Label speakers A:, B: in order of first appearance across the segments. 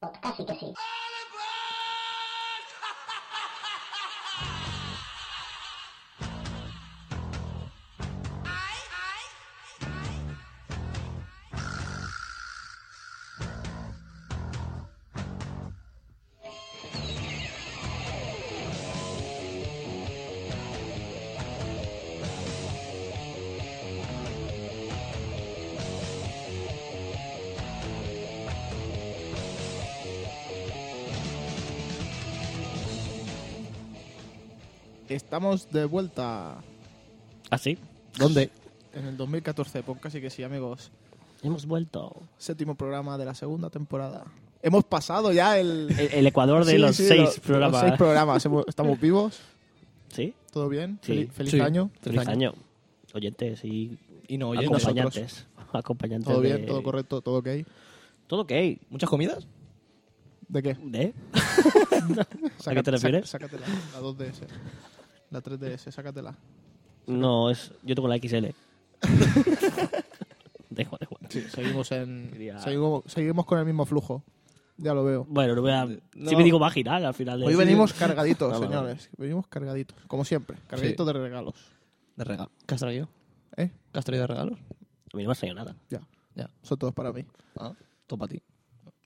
A: Pues Casi que sí.
B: Estamos de vuelta ¿Ah,
C: Así.
D: ¿Dónde?
B: en el 2014, pues casi que sí, amigos.
C: Hemos vuelto.
B: Séptimo programa de la segunda temporada. Hemos pasado ya el...
C: El, el Ecuador de
B: Sí,
C: los
B: sí,
C: seis
B: lo- de los
C: programas.
B: seis programas. Hemos- Estamos vivos,
C: ¿Sí?
B: todo bien.
C: Sí.
B: Feliz, feliz
D: Sí.
B: año.
C: Feliz año. Oyentes y
D: Y no, oye, nosotros.
C: acompañantes. Acompañantes.
B: Todo bien,
C: de-
B: todo correcto, todo ok.
C: Todo ok.
D: ¿Muchas comidas?
B: ¿De qué?
C: ¿De?
B: Saca-
C: ¿A qué te refieres?
B: saca- Sácatela, la 2DS. La 3DS, sácatela.
C: No, es. Yo tengo la XL. da igual, da igual.
B: Sí, seguimos en.
C: Quería-
B: Seguimos, seguimos con el mismo flujo. Ya lo veo.
C: Bueno, no voy a.
D: No.
C: Si me digo va a girar al final. de-
B: Hoy venimos cargaditos,
C: Vale, vale.
B: señores. Venimos cargaditos, como siempre. Cargaditos de regalos.
D: De regalo. ¿Qué has traído?
B: ¿Eh?
D: ¿Qué has traído de regalos?
C: A mí no me ha salido nada.
B: Ya.
D: Ya.
B: Son todos para mí.
D: Ah, todo para ti.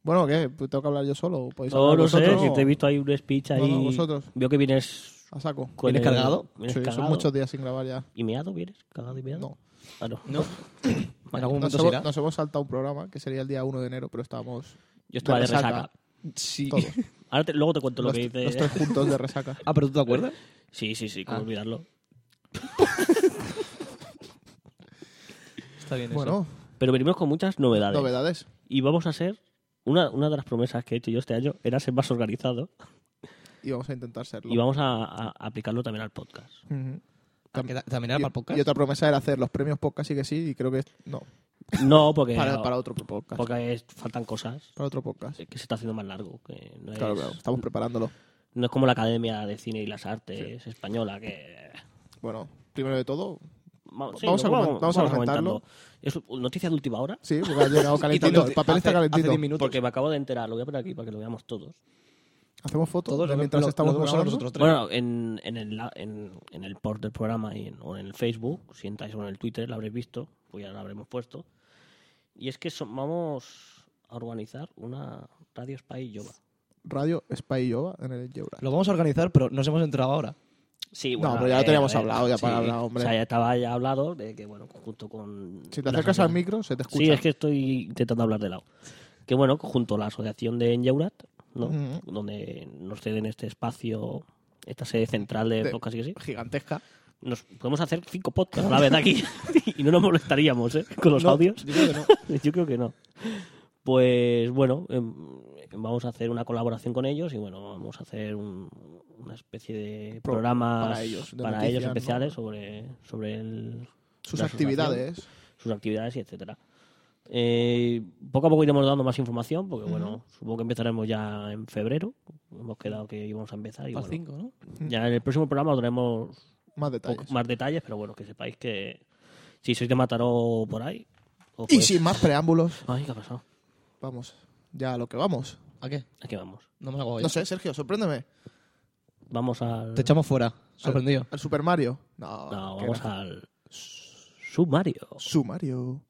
B: Bueno, ¿qué? Pues ¿Tengo que hablar yo solo? ¿O ¿Podéis
C: No,
B: hablar
C: no sé,
B: vosotros?
C: que te he visto ahí un speech ahí.
B: Pues No, no, vosotros.
C: Veo que vienes.
B: A saco.
C: con
D: ¿Vienes
C: el-
D: cargado?
C: Vienes
B: Sí,
C: cargado.
B: son muchos días sin grabar ya.
C: ¿Y meado vienes? ¿Cagado y meado?
B: No.
C: Ah, no.
D: No. en algún
B: Nos
D: momento
B: hemos,
D: será.
B: nos hemos saltado un programa que sería el día 1 de enero, pero estábamos
C: Yo estaba
B: De
C: de
B: resaca.
C: resaca.
D: Sí.
B: todos.
C: Ahora te- luego te cuento lo
B: los,
C: que
B: t-
C: dice.
B: los tres juntos de resaca.
D: Ah, pero ¿tú te acuerdas?
C: Sí, sí, sí, cómo
D: Ah.
C: olvidarlo.
D: Está bien
B: Bueno,
C: Pero venimos con muchas novedades.
B: novedades.
C: Y vamos a ser. Una, una de las promesas que he hecho yo este año era ser más organizado
B: Y vamos a intentar serlo.
C: y vamos a, a aplicarlo también al podcast.
B: Ujú.
D: ¿También era para el podcast?
B: Y otra promesa era hacer los premios podcast y que sí, y creo que no.
C: No,
D: Eh,
C: porque,
B: Para, para otro podcast.
C: porque es- faltan cosas eh,
B: Para otro
D: Eh,
B: podcast.
C: que se está haciendo más largo. Que no,
B: Claro,
C: es,
B: claro, estamos preparándolo.
C: no es como la Academia de Cine y las Artes española que...
B: Bueno, primero de todo,
C: Vamos,
B: Vamos a
C: lo-
B: comen- vamos a comentarlo.
C: Es noticia de última hora.
B: sí, porque ha llegado
D: Y
B: calentito.
D: también
B: El papel está
D: hace-
B: calentito.
D: hace 10 minutos.
C: Porque me acabo de enterar, lo voy a poner aquí para que lo veamos todos.
B: Hacemos fotos
D: Todos
B: de
D: lo-
B: mientras
D: lo-
B: estamos
D: lo vemos solo
B: grabando.
D: nosotros tres.
C: Bueno, en, en, el, la- en, en el post del programa y en- o en el Facebook, si entráis o en el Twitter, lo habréis visto, pues ya lo habremos puesto. Y es que son- vamos a organizar una Radio Spy Yoga.
B: Radio Spy Yoga en el Yeura.
D: Lo vamos a organizar, pero nos hemos enterado ahora.
C: Sí,
B: No, pero ya lo
C: a ver,
B: teníamos
C: a ver,
B: hablado, ya para hablar, hombre.
C: eh, O sea, ya estaba ya hablado de que, bueno, junto con...
B: Si te
C: la
B: acercas al
C: asociación-
B: micro, se te escucha.
C: Sí, es que estoy intentando hablar de lado. Que bueno, junto a la asociación de Enjaurat, ¿no?
B: Ujú.
C: donde nos ceden este espacio, esta sede central de,
B: De-
C: podcast, y que sí,
B: Gigantesca.
C: nos podemos hacer cinco podcasts a la vez aquí y no nos molestaríamos ¿eh? con los
B: No,
C: audios.
B: yo creo que no.
C: Yo creo que no. Pues bueno, em, vamos a hacer una colaboración con ellos y bueno, vamos a hacer un- una especie de
B: Pro-
C: programas
B: para ellos, de
C: para
B: noticias,
C: ellos
B: ¿no?
C: especiales sobre, sobre el-
B: Sus
C: la asociación
B: actividades.
C: sus actividades y etcétera. Eh, poco a poco iremos dando más información, porque bueno, supongo que empezaremos ya en febrero. Hemos quedado que íbamos a empezar. Y,
D: Para
C: bueno,
D: cinco, ¿no?
C: ya en el próximo programa os daremos
B: Más
C: po-
B: detalles.
C: más detalles, pero bueno, que sepáis que si sois de Mataró por ahí. os
B: Y
C: podéis-
B: sin más preámbulos,
C: Ay, ¿qué ha pasado?
B: vamos. Ya a lo que vamos.
D: ¿A qué?
C: Aquí vamos.
D: No me hago
B: No sé, Sergio, sorpréndeme.
C: Vamos al.
D: Te echamos fuera. Sorprendido.
B: Al Super Mario. No,
C: No,
B: que
C: vamos
B: era-
C: al. Sumario.
B: Sumario.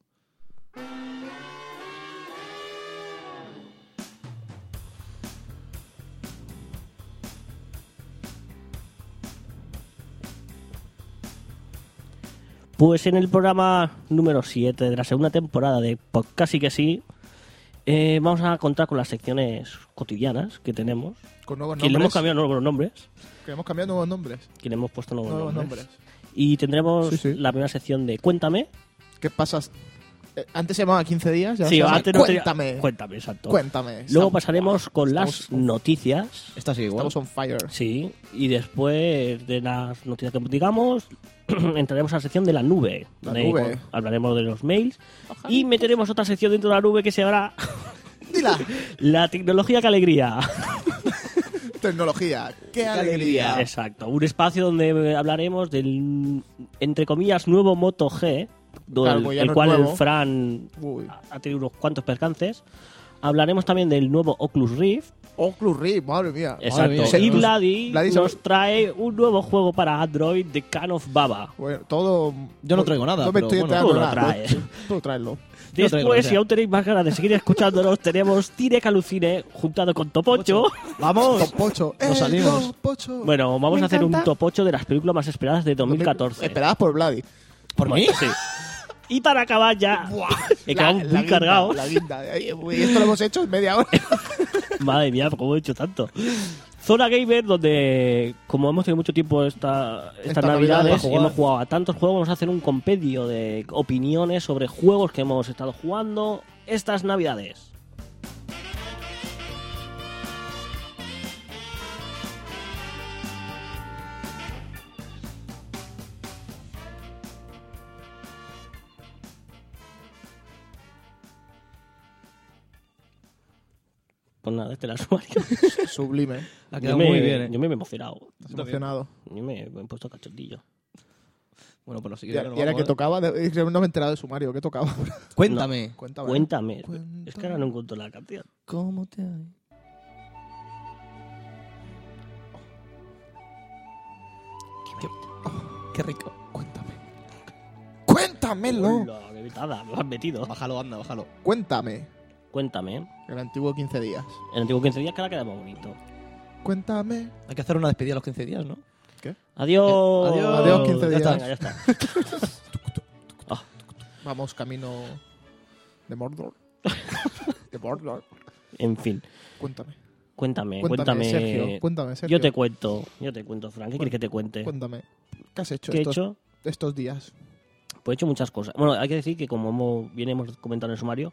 C: Pues en el programa número 7 de la segunda temporada de Podcast y que sí, eh, vamos a contar con las secciones cotidianas que tenemos.
B: Con nuevos
C: Que le hemos
B: nombres.
C: cambiado nuevos nombres.
B: Que le hemos cambiado nuevos nombres.
C: Que le hemos puesto nuevos,
B: Nuevos
C: nombres.
B: nombres.
C: Y tendremos
B: Sí, sí.
C: la primera sección de Cuéntame.
B: ¿Qué pasas? Eh, antes se llamaba 15 días, ya se llama
C: antes no tenía-
B: Cuéntame.
C: Cuéntame, exacto.
B: Cuéntame.
C: Luego
B: Estamos-
C: pasaremos con las
B: estamos-
C: noticias.
D: Estás igual.
B: Estamos on fire.
C: Sí, y después de las noticias que digamos, entraremos a la sección de la nube.
B: La
C: donde
B: nube.
C: Hablaremos de los mails. Y meteremos otra sección dentro de la nube que se llamará
B: Dila.
C: La tecnología que alegría.
B: Tecnología. Qué alegría.
C: Exacto, un espacio donde hablaremos del, entre comillas, nuevo Moto G, do-
B: Claro,
C: el,
B: pues ya
C: el
B: no es
C: cual el
B: nuevo.
C: Fran
B: Uy.
C: ha tenido unos cuantos percances. Hablaremos también del nuevo Oculus Rift.
B: Oculus Rift, madre mía.
C: Exacto.
D: mía.
C: Y
B: Se-
C: Vladi
B: Vladi se-
C: nos trae un nuevo juego para Android de Can of Baba.
B: Bueno, todo.
D: Yo no traigo nada,
B: No me
D: pero
B: estoy
D: bueno.
B: enterando
C: Tú lo
B: nada.
C: traes.
B: Tú- Tú tráelo.
D: Yo traigo lo que
C: Después,
D: sea.
C: si aún tenéis más ganas de seguir escuchándonos, tenemos Tire Calucine juntado con Topocho.
B: Vamos. Pocho.
D: Nos
B: Eh,
D: salimos.
B: Top Pocho.
C: Bueno, vamos
B: Me
C: a hacer un
B: encanta.
C: Topocho de las películas más esperadas de 2014.
B: Esperadas por Vladi.
D: ¿Por mí?
C: Sí. Y para acabar ya, que
B: La-
C: quedamos
B: la
C: muy
B: guinda,
C: cargados.
B: La guinda. Eh, uy, Esto lo hemos hecho en media hora.
C: Madre mía, ¿cómo he hecho tanto? Zona Gamer, donde como hemos tenido mucho tiempo esta, estas
B: Esta Navidad
C: navidades,
B: para
D: jugar.
C: hemos jugado a tantos juegos, vamos a hacer un compendio de opiniones sobre juegos que hemos estado jugando estas navidades. Pues nada, este es el usuario.
B: Sublime.
D: Ha
C: Yo
D: quedado
C: me,
D: muy bien, ¿eh?
C: yo me he emocionado.
B: Estás emocionado.
C: Yo me, me he puesto cachondillo.
D: Bueno, pues lo siguiente
B: Y,
D: nos
B: y era
D: vamos,
B: que
D: ¿eh?
B: tocaba. de- No me he enterado de sumario. ¿Qué tocaba?
D: Cuéntame.
B: Cuéntame.
C: Cuéntame.
B: Cuéntame.
C: Es que ahora no encuentro la canción.
D: ¿Cómo te hay? Qué, oh, qué rico.
B: Cuéntame. Cuéntamelo.
C: Hola, qué pitada, me lo has metido.
D: Bájalo, anda, bájalo.
B: Cuéntame.
C: Cuéntame.
B: El antiguo 15 días.
C: El antiguo 15 días que ahora queda más bonito.
B: Cuéntame.
D: Hay que hacer una despedida a los 15 días, ¿no?
C: Adiós.
D: Adiós.
B: Adiós, 15
C: Ya
B: días.
C: está, ya está.
B: Vamos camino de Mordor. de Mordor.
C: En fin.
B: Cuéntame. Cuéntame,
C: Cuéntame, Eh, cuéntame.
B: Sergio. Cuéntame, Sergio.
C: Yo te cuento, yo te cuento, Frank. ¿Qué quieres que te cuente?
B: Cuéntame. ¿Qué has hecho
C: ¿Qué he
B: estos,
C: hecho?
B: estos días?
C: Pues he hecho muchas cosas. Bueno, hay que decir que como hemos, bien hemos comentado en el sumario,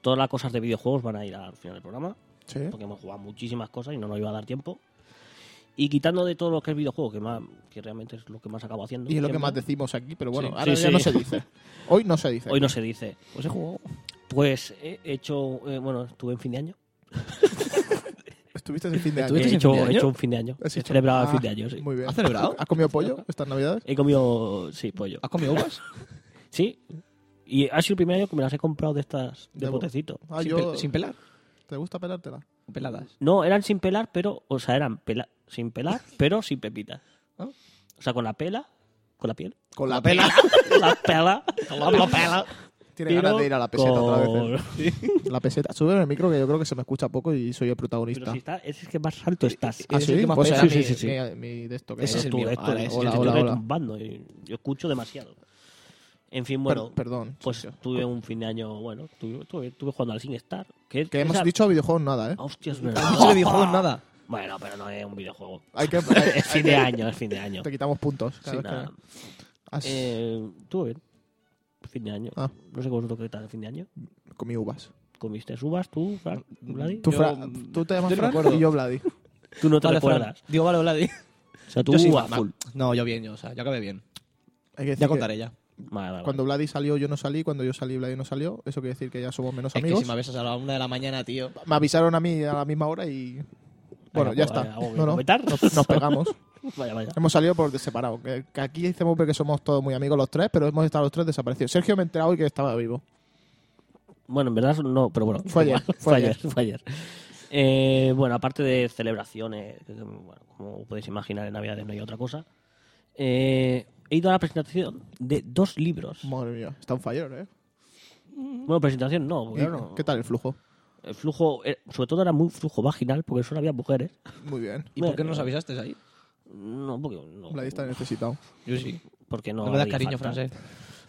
C: todas las cosas de videojuegos van a ir al final del programa.
B: Sí.
C: porque hemos jugado muchísimas cosas y no nos iba a dar tiempo. Y quitando de todo lo que es videojuego, que, más, que realmente es lo que más acabo haciendo.
B: Y es lo que
C: siempre,
B: más decimos aquí, pero bueno,
C: Sí,
B: ahora
C: sí,
B: ya no
C: sí.
B: se dice. Hoy no se dice.
C: Hoy no se dice.
D: Pues he jugado.
C: Pues he hecho, eh, bueno, estuve en fin de año.
B: Estuviste en fin de año.
D: ¿Estuviste
C: He
D: en
C: hecho,
D: fin de
C: he
D: año?
C: hecho un fin de año. He
B: ¿Has hecho?
C: celebrado el
B: Ah,
C: fin de año, sí.
B: Muy bien.
D: ¿Has celebrado?
B: ¿Has comido pollo estas navidades?
C: He comido, sí, pollo.
D: ¿Has comido uvas?
C: Sí. Y ha sido el primer año que me las he comprado de estas de
B: De-
C: potecito.
B: Ah,
D: sin,
B: yo...
D: pe- sin pelar.
B: ¿Te gusta pelártela?
D: ¿O Peladas.
C: No, eran sin pelar, pero, o sea, eran pela- sin pelar, pero sin pepitas.
D: Ah.
C: O sea, con la pela, con la piel,
B: Con la
D: pela.
C: la pela, con la pela.
B: Tiene ganas de ir a la peseta otra vez. ¿eh?
C: con-
B: La peseta. Sube el micro que yo creo que se me escucha poco y soy el
C: Pero
B: protagonista.
C: si está, ese es que más alto estás.
D: Ah,
B: ¿Ah,
D: Ese
B: sí?
D: es el que más
B: Pues
D: pesa.
B: sí,
D: Mi-
B: sí, sí, sí.
D: mi-
B: Mi de esto que
D: Ese
B: es.
D: es el
C: Tú,
D: mío.
C: esto,
D: Ahora, ese
C: hola,
D: es el
C: hola,
D: mío.
B: hola.
C: retumbando y yo escucho demasiado. En fin,
B: Per-
C: bueno,
B: perdón.
C: pues
B: Sergio.
C: tuve un fin de año, bueno, tuve, tuve- tuve jugando al SingStar. Que,
B: Que hemos
C: esa-
B: dicho videojuegos nada, ¿eh?
C: Ah, Hostia, es verdad.
D: No se le videojuegos nada.
C: Bueno, pero no es un videojuego.
B: Hay que,
C: Es fin de año, es fin de año.
B: Te quitamos puntos. cada
C: Sí,
B: vez que-
C: nada.
B: Has
C: Eh, tuve bien. Fin de año.
B: Ah.
C: No sé vosotros qué tal el fin de año.
B: comido uvas.
C: ¿Comiste uvas tú, Fran, Vladi?
B: Mm, Tú,
D: Yo-
B: Fra- tú te llamas
D: yo no
B: Fran
D: recuerdo.
B: y yo Vladi.
C: Tú no te
D: Vale, Fran.
C: recuerdas.
D: Digo, vale, vale.
C: O sea, tú
D: Yo sí,
C: a
D: ma-
C: full.
D: No, yo bien, yo, o sea, yo acabé bien.
B: Hay que decir
D: Ya
B: que
D: contaré ya.
C: Vale, vale,
B: Cuando Vladi salió yo no salí, cuando yo salí Vladi no salió. Eso quiere decir que ya somos menos
D: Es que
B: amigos.
D: si me besas a la una de la mañana, tío.
B: me... avisaron a mí a la misma hora y... Bueno, ya
C: Venga, pues,
B: está.
D: eh,
C: vale, algo que
B: No, no.
C: comentar.
B: Nos, nos pegamos.
C: vale. Vaya, vaya.
B: hemos salido por separado. Que, que aquí hicimos ver que somos todos muy amigos los tres, pero hemos estado los tres desaparecidos. Sergio me he enterado hoy que estaba vivo.
C: Bueno, en verdad no, pero bueno.
B: Fue ayer,
C: igual,
B: fue ayer.
C: fue ayer. Eh, bueno, aparte de celebraciones, que, bueno, como podéis imaginar, en Navidades no hay otra cosa. eh, he ido a la presentación de dos libros.
B: Madre mía, está un fire, ¿eh?
C: Bueno, presentación no,
B: ¿Y
C: porque no-
B: ¿Qué tal el flujo?
C: el flujo, eh, sobre todo era muy flujo vaginal, porque solo había mujeres.
B: Muy bien.
D: ¿Y por qué no nos avisaste ahí?
C: No, porque no.
B: Vladi está necesitado.
D: Yo sí.
C: Porque no
D: No, me das
C: haría
D: cariño,
C: falta.
D: francés.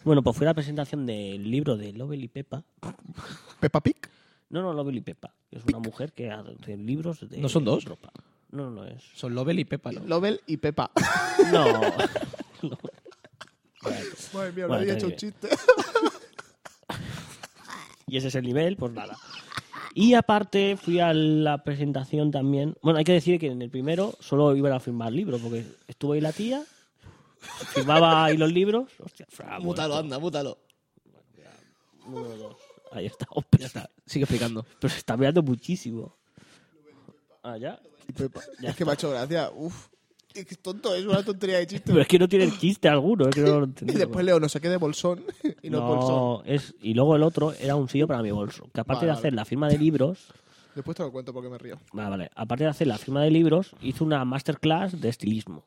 C: Bueno, pues fue la presentación del libro de Lovell y Pepa.
B: Peppa Pig.
C: No, no, Lovell y Pepa. que Es una mujer que hace libros de.
D: ¿No son dos?
C: Ropa. No, no, no es.
D: Son Lobel y Pepa, ¿no?
B: Lobel y Pepa.
C: No.
B: Madre mía,
C: Bueno,
B: Vladi ha
C: está
B: hecho un
C: bien.
B: chiste.
C: y ese es el nivel, pues nada. Y aparte fui a la presentación también. Bueno, hay que decir que en el primero solo iban a firmar libros, porque estuvo ahí la tía, firmaba ahí los libros. Hostia, Fran,
D: Mútalo,
C: bueno,
D: anda, mútalo.
C: uno, dos. Ahí está. Oh, pero, está.
D: Sigue explicando.
C: pero se está mirando muchísimo. Ah, ya.
B: Y Pepa. es que me ha hecho gracia. Uf. Es que es tonto, es una tontería de chiste.
C: Pero es que no tiene chiste alguno. es que no lo
B: Y
C: entiendo.
B: después leo, no sé qué de bolsón y no, es bolsón.
C: no, es Y luego el otro era un sello para mi bolso. Que aparte
B: Vale,
C: de hacer la firma de libros,
B: Después te lo cuento porque me río.
C: vale, vale, aparte de hacer la firma de libros, hizo una masterclass de estilismo.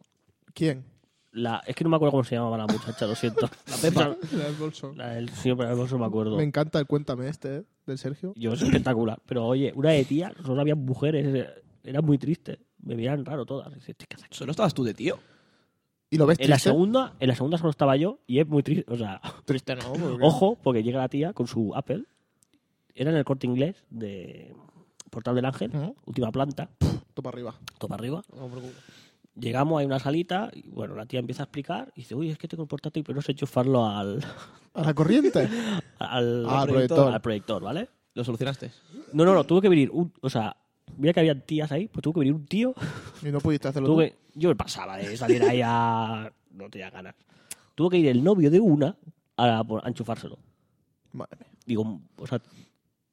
B: ¿Quién?
C: La, es que no me acuerdo cómo se llamaba la muchacha, lo siento. la Pepa.
B: La del bolsón.
C: La del sello para mi bolso me acuerdo.
B: Me encanta el cuéntame este, ¿eh? Del Sergio.
C: Yo, es espectacular. Pero oye, una de tía, solo había mujeres, eh, era muy triste. Me miran raro todas. Dice, "Este, ¿qué hace aquí?".
D: Solo estabas tú de tío.
B: ¿Y lo ves
C: En la
B: triste?
C: segunda, en la segunda solo estaba yo y es muy triste. O sea,
D: Triste no. porque-
C: ojo, porque llega la tía con su Apple. Era en el corte inglés de Portal del Ángel,
B: Ujú.
C: última planta,
B: Tú para arriba.
C: toma arriba. Llegamos, hay una salita, y bueno, la tía empieza a explicar y dice, uy, es que tengo el portátil, pero no sé enchufarlo al,
B: A la corriente.
C: al,
B: Ah, al proyector.
C: al proyector, ¿vale?
D: Lo solucionaste.
C: No, no, no, tuvo que venir un, o sea, mira que había tías ahí, pues tuvo que venir un tío
B: y no pudiste hacerlo
C: Tuvo que- yo me pasaba de salir ahí a... No tenía ganas. Tuvo que ir el novio de una a, a enchufárselo.
B: tú. Madre mía.
C: Digo, o sea,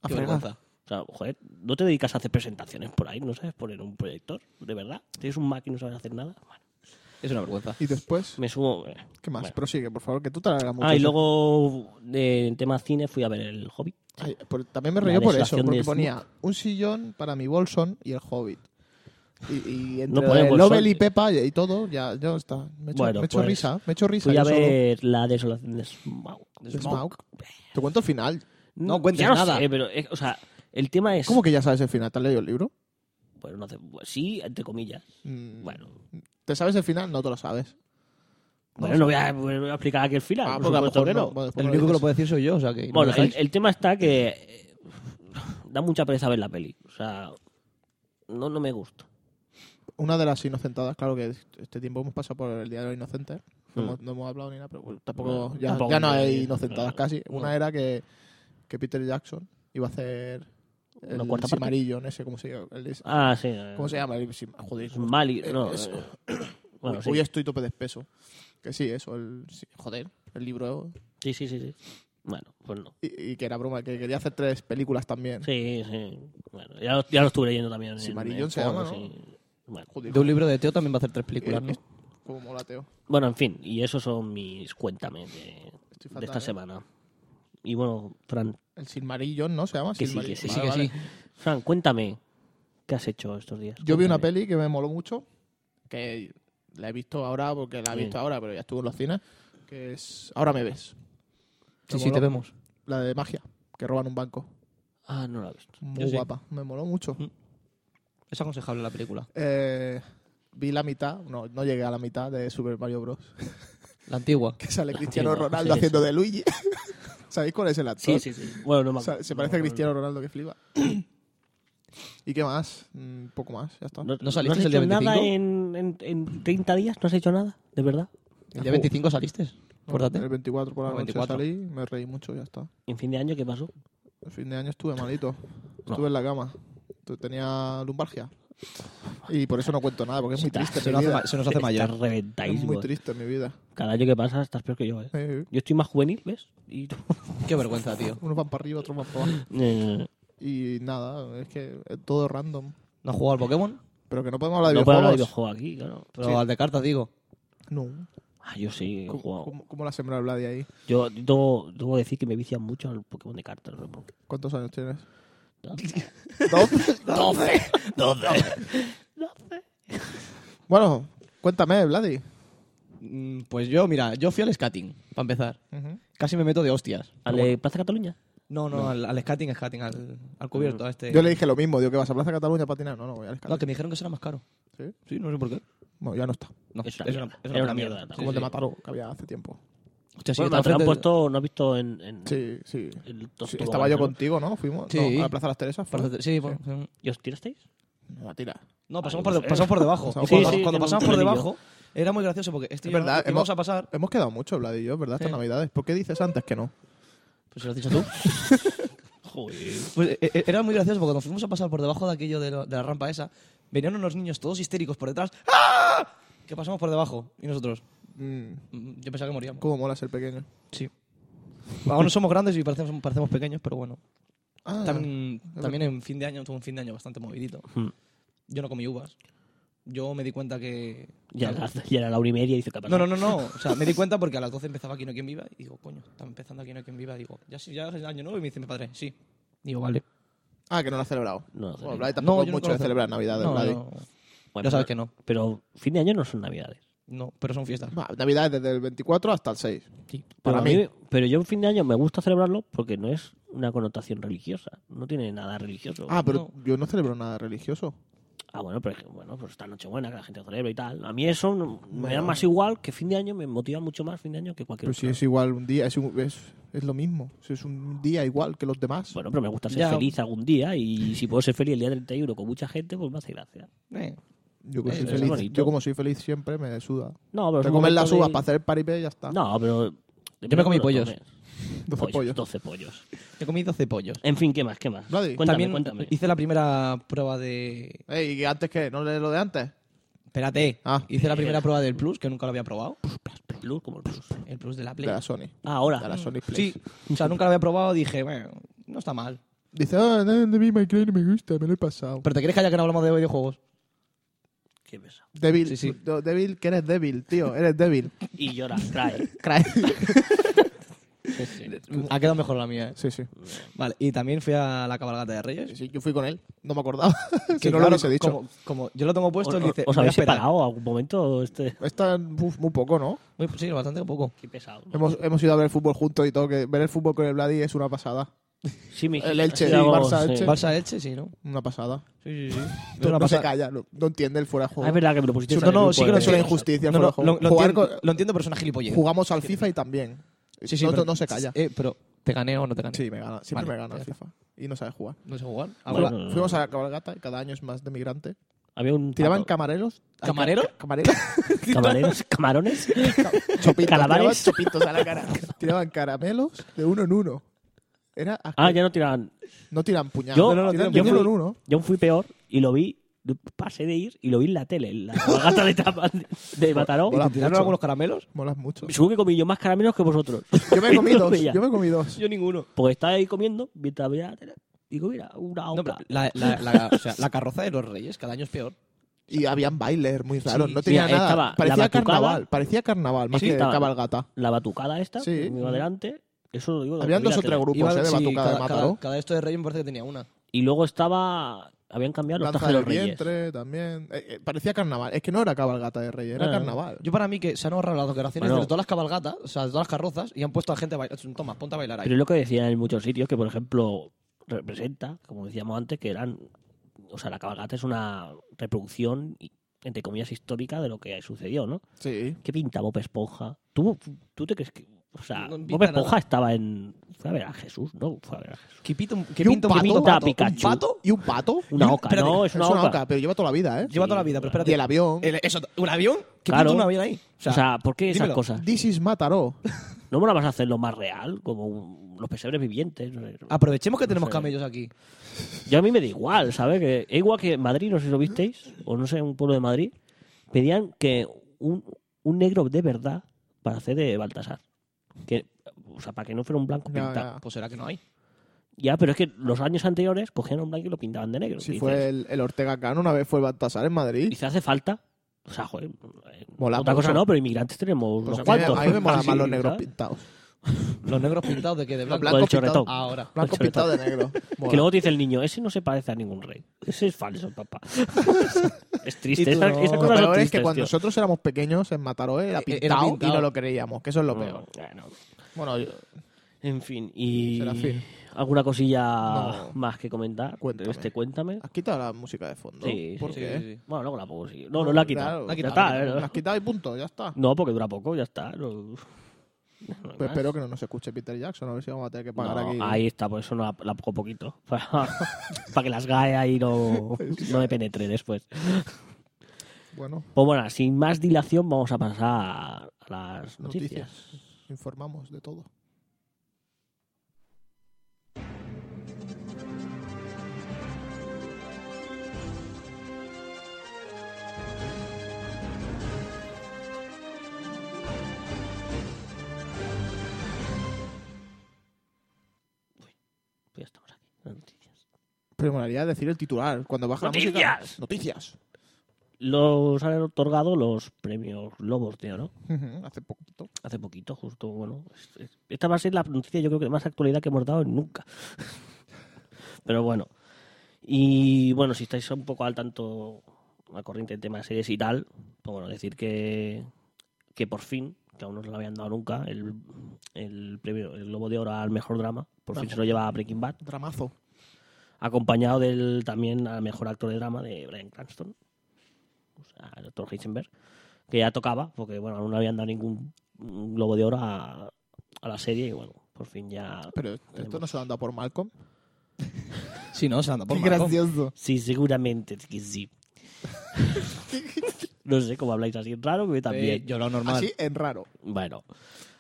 B: A
D: Qué
B: fregar.
D: vergüenza.
C: o sea, joder, no te dedicas a hacer presentaciones por ahí, no sabes poner un proyector, de verdad. Tienes un Mac y no sabes hacer nada. Bueno,
D: Es una vergüenza.
B: Y después,
C: me subo... eh.
B: ¿qué más?
C: Bueno.
B: Prosigue, por favor, que tú te alargas mucho.
C: Ah, y luego, de- en tema cine, fui a ver el Hobbit.
B: Ay, por- también me
C: La
B: reí por eso,
C: desolación
B: porque
C: de
B: ponía un sillón para mi bolsón y el hobbit. Y, y entre
C: No pone
B: el
C: bolsón.
B: Nobel y Pepa y, y todo, ya, ya está. Me he hecho,
C: Bueno,
B: me he hecho
C: pues,
B: risa, me he hecho risa.
C: Fui a
B: yo solo.
C: ver La Desolación de Smaug.
B: De Smaug. Te cuento el final.
D: No cuentes
C: ya no
D: nada.
C: sé, pero, eh, o sea, el tema es...
B: ¿Cómo que ya sabes el final? ¿Te has leído el libro?
C: Bueno, no sé, sí, entre comillas.
B: Mm,
C: Bueno,
B: ¿Te sabes el final? No te lo sabes.
C: Bueno, no voy a, no voy a explicar aquí el final.
B: Ah,
C: por
B: porque a lo
C: supuesto
B: mejor
C: que
B: no.
C: no.
B: Bueno, después
D: El
B: me
D: único que lo
B: dices.
D: puede decir soy yo, o sea que. no
C: Bueno,
D: me
C: el,
D: dejáis.
C: el tema está que eh, da mucha pereza ver la peli. O sea, no, no me gusta.
B: Una de las inocentadas, claro que este tiempo hemos pasado por el Día de los Inocentes. No, hemos, no hemos hablado ni nada, pero bueno, tampoco,
C: No,
B: ya,
C: Mm. tampoco
B: ya no
C: hay-
B: hay inocentadas
C: no,
B: casi.
C: no.
B: Una era que, que Peter Jackson iba a hacer
C: Una cuarta
B: el
C: parte.
B: simarillo, no sé cómo se llama. el-
C: Ah, sí. eh,
B: ¿Cómo se llama? El sim- joder,
C: Es Mali. No,
B: eso.
C: eh, bueno,
B: hoy,
C: sí.
B: hoy estoy tope de espeso. Que sí, eso, el, sí, joder, el libro.
C: sí, sí, sí, sí. Bueno, pues no.
B: Y, y que era broma, que quería hacer tres películas también.
C: Sí, sí. Bueno, ya lo, ya lo estuve leyendo también. en-
B: Sí, Marillón
C: en
B: se
C: foros
B: llama, ¿no?
C: y- bueno.
B: Joder,
D: De un libro de Teo también va a hacer tres películas,
B: eh,
D: ¿no?
B: eh, como molateo.
C: Bueno, en fin. Y esos son mis cuéntame de,
B: Estoy
C: de
B: fatal,
C: esta
B: ¿eh?
C: semana. Y bueno, Fran,
B: El Silmarillón, ¿no? Se llama
C: Que sí,
B: Silmarillón.
C: que sí,
B: Vale,
D: que
B: vale.
D: sí.
C: Fran, cuéntame. ¿Qué has hecho estos días?
B: Yo vi una
C: Cuéntame.
B: peli que me moló mucho, que la he visto ahora porque la he
C: Sí.
B: visto ahora, pero ya estuvo en los cines, que es Ahora me ves,
D: Sí, sí, te vemos.
B: la de magia, que roban un banco.
C: Ah, no la he visto.
B: Muy
D: Yo sí.
B: guapa, me moló mucho.
C: Mm.
D: Es aconsejable la película.
B: Eh, vi la mitad, no, no llegué a la mitad de Super Mario Bros.
D: La antigua.
B: Que sale Cristiano
C: antigua,
B: Ronaldo
C: sí,
B: haciendo de Luigi. ¿Sabéis cuál es el actor?
C: Sí, sí, sí. Bueno, no me
B: O sea,
C: acuerdo.
B: se
C: No
B: parece a
C: me acuerdo.
B: Cristiano Ronaldo que flipa. ¿Y qué más? Mm, poco más, ya está.
D: ¿No saliste
C: has
D: el día
C: hecho nada
D: 25?
C: en, en, en 30 días? ¿No has hecho nada? ¿De verdad? uh,
D: El día 25 saliste. Acuérdate.
B: El 24 por la
D: El
B: noche
D: 24.
B: salí, me reí mucho, ya está.
C: ¿En fin de año qué pasó?
B: El fin de año estuve malito.
C: No.
B: Estuve en la cama. Tu- Tenía lumbargia. Y por eso no cuento nada, porque es muy
C: Está-
B: triste
D: Se
B: mi
D: nos hace,
B: vida.
D: ma- se nos hace mayor.
C: Estás
B: Es
C: reventadísimo.
B: muy triste mi vida.
C: Cada año que pasa estás peor que yo, ¿eh?
B: Eh,
C: Yo estoy más juvenil, ¿ves? Y tú-
D: Qué vergüenza, tío.
B: unos van para arriba, otros van para abajo.
C: Eh,
B: Y nada, es que es todo random.
D: ¿No has jugado al Pokémon?
B: Pero que no podemos hablar de
C: no puedo hablar de
B: videojuegos.
C: videojuegos aquí, claro.
D: Pero
B: Sí.
D: al de cartas, digo.
B: No.
C: Ah, yo sí, he
B: ¿Cómo,
C: jugado.
B: cómo- cómo la semana habla de ahí?
C: Yo tengo, tengo que decir que me vician mucho al Pokémon de cartas. ¿no? Porque-
B: ¿Cuántos años tienes?
C: ¿no?
B: ¿Dos? bueno, cuéntame, Vladi.
D: Mm, Pues yo, mira, yo fui al skating, para empezar.
B: Ujú.
D: Casi me meto de hostias.
C: ¿Al de Plaza Cataluña?
D: No, no, Al, al skating, skating, al, al cubierto, a este.
B: Yo le dije lo mismo, digo que vas a Plaza Cataluña a patinar. No, no, voy a
D: No, que me dijeron que eso era más caro.
B: ¿Sí?
D: Sí, no sé por qué.
B: No, ya no está.
D: No,
C: Es una
D: es
C: mierda. Era una mierda,
D: Sí,
B: Como el
D: sí.
B: de Mataró, que había hace tiempo.
D: Hostia, sí,
C: bueno,
D: está
C: pero te lo han
D: enfrente-
C: puesto, no has visto en.
D: Mm.
C: en-
B: Sí, sí.
C: el
B: Sí,
C: Tortuga
B: estaba yo
C: Barcelona?
B: contigo, ¿no? Fuimos
D: Sí.
B: no, a la Plaza de las Teresas. fue.
D: Parece- Sí, por-
C: ¿Y os tirasteis?
B: No, tira.
D: No, pasamos,
C: Ay,
D: por,
C: no sé.
D: pasamos por debajo.
B: Pasamos
D: Y cuando
C: por debajo.
D: cuando
C: Sí, sí,
D: pasamos
C: tenemos
D: por
C: un
D: debajo, era muy gracioso porque este
B: Es
D: y yo
B: verdad,
D: no-
B: hemos-
D: íbamos a pasar.
B: Hemos quedado mucho, Vlad y yo, ¿verdad? Estas
D: Sí.
B: navidades. ¿Por qué dices antes que no?
D: Pues lo has dicho tú.
C: Joder.
D: Pues eh, eh, era muy gracioso porque cuando fuimos a pasar por debajo de aquello de, lo- de la rampa esa, venían unos niños todos histéricos por detrás. ¡Ah! Que pasamos por debajo. Y nosotros,
B: Mm,
D: mm, yo pensaba que moríamos.
B: ¿Cómo mola ser pequeño?
D: Sí. Aún no somos grandes y parecemos, parecemos pequeños, pero bueno.
B: Ah,
D: También, también en fin de año, tuvo un fin de año bastante movidito.
C: Hmm.
D: Yo no comí uvas. Yo me di cuenta que...
C: Y a, las- y a la una y media dice, ¿qué ha
D: No,
C: pasado?
D: no, no, no. O sea, me di cuenta porque a las 12 empezaba Aquí no hay quien viva y digo, coño, está empezando Aquí no hay quien viva. Digo, ya, sí, ya es el año nuevo y me dice mi padre, sí. Digo, vale.
B: Ah, que no lo ha celebrado.
C: No lo ha
B: Bueno,
C: celebrado.
B: Vladi tampoco
D: No,
B: es
D: yo no
B: mucho
D: lo
B: de
D: celebro.
B: celebrar Navidad.
D: No, no,
C: Bueno,
D: ya sabes que
C: pero-
D: no.
C: Pero fin de año no son navidades.
D: No, pero son fiestas.
B: Navidad es desde el 24 hasta el 6.
D: Sí.
C: Pero,
B: Para
C: a
B: mí.
C: mí- pero yo fin de año me gusta celebrarlo porque no es una connotación religiosa. No tiene nada religioso.
B: Ah, pero yo no celebro nada religioso.
C: Ah, bueno, pero es que, bueno, pues está Nochebuena, que la gente celebra y tal. A mí eso no- me da
B: Bueno.
C: más igual que fin de año, me motiva mucho más fin de año que cualquier
D: Pues
B: Pero Pues si
C: otro.
B: es igual un día, es, un- es, es lo mismo. Si es un día igual que los demás.
C: Bueno, pero me gusta ser
D: Ya.
C: feliz algún día y si puedo ser feliz el día 31 con mucha gente, pues me hace gracia.
D: Eh,
B: yo, que
D: eh,
B: soy
D: es
B: feliz,
C: bonito.
B: yo como soy feliz siempre, me suda.
C: No, pero
B: Te
C: son
B: comes las
C: momentos de-
B: uvas para hacer paripé y ya está.
C: No, pero...
D: Yo me comí
C: Pero
D: pollos.
C: comes.
B: Doce
D: pues,
B: pollos.
C: 12 pollos.
D: he comido 12 pollos.
C: En fin, ¿qué más? ¿Qué más?
B: Vladi.
C: Cuéntame,
D: También
C: cuéntame.
D: hice la primera prueba de...
B: Ey, ¿y antes qué? ¿No lees lo de antes?
D: Espérate.
B: Ah.
D: Hice la primera prueba del Plus, que nunca lo había probado.
C: Plus, como el plus.
D: El Plus de la
B: De
D: Play.
B: la Sony.
C: Ah, ahora.
B: De la Sony Play.
D: Sí. O sea, nunca lo había probado. Dije, bueno, no está mal.
B: Dice, ah, no, Devil May Cry no me gusta, me lo he pasado.
D: Pero te crees que haya que no hablamos de videojuegos.
C: Qué pesado.
B: Débil,
D: Sí, sí.
B: no, débil, que eres débil, tío, eres débil.
C: Y llora, trae. Sí, sí.
D: Ha quedado mejor la mía, ¿eh?
B: Sí, sí.
D: Vale, y también fui a la cabalgata de Reyes.
B: Sí, sí, Yo fui con él, no me acordaba. si
D: Que
B: no lo
D: claro,
B: hubiese dicho.
D: Como, como yo lo tengo puesto, él
C: ¿Os,
D: dice.
C: os
D: "Voy a
C: habéis
D: esperar".
C: separado algún momento? Este...
B: Está uf, muy poco, ¿no?
D: Uy, pues sí, bastante poco.
C: Qué pesado. ¿no?
B: Hemos, hemos ido a ver el fútbol juntos y todo, que ver el fútbol con el Vladi es una pasada.
C: Sí, mi-
B: El Elche,
C: sí,
B: el
C: hago-
B: Barça,
C: sí.
B: Elche.
D: Barça Elche, sí, ¿no?
B: Una pasada.
D: Sí, sí, sí.
B: No, no se calla, no, no entiende el fuera de
C: Ah,
B: juego.
C: es verdad que me lo pusiste
B: Sí,
C: en
B: no,
C: el
B: no,
C: grupo
B: sí que
C: de-
B: no suele injusticia el
D: No,
B: fuera
D: no,
B: de
D: lo,
B: juego.
D: lo
B: Jugar
D: entiendo,
B: con-
D: lo entiendo, pero es una gilipollez.
B: Jugamos al FIFA y también.
D: Sí, sí,
B: no,
D: pero-
B: no se calla.
D: Eh, pero, ¿te gané o no te gané?
B: Sí, me gana, siempre
D: Vale,
B: me gana el FIFA. Y no sabe jugar.
D: No sé jugar. Ah,
C: Bueno,
D: bueno.
C: no, no,
B: Fuimos
C: no.
B: a la cabalgata y cada año es más de migrante.
C: Había un
B: Tiraban
C: pato.
B: camareros. Ay,
D: ¿Camarero?
B: ca- Camareros.
C: camareros, camarones.
B: Chopitos,
C: Calamares.
B: tiraban chopitos a la cara. tiraban caramelos de uno en uno. Era asco-
C: Ah, ya no tiraban.
B: no tiran puñados,
C: Yo-
B: no, no,
C: yo
B: tiran de uno
C: fui-
B: en uno.
C: Yo fui peor y lo vi. Pasé de ir y lo vi en la tele, en la gata de, tapa- de Mataró.
B: Hola.
D: ¿Te tiraron
B: mucho.
D: algunos caramelos?
B: Molas mucho.
C: Seguro que comí yo más caramelos que vosotros.
B: Yo me comí
C: Lo
B: dos.
C: veía.
B: Yo me comí dos.
D: Yo ninguno.
C: Porque estaba ahí comiendo mientras veía la tele. Digo, mira, una
D: No, pero
C: obra.
D: la, la, la, o sea, la carroza de los Reyes cada año es peor.
B: Y habían bailes muy raros.
D: Sí.
B: no tenía
C: Mira, estaba
B: nada.
C: la
B: Parecía
C: batucada.
B: carnaval. Parecía carnaval, más
C: Sí,
B: que
C: estaba-
B: cabalgata.
C: La batucada esta,
B: Sí.
C: que me iba adelante. Eso lo digo. lo
B: Habían
C: vi en
B: dos
C: la
B: o tres
C: tele.
B: grupos eh, de
D: sí,
B: batucada
D: cada,
B: de
D: cada,
B: Mataró.
D: cada esto de Reyes me parece que tenía una.
C: Y luego estaba. Habían cambiado los
B: Lanza
C: trajes de
B: del
C: los reyes.
B: vientre también. Eh, eh, parecía carnaval. Es que no era cabalgata de reyes, era
C: Ah.
B: carnaval.
D: Yo para mí que se han ahorrado las decoraciones
C: Bueno.
D: de todas las cabalgatas, o sea, de todas las carrozas, y han puesto a gente a bailar. Toma, ponte a bailar ahí.
C: Pero es lo que decían en muchos sitios, que por ejemplo representa, como decíamos antes, que eran. O sea, la cabalgata es una reproducción, y- entre comillas, histórica de lo que sucedió, ¿no?
B: Sí.
C: ¿Qué pinta Bob Esponja? ¿Tú, tú te crees que.? O sea,
D: No pinta
C: Bob Esponja
D: nada.
C: estaba en. Fue a ver a Jesús, ¿no? Fue a ver a Jesús.
D: Que pinta un, que
B: ¿Y un
D: pinta un
B: pato?
D: pinto
B: ¿Un
D: pato.
C: Pikachu?
D: ¿Un pato?
B: ¿Y un pato?
C: Una
B: Y un-
C: oca,
B: espérate,
C: no, es una oca.
B: pero lleva toda la vida, ¿eh?
D: Lleva toda la vida, pero
B: Y
D: espérate.
B: el avión.
D: El- eso, ¿Un avión? ¿Qué
C: Claro.
D: pinta un avión ahí?
C: O sea, ¿por qué Eh, esas
D: dímelo.
C: cosas?
B: This is Mataró.
C: ¿No me la vas a hacerlo más real? Como un- los pesebres vivientes. no sé.
B: Ah,
D: aprovechemos que tenemos
C: sé.
D: camellos aquí.
C: Yo a mí me da igual, ¿sabes? Que, es igual que en Madrid, no sé si lo visteis, o no sé, un pueblo de Madrid, pedían que un, un negro de verdad para hacer de Baltasar. Que, o sea, para que no fuera un blanco
B: Ya,
C: pintado.
B: ya.
D: Pues será que no hay.
C: Ya, pero es que los años anteriores cogían a un blanco y lo pintaban de negro.
B: Si
C: Dices,
B: fue el, el Ortega Cano, una vez fue Baltasar en Madrid.
C: Dice, hace falta. O sea, joder.
B: Mola
C: otra
B: mucho.
C: cosa no, pero inmigrantes tenemos
B: Pues
C: unos
B: a, mí,
C: cuantos.
B: me- a mí me molan
C: Sí,
B: más los negros
C: ¿sabes?
B: pintados.
D: Los negros pintados de que de
B: Los
D: blanco.
B: blancos
C: el chorretón.
B: pintados.
D: Ahora.
B: Blancos
C: sobre
B: pintados de negro. Mola.
C: Que luego te dice el niño, ese no se parece a ningún rey. Ese es falso, papá. es triste.
D: Y tú
C: Esa,
D: no.
C: esas
B: Lo
C: cosas son
B: peor es
C: tristes,
B: que cuando
C: tío.
B: nosotros éramos pequeños en Mataró era
D: Eh, era
B: pintado,
D: pintado.
B: y no lo creíamos, que eso es lo
C: No,
B: peor.
C: bueno.
B: Bueno, yo-
C: En fin, y
B: Serafín.
C: alguna cosilla
B: No.
C: más que comentar.
B: Cuéntame.
C: Este cuéntame.
B: has quitado la música de fondo.
C: Sí,
B: ¿Por
C: sí,
B: qué?
D: sí, sí.
C: Bueno, luego la pongo. sí. No, no la he quitado.
B: claro, la he
C: ya
D: quitado,
C: está,
B: La has
C: eh,
B: quitado y punto, ya está.
C: No, porque dura poco, ya está. no- no hay
B: Pues
C: más.
B: espero que no nos escuche Peter Jackson, a ver si vamos a tener que pagar
C: No,
B: aquí.
C: Ahí está, por eso no la, la pongo poquito. Para, para que las GAE ahí no, no me penetre después.
B: Bueno,
C: Pues bueno, sin más dilación, vamos a pasar a las noticias.
B: noticias. Informamos de todo.
C: Pues ya estamos aquí. las noticias.
B: Pero me molaría decir el titular. Cuando baja la música.
C: ¡Noticias!
B: Noticias.
C: los han otorgado los premios Lobos de Oro
B: Ujú, Hace poquito.
C: hace poquito, justo. Bueno, es- es- esta va a ser la noticia, yo creo que de más actualidad que hemos dado en nunca. Pero bueno, y bueno, si estáis un poco al tanto la corriente en temas de series y tal, pues bueno, decir que, que por fin, que aún no se lo habían dado nunca, el, el premio, el Globo de Oro al mejor drama, por fin
B: Vamos.
C: se lo lleva a Breaking Bad,
B: Dramazo.
C: acompañado del también al mejor actor de drama de Brian Cranston, o sea, el doctor Heisenberg, que ya tocaba, porque bueno, aún no habían dado ningún mm, globo de oro a, a la serie y bueno, por fin ya...
B: Pero esto no se lo han dado por Malcolm.
D: Sí, no, se anda por
B: Qué
D: Malcolm.
B: gracioso.
C: Sí, seguramente que sí. no sé cómo habláis así raro, pero
D: Eh,
C: también...
D: yo lo normal.
B: Así en raro.
C: Bueno,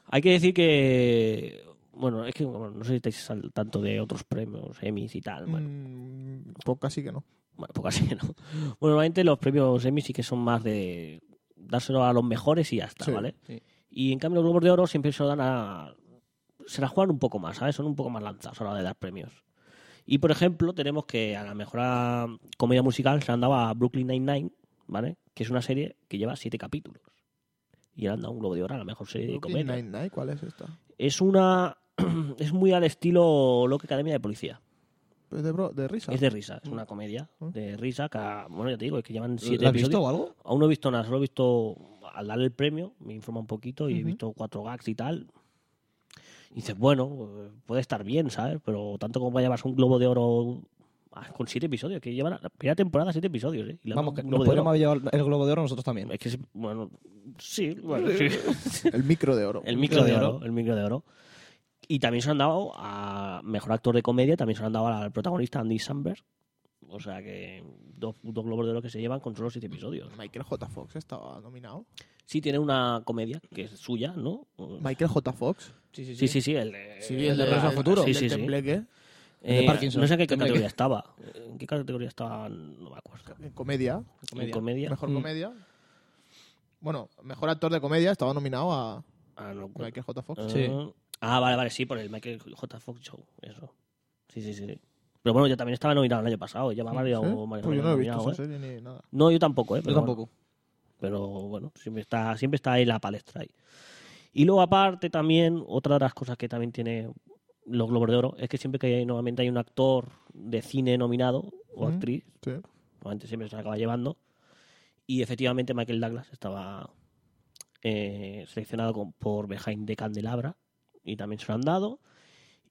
C: hay que decir que... Bueno, es que bueno, no sé si estáis al tanto de otros premios, Emmys y tal. Bueno,
B: Mm, pues casi que no.
C: Bueno, poco pues así, ¿no? Bueno, normalmente los premios Emmy sí que son más de dárselo a los mejores y ya está,
B: Sí,
C: Ah, ¿vale?
D: sí.
C: Y en cambio los Globos de Oro siempre se lo dan a... Se la juegan un poco más, ¿sabes? Son un poco más lanzados a la hora de dar premios. Y, por ejemplo, tenemos que a la mejor ah, comedia musical se la han dado a Brooklyn Nine-Nine, ¿vale? Que es una serie que lleva siete capítulos. Y le han dado un Globo de Oro a la mejor serie de
B: Brooklyn
C: comedia.
B: Nine-Nine, ¿cuál es esta?
C: Es una... es muy al estilo Loca Academia de Policía.
B: Es Pues de, bro- de risa.
C: Es de risa, es
B: Mm.
C: una comedia
B: Mm.
C: de risa que, bueno, ya te digo, es que llevan siete
D: ¿Lo has visto
C: episodios.
D: o algo?
C: Aún no he visto nada, solo he visto al darle el premio, me informa un poquito y he
B: Ujú.
C: visto cuatro gags y tal. Y dices, bueno, eh, puede estar bien, ¿sabes? Pero tanto como para llevarse un globo de oro ah, con siete episodios, que llevan la primera temporada siete episodios, ¿eh? Y le han
D: Vamos, que
C: dado un
D: nos
C: Globo de Oro.
D: podríamos haber llevado el Globo de Oro nosotros también.
C: Es que, es- bueno, sí, bueno, sí.
B: El micro de oro.
C: El micro de
D: de
C: oro,
D: oro.
C: el micro de oro. Y también se lo han dado a mejor actor de comedia, también se lo han dado al protagonista Andy Samberg. O sea que dos, dos globos de oro que se llevan con solo siete episodios.
B: Michael J. Fox estaba nominado.
C: Sí tiene una comedia que es suya, ¿no?
B: Michael J. Fox.
D: sí,
C: Sí, sí, sí, el de,
D: Sí, Eh, el de Regreso al
B: el-
D: Futuro.
C: Sí,
B: el
C: sí,
B: del
C: sí.
B: tembleque.
D: el de
C: Eh,
D: Parkinson.
C: No sé en qué
D: Tendré que-
C: categoría estaba. ¿En qué categoría estaba? No me acuerdo.
B: En comedia.
C: En comedia.
B: Mejor
D: Mm.
B: comedia. Bueno, mejor actor de comedia estaba nominado a
C: Ah, no, cu-
B: Michael J. Fox.
C: Ah,
D: Sí.
C: Ah, vale, vale, sí, por el Michael J. Fox Show. Eso. Sí, sí, sí. sí. Pero bueno, ya también estaba nominado el año pasado. Ya me ha variado
B: ¿Sí?
C: varias
B: Pues yo
C: veces
B: no he visto
C: nominado,
B: esa
C: ¿eh?
B: serie ni nada.
C: No, yo tampoco, ¿eh?
D: Yo
C: Pero bueno.
D: tampoco.
C: pero bueno, siempre está, siempre está ahí la palestra ahí. Y luego aparte también, otra de las cosas que también tiene los Globos de Oro es que siempre que hay- normalmente hay un actor de cine nominado o
B: Ujú.
C: actriz,
B: Sí.
C: normalmente pues, siempre se la acaba llevando, y efectivamente Michael Douglas estaba eh, seleccionado con- por Behind the Candelabra y también se lo han dado,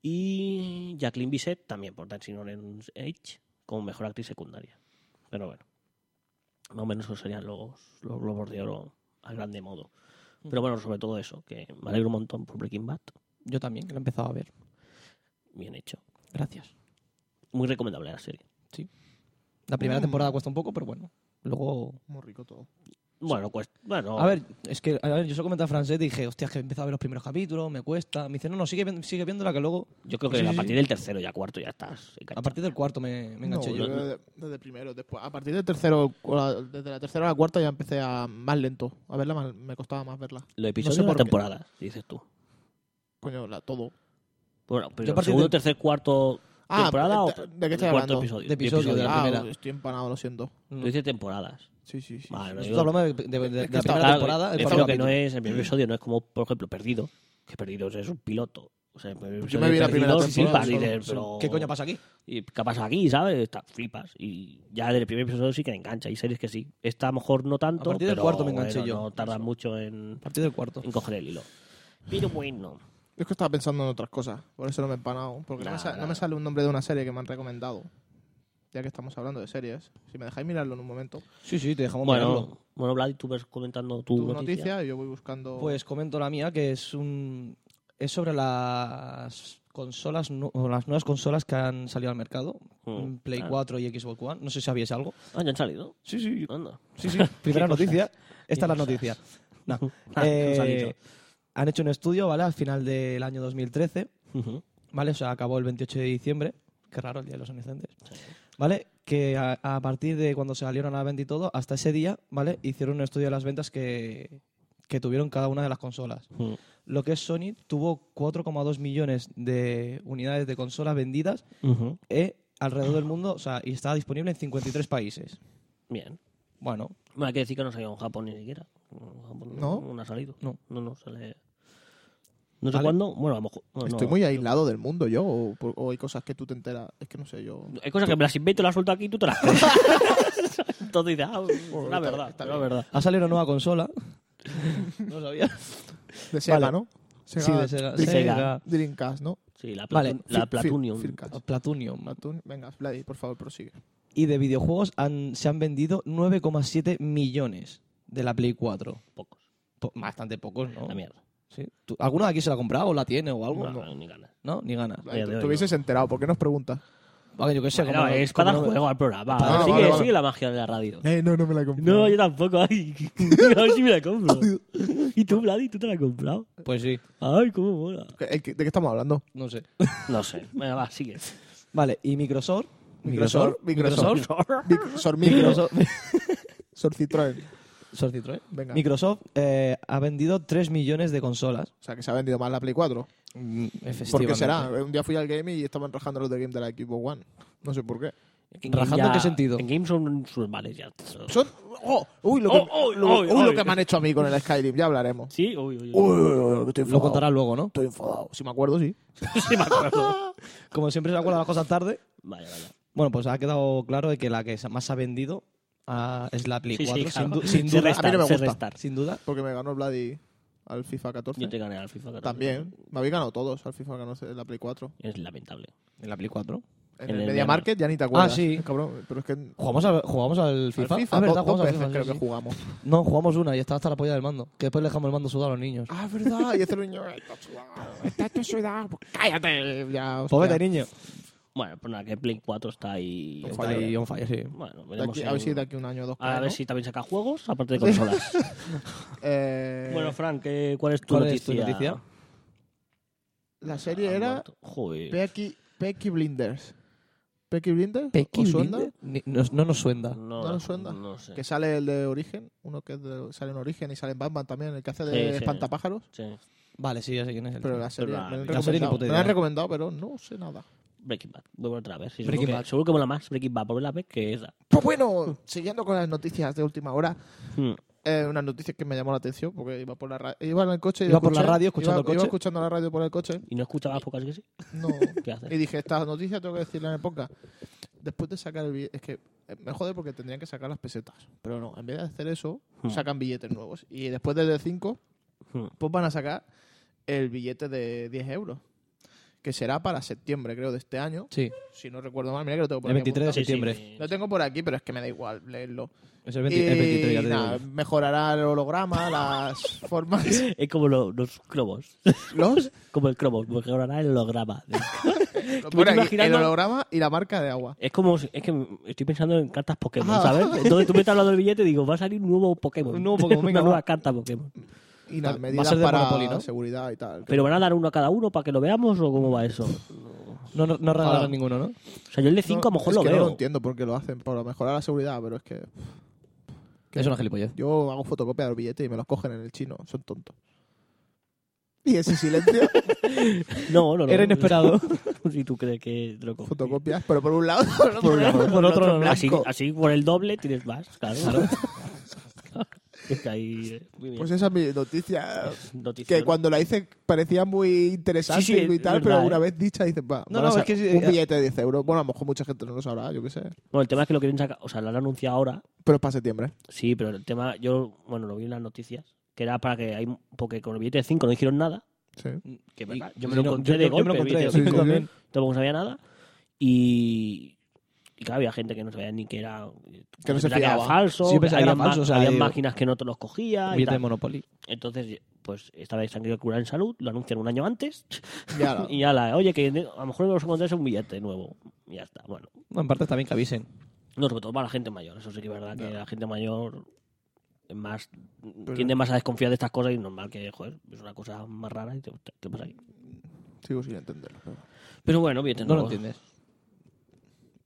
C: y Jacqueline Bisset también por Dancing on an Edge como mejor actriz secundaria. Pero bueno, más o menos esos serían los, los globos de oro a grande modo. Pero bueno, sobre todo eso, que me alegro un montón por Breaking Bad.
D: Yo también, que lo he empezado a ver.
C: Bien hecho.
D: Gracias.
C: Muy recomendable la serie.
D: La primera
B: Mm.
D: temporada cuesta un poco, pero bueno. Luego.
B: Muy rico todo.
C: Bueno, pues, bueno.
D: A ver, es que a ver, yo se lo comenté a Francés y dije, hostia, es que he empezado a ver los primeros capítulos, me cuesta. Me dice, no, no, sigue, vi- sigue viéndola que luego.
C: yo creo que
D: sí,
C: a
D: sí,
C: partir
D: sí.
C: del tercero ya cuarto ya estás. enganchado.
D: A partir del cuarto me, me enganché
B: No,
D: yo.
B: yo desde, desde primero, después, a partir del tercero, o la- desde la tercera a la cuarta ya empecé a más lento. A verla más- me costaba más verla.
C: Los episodios
B: sé
C: de la
B: por qué.
C: temporada, dices tú.
B: Coño, la, todo.
C: Bueno,
D: Yo
C: pero
D: a partir
C: segundo,
D: de-
C: tercer, cuarto
B: Ah,
C: temporada
B: ¿de-
C: o
B: de qué estás
C: cuarto
B: hablando?
C: episodio.
D: De episodio, de la
B: ah,
D: primera.
B: estoy empanado, lo siento.
C: Tú dices temporadas.
B: Sí, sí, sí.
C: Vale,
D: Nosotros
C: yo-
D: hablamos de, de- de- de
B: Es que
D: la
B: está-
D: primera
C: Claro,
D: temporada. el
C: me
D: cuarto
C: refiero que no
D: capítulo.
C: es el primer episodio, no es como, por ejemplo, Perdido. Que Perdido es un piloto. O sea, el primer
B: Yo
C: episodio
B: me vi
C: de
B: la
C: Perdido,
B: primera
C: flipas,
B: temporada
C: y
B: solo,
C: dices, pero-
D: ¿Qué coño pasa aquí?
C: ¿Y ¿Qué pasa aquí, sabes? Está, flipas. Y ya del primer episodio sí que te engancha. Hay series que sí. Esta a lo mejor no tanto.
D: A partir del
C: pero,
D: cuarto me enganché
C: bueno,
D: yo.
C: No tarda mucho en,
D: A partir del cuarto.
C: en coger el hilo. Pero bueno.
B: Es que estaba pensando en otras cosas, por eso no me he empanado. Porque no,
C: Nada,
B: me sa- no me
C: nada.
B: sale un nombre de una serie que me han recomendado. Ya que estamos hablando de series. Si me dejáis mirarlo en un momento.
D: Sí, sí, te dejamos mirarlo.
C: Bueno, bueno, Vlad, tú ves comentando tu,
B: Tu
C: noticia.
B: noticia y yo voy buscando.
D: Pues comento la mía, que es un es sobre las consolas nu- o las nuevas consolas que han salido al mercado,
C: Mm,
D: Play
C: claro.
D: 4 y Xbox One. No sé si sabíais algo.
C: Ah, ya han salido.
D: Sí, sí,
C: Anda.
D: sí, sí. Primera
C: Qué cosas.
D: noticia. Esta es la
C: cosas.
D: noticia. No.
C: Ah,
D: Eh,
C: han salido.
D: han hecho un estudio, ¿vale? Al final del año 2013,
C: Ujú.
D: ¿vale? O sea, acabó el 28 de diciembre. Qué raro el Día de los Inocentes. ¿Vale? Que a, a partir de cuando salieron a la venta y todo, hasta ese día, ¿vale? Hicieron un estudio de las ventas que, que tuvieron cada una de las consolas.
C: Mm.
D: Lo que es Sony tuvo 4,2 millones de unidades de consolas vendidas
C: Ujú.
D: eh, alrededor del mundo, o sea, y estaba disponible en 53 países.
C: Bien.
D: Bueno,
C: Bueno, hay que decir que no salió en Japón ni siquiera. En Japón
B: ¿No?
C: no, no ha salido.
D: No.
C: No, no sale. No sé
D: Vale.
C: cuándo. Bueno, a lo mejor. bueno,
B: Estoy
C: no.
B: muy aislado del mundo yo, o, por- o hay cosas que tú te enteras. Es que no sé, yo.
C: Hay cosas que me las invento, las suelto aquí y tú te las crees. Entonces dices, ah,
B: está-
C: la verdad,
B: está
C: la
B: bien.
C: verdad.
D: ha salido una nueva consola. no lo sabía.
B: De Sega,
D: Vale.
B: ¿no? Sega,
D: Sí, de Sega.
B: Dream-
C: Sega.
B: Dreamcast, ¿no?
C: Sí, la,
D: Vale,
C: Platun- la
B: Fir- Fir-
C: Platunium.
B: Fircast.
D: Platunium.
B: Matun- Venga, Vladi, por favor, prosigue.
D: Y de videojuegos han- se han vendido 9,7 millones de la Play 4.
C: Pocos.
D: Po- bastante pocos, ¿no?
C: La mierda.
D: Sí. ¿Tú- ¿Alguno de aquí se la ha comprado o la tiene o algo?
C: No,
D: No,
C: no, ni ganas.
D: ni ganas.
C: Vaya,
B: Tú-
C: de hoy,
B: Tú hubieses enterado, ¿por qué nos preguntas?
D: Vale, yo qué sé.
C: Pero
D: como no-
C: es
D: como
C: para dar
D: no me-
C: juego al programa.
B: Ah,
C: sigue,
B: vale, vale.
C: sigue la magia de la radio.
B: Eh, no, no me la compré.
C: No, yo tampoco. Ay, a ver si me la compro. ¿Y tú, Vladi, tú te la has comprado?
D: Pues sí,
C: Ay, cómo mola.
B: ¿De qué estamos hablando?
D: no sé.
C: No sé. Venga, va, sigue.
D: Vale, y Microsoft.
B: Microsoft, Microsoft. Vic- Sor Micro,
D: Microsoft.
B: Sor Citroën.
D: Sor Citroën.
B: Venga.
D: Microsoft eh, ha vendido 3 millones de consolas.
B: O sea, que se ha vendido más la Play 4. Mm, ¿Por qué
D: Efectivamente.
B: será? Un día fui al game y estaban rajando los de game de la Xbox One. No sé por qué.
C: En
D: ¿Rajando
C: game
D: en qué sentido?
C: En Game son sus males ya.
B: Son... ¡Oh! ¡Uy, lo que,
C: Oh, oh,
B: lo,
C: oh,
B: uy,
C: oh.
B: lo que me han hecho a mí con el Skyrim! Ya hablaremos.
C: Sí, uy, uy, uy.
B: ¡Uy, uy, uy, uy, que estoy
D: Lo
B: enfadado!
D: contarás luego, ¿no?
B: Estoy enfadado. Si me acuerdo, sí.
C: Sí, me acuerdo.
D: Como siempre se acuerdan las cosas tarde.
C: Vale, vale.
D: Bueno, pues ha quedado claro de que la que más se ha vendido ah, es la Play
C: Sí, sí,
D: 4.
C: claro.
D: sin, du- sin
C: Se
D: duda,
B: A mí
C: restar,
B: no me
C: se
B: gusta.
C: restar.
D: sin duda.
B: Porque me ganó Vladi al FIFA 14.
C: Yo te gané al FIFA 14.
B: También. Me habéis ganado todos al FIFA 14, en la Play 4.
C: Es lamentable.
D: En la Play 4.
B: En,
C: En
B: el,
C: el
B: Media
C: Diana.
B: Market ya ni te acuerdas.
D: sí.
B: Cabrón, pero es que... en-
D: ¿Jugamos al, jugamos al
B: al
D: FIFA?
B: FIFA,
D: Ah,
B: do-
D: ¿verdad?
B: dos,
D: jugamos al
B: veces
D: FIFA, sí,
B: creo
D: sí.
B: que jugamos.
D: No, jugamos una y estaba hasta la polla del mando. Que después le dejamos el mando sudado a los niños.
B: Ah, verdad. Y hace el niño... eh, Está sudado, está todo sudado. Pues cállate. Ya, hostia.
D: Pobre niño.
C: Bueno, pues nada, que Play 4 está ahí.
B: Está
D: Está
B: Fire.
D: ahí on fire, sí.
C: Bueno,
B: De
C: veremos.
D: pues
B: aquí-
C: en-
B: a ver si de aquí un año o dos.
C: a
B: cae, ¿no?
C: ver si también saca juegos, aparte de consolas.
B: Eh,
C: bueno, Frank, ¿qué- ¿cuál es tu
D: ¿Cuál es
C: noticia?
D: tu noticia?
B: la
D: ah,
B: serie era
C: Joder.
B: Peaky, Peaky Blinders. ¿Peaky Blinders?
D: Peaky
B: ¿Os suena?
D: Blinders. Ni- No, no nos suena.
B: ¿No lo suena?
C: No sé.
B: Que sale el de Origen, uno que es de- sale en Origen y sale en Batman también, el que hace de
C: Sí, sí.
B: espantapájaros.
C: Sí.
D: Vale, sí, ya sé quién es el.
B: Pero
D: tío.
B: la serie,
C: Pero
B: me, la han
C: la-
D: la serie ni
B: recomendado.
D: puta
B: Me la
D: idea.
B: han recomendado, pero no sé nada.
C: Breaking Bad. Vuelvo otra vez. Sí,
D: Breaking
C: seguro,
D: Bad.
C: que, seguro que mola más Breaking Bad. Volver a ver que esa.
B: Pues bueno, siguiendo con las noticias de última hora,
C: Hmm.
B: eh, unas noticias que me llamó la atención porque iba por la ra- iba en el coche y
D: Iba por la
B: escuché-
D: radio escuchando
B: iba-
D: el coche.
B: iba escuchando la radio por el coche.
C: ¿Y no escuchabas pocas que sí?
B: No.
C: ¿Qué
B: y
C: haces?
D: Este.
B: dije, esta noticia tengo que decirla en el podcast. Después de sacar el billete, es que eh, me jode porque tendrían que sacar las pesetas. Pero no, en vez de hacer eso,
C: Hmm.
B: sacan billetes nuevos. Y después de 5,
C: Hmm.
B: pues van a sacar el billete de 10 euros. Que será para septiembre, creo, de este año.
D: Sí,
B: Si no recuerdo mal, mira que lo tengo por
D: El
B: aquí
D: 23 de
B: apuntado.
D: septiembre.
B: Lo tengo por aquí, pero es que me da igual leerlo.
D: es el, 20 el 23, ya
B: y
D: te
B: nada,
D: digo.
B: mejorará el holograma, las formas.
C: Es como lo- los cromos.
B: Los.
C: Como el cromo. Porque ahora el holograma.
B: lo pone aquí, el
C: imaginando-
B: holograma y la marca de agua.
C: Es como, si- es que estoy pensando en cartas Pokémon,
B: Ah.
C: ¿sabes? Entonces tú me estás hablando del billete y digo, va a salir un nuevo Pokémon.
D: Un nuevo Pokémon, venga,
C: Una nueva
D: va.
C: carta Pokémon.
B: Y nada,
D: Va a
B: medidas
D: ser de
B: para
D: Monopoly, ¿no?
B: seguridad y tal.
C: ¿Pero van a dar uno a cada uno para que lo veamos o cómo va eso? O
D: No, no, no regalaron
B: Ojalá.
D: ninguno, ¿no?
C: sea, yo el de 5 a lo mejor
B: es
C: lo
B: que
C: veo.
B: No lo entiendo por qué lo hacen, para mejorar la seguridad, pero es que
D: Es una gilipollez.
B: yo hago fotocopia de los billetes y me los cogen en el chino, son tontos. Y ese silencio,
C: no, no, no.
D: Era inesperado.
C: si tú crees que te lo cojo.
B: fotocopias, pero por un lado,
D: Por un lado, por otro no, no.
C: Así,
B: blanco.
C: así por el doble tienes más, claro. Es que ahí, eh, muy bien.
B: Pues esa es mi noticia.
C: Noticia,
B: Que
C: ¿no?
B: cuando la hice parecía muy interesante
C: Sí, sí,
B: y
C: es
B: tal,
C: verdad,
B: pero
C: ¿eh?
B: una vez dicha dices, va,
D: No,
B: van
D: no,
B: a
D: es
B: sa-
D: que sí,
B: un
D: eh,
B: billete de 10 euros. Bueno, a lo mejor mucha gente no lo sabrá, yo qué sé.
C: Bueno, el tema es que lo quieren sacar, o sea, lo han anunciado ahora,
B: Pero es para septiembre.
C: Sí, pero el tema, yo, bueno, lo vi en las noticias, que era para que hay, porque con el billete de 5 no dijeron nada,
B: Sí.
C: que es verdad,
D: Y-
C: yo me
D: sí,
C: lo
D: no,
C: encontré
D: yo-
C: de
D: yo me lo
C: golpe, el
D: encontré,
C: billete de
B: sí,
C: cinco,
B: también.
C: tampoco sabía nada, y, y claro, había gente que no sabía ni que era,
B: Que no se
C: pensaba era
B: fiaba.
C: falso,
D: Sí, pensaba que
C: había
D: era falso, o sea, digo-
C: máquinas que no te los cogía, y
D: Billete de
C: tal.
D: Monopoly.
C: entonces, pues esta vez se han querido curar en salud, lo anuncian un año antes,
B: Ya, no.
C: y ya la, oye, que de- a lo mejor nos encontrás un billete nuevo, y ya está, bueno.
D: No, en parte también que avisen.
C: No, sobre todo para la gente mayor. Eso sí que es verdad que la gente mayor es más
B: Pero-
C: tiende más a desconfiar de estas cosas y normal que, joder, es una cosa más rara y te, te- ¿qué pasa aquí?
B: Sigo sin entenderlo. pero-
C: Pero bueno, billetes
D: No lo
C: nuevos.
D: entiendes.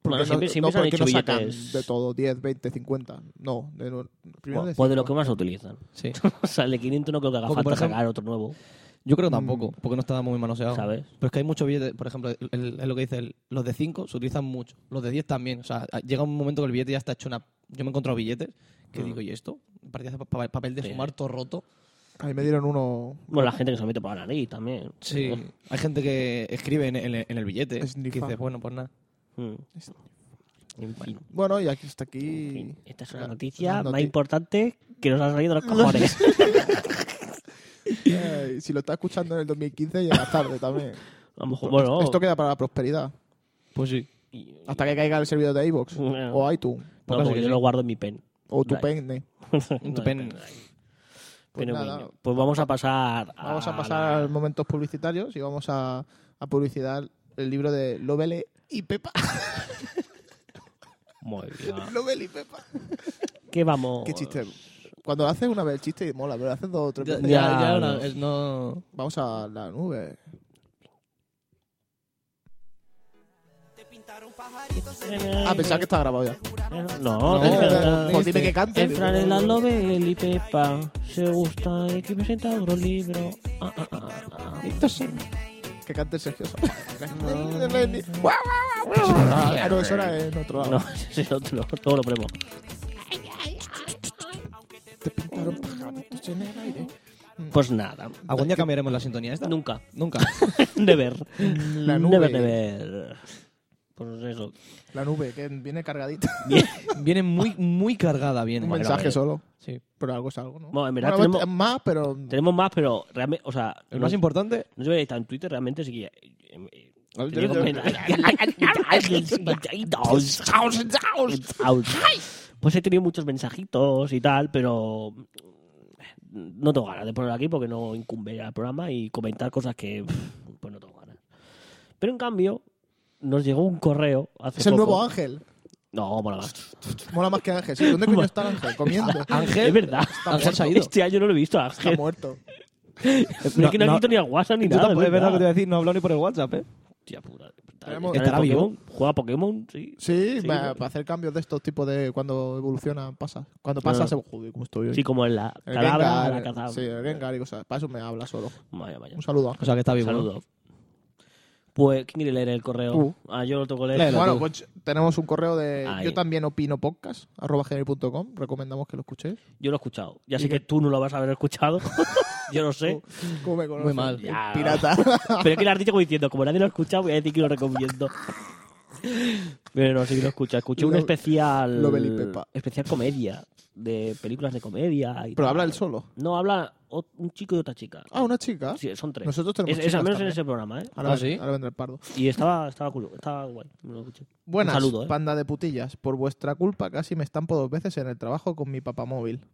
C: Bueno,
B: Porque
C: siempre-
B: no,
C: siempre
B: no,
C: se han
B: porque
C: hecho
B: no sacan
C: billetes-
B: de todo 10, 20, 50. No, de, no- primero
C: Bueno,
B: de
C: pues de lo que
B: cinco.
C: más utilizan.
D: Sí.
C: O sea, el de 500 no creo que haga
D: Porque,
C: falta
D: por ejemplo-
C: sacar otro nuevo,
D: Yo creo que tampoco, porque no está muy manoseado.
C: ¿sabes?
D: Pero es que hay muchos billetes, por ejemplo, el- el- es lo que dice, el- los de 5 se utilizan mucho, los de 10 también. O sea, llega un momento que el billete ya está hecho una... Yo me he encontrado billetes que digo, ¿y esto? Parecía pa- pa- papel de
C: Sí.
D: fumar todo roto.
B: A mí me dieron uno
C: Bueno, la gente que se mete por la nariz también.
D: Sí. Hay gente que escribe en, en- en el billete. Que
B: Esnifa.
D: dices, bueno, pues nada.
C: Mm. En fin.
B: Bueno, y aquí está
C: En
B: aquí.
C: fin, Esta es una
B: la-
C: noticia
B: la
C: más
B: noti-
C: importante que nos ha salido de los cojones.
B: Eh, si lo estás escuchando en el 2015, llegas tarde también.
C: A lo mejor, Pues bueno,
B: Esto queda para la prosperidad.
D: Pues sí.
C: y-
B: Hasta que caiga el servidor de iVoox
C: Bueno.
B: o iTunes
C: no,
D: Pocas
C: porque
D: que
C: yo
D: sí.
B: ¿eh?
C: lo guardo en mi pen.
B: o tu
C: Right.
B: penne.
C: No,
D: tu pen.
C: pen drive.
B: Pues
C: Pero
B: nada.
C: bueno, pues vamos a pasar a
B: Vamos a
C: la-
B: pasar a momentos publicitarios y vamos a, a publicitar el libro de Lobele y Pepa.
C: Muy bien.
B: Lobele y Pepa.
C: ¿Qué vamos?
B: Qué chiste. Cuando haces una vez el chiste y mola, pero lo haces dos o tres
D: Ya,
B: veces.
D: ya,
C: Ya,
D: ya
C: no.
D: no- es- no...
B: Vamos a la nube.
A: Te pintaron pajaritos en el
B: A pensar Ah, que está grabado ya.
C: Eh, No,
B: No,
C: Efra-
B: pues dime que cante.
C: Efra de la Lobel y Pepa se gusta y que presenta otro libro. Ah, ah, ah, ah.
B: Que cante Sergio. Guau, guau, guau, guau. Ah, no, eso era en otro lado.
C: No, ese es otro, todo lo ponemos.
B: Te pintaron pajaritos en el aire.
C: Pues nada,
D: ¿Algún día cambiaremos la sintonía esta?
C: nunca.
D: Nunca.
C: Never.
B: La nube.
C: Never, never. Pues eso.
B: La nube, que viene cargadita.
D: viene muy, muy cargada, viene.
B: Un mensaje solo.
D: Sí.
B: Pero algo es algo, ¿no?
C: Bueno, en verdad
B: Bueno,
C: tenemos-
B: más, pero...
C: Tenemos más, pero realmente, o sea,
D: El más
C: no-
D: importante...
C: No se ve tan en Twitter, realmente sí que. eh, eh,
B: Yo-
C: tenía
B: yo-
C: como- Pues he tenido muchos mensajitos y tal, pero no tengo ganas de ponerlo aquí porque no incumbe al programa y comentar cosas que pff, pues no tengo ganas. Pero en cambio, nos llegó un correo hace
B: Es el
C: poco.
B: nuevo Ángel.
C: No, mola más.
B: Mola más que Ángel. sí. ¿Dónde coño está Ángel? Comiendo.
D: Ángel...
C: Es verdad.
D: Ángel se ha ido.
C: Este año no lo he visto a
B: Está
C: Ángel.
B: muerto.
C: No, es que no, ha
D: No,
C: visto ni al WhatsApp ni
D: Tú
C: nada.
D: tampoco- es verdad lo que te
C: verdad.
D: voy a decir, no he hablado ni por el WhatsApp, ¿eh?
C: Hostia puta. Está en
B: Tenemos-
D: ¿Estará vivo?
C: Pokémon, Juega a Pokémon, sí.
B: Sí,
C: Sí,
B: para,
C: sí.
B: para hacer cambios de estos tipos de cuando evolucionan, pasa. Cuando pasa,
C: Ah.
B: se. Joder, cómo estoy hoy.
C: Sí, como en la
B: El
C: calabra,
B: Gengar, eh,
C: la cazabra.
B: Sí, el Gengar y cosas. Para eso me habla solo.
C: Vaya, vaya.
B: Un saludo, Ángel.
D: O sea, que está vivo. ¿no?
C: Saludos. Pues, ¿quién quiere leer el correo?
B: Tú.
C: Ah, yo lo tengo que leer.
D: Léelo.
B: Bueno,
D: tú.
B: pues tenemos un correo de
C: Ahí.
B: yo también opino podcast, arroba gmail.com. Recomendamos que lo escuchéis.
C: Yo lo he escuchado. Ya
B: ¿Y
C: sé
B: qué?
C: que tú no lo vas a haber escuchado. yo no sé.
B: ¿Cómo me conoces?
D: Muy mal.
B: El
C: Ya.
B: Pirata.
C: Pero es que lo has dicho como diciendo, como nadie lo ha escuchado, voy a decir que lo recomiendo. Pero no sé que lo escucha. Escuché un
B: Lo-
C: especial.
B: lo Beli Pepa.
C: Especial comedia. De películas de comedia. Y
B: Pero
C: tal.
B: habla él solo.
C: No, habla ot- un chico y otra chica.
B: Ah, una chica.
C: Sí, son tres.
B: Nosotros tenemos
C: Es, es
B: chicas
C: al menos en
B: también.
C: ese programa, ¿eh?
B: Ahora,
D: Ah, ¿sí?
B: ahora vendrá el pardo.
C: Y estaba, estaba curioso. Estaba guay. Me lo escuché.
B: Buenas,
C: Un saludo, ¿eh?
B: panda de putillas. Por vuestra culpa casi me estampo dos veces en el trabajo con mi papamóvil. Eso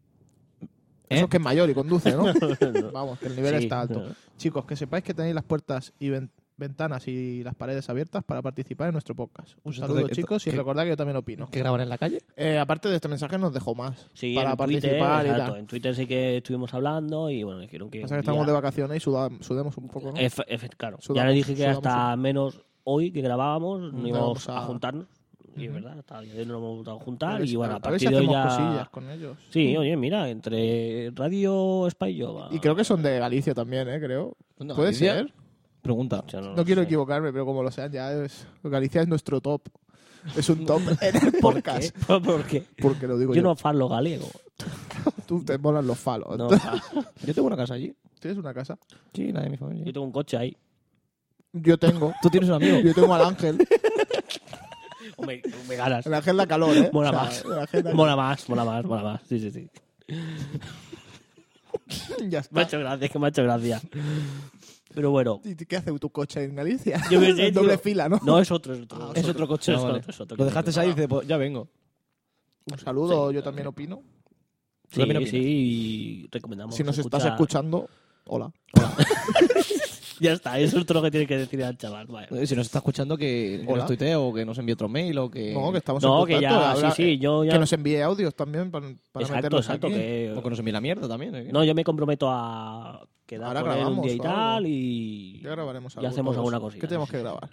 D: ¿Eh?
B: es que es mayor y conduce, ¿no? Vamos, que el nivel
C: Sí,
B: está alto.
C: no.
B: Chicos, que sepáis que tenéis las puertas y ven- ventanas y las paredes abiertas para participar en nuestro podcast. Un
D: Pues
B: saludo,
D: entonces,
B: chicos, y
D: ¿qué-
B: recordad que yo también opino.
D: ¿Que grabar en la calle?
B: Eh, aparte de este mensaje, nos dejó más
C: Sí,
B: para
C: en
B: participar
C: Twitter,
B: y
C: exacto. eh,
B: tal.
C: En Twitter sí que estuvimos hablando y bueno, dijeron que.
B: Pasa que
C: un
B: estamos de
C: día-
B: vacaciones y sudam- sudemos un poco, ¿no?
C: Efe- efe- claro.
B: Sudamos-
C: ya le dije que
B: sudamos
C: hasta menos hoy que grabábamos no
B: No
C: íbamos
B: vamos
C: a...
B: a-
C: juntarnos. Y es
B: Ujú.
C: verdad, hasta el día de hoy no nos hemos vuelto a
B: A
C: juntar
B: ver si-
C: y bueno, a
B: a ver si
C: partir de
B: hacemos
C: hoy ya.
B: cosillas con ellos.
C: Sí, oye, mira, entre Radio Spy y yo.
B: Y creo que son de Galicia también, ¿eh? Creo. ¿Puede ser?
D: Pregunta.
B: No quiero equivocarme, pero como lo sean, ya es. Galicia es nuestro top. Es un top en el
C: ¿Por qué?
B: podcast.
C: ¿Por qué?
B: Porque lo digo
C: Yo,
B: yo.
C: no falo gallego.
B: Tú te molan los falos.
C: No,
D: Yo tengo una casa allí.
B: ¿Tienes una casa?
D: Sí, la de mi familia.
C: yo tengo un coche ahí.
B: Yo tengo.
D: ¿Tú tienes un amigo?
B: Yo tengo al ángel.
C: Me, me ganas.
B: El ángel da calor, ¿eh?
C: Mola
B: O sea,
C: más.
B: el ángel da-
C: Mola más, mola más, mola más. Sí, sí, sí.
B: Ya está.
C: Me ha hecho gracia, es que me ha hecho gracia. Pero bueno,
B: ¿Y qué hace tu coche en Galicia?
C: Yo qué sé,
B: En doble
C: tío.
B: fila, ¿no?
C: no es otro, es otro.
D: es otro coche.
C: es
D: ah,
C: otro,
D: vale.
C: es otro
D: Lo
C: que
D: dejaste
C: tengo.
D: ahí y dices, pues ya vengo.
B: Un saludo, yo también opino.
D: ¿Tú también
C: Sí,
D: opinas?
C: sí, y recomendamos.
B: Si nos estás
C: escuchar-
B: escuchando, hola.
C: Ya está, eso es todo lo que tienes que decir al chaval. vale.
D: Eh, Si nos está escuchando, que, que
B: Hola.
D: nos tuitee o que nos envíe otro mail o que.
B: No, que estamos
C: No,
B: en
C: que
B: contacto.
C: ya,
B: Habrá-
C: sí, sí, yo
B: eh,
C: ya.
B: Que nos envíe audios también para, para
C: exacto,
B: meterlos
C: exacto.
B: aquí.
C: que-
D: O que nos envíe la mierda también. eh.
C: No, yo me comprometo a quedar
B: Ahora
C: con él un
B: grabamos
C: día y
B: o
C: tal
B: algo.
C: y.
B: Ya grabaremos
C: y
B: algo.
C: hacemos
B: todos.
C: alguna cosita.
B: ¿Qué tenemos
C: no
B: que
C: sé.
B: grabar?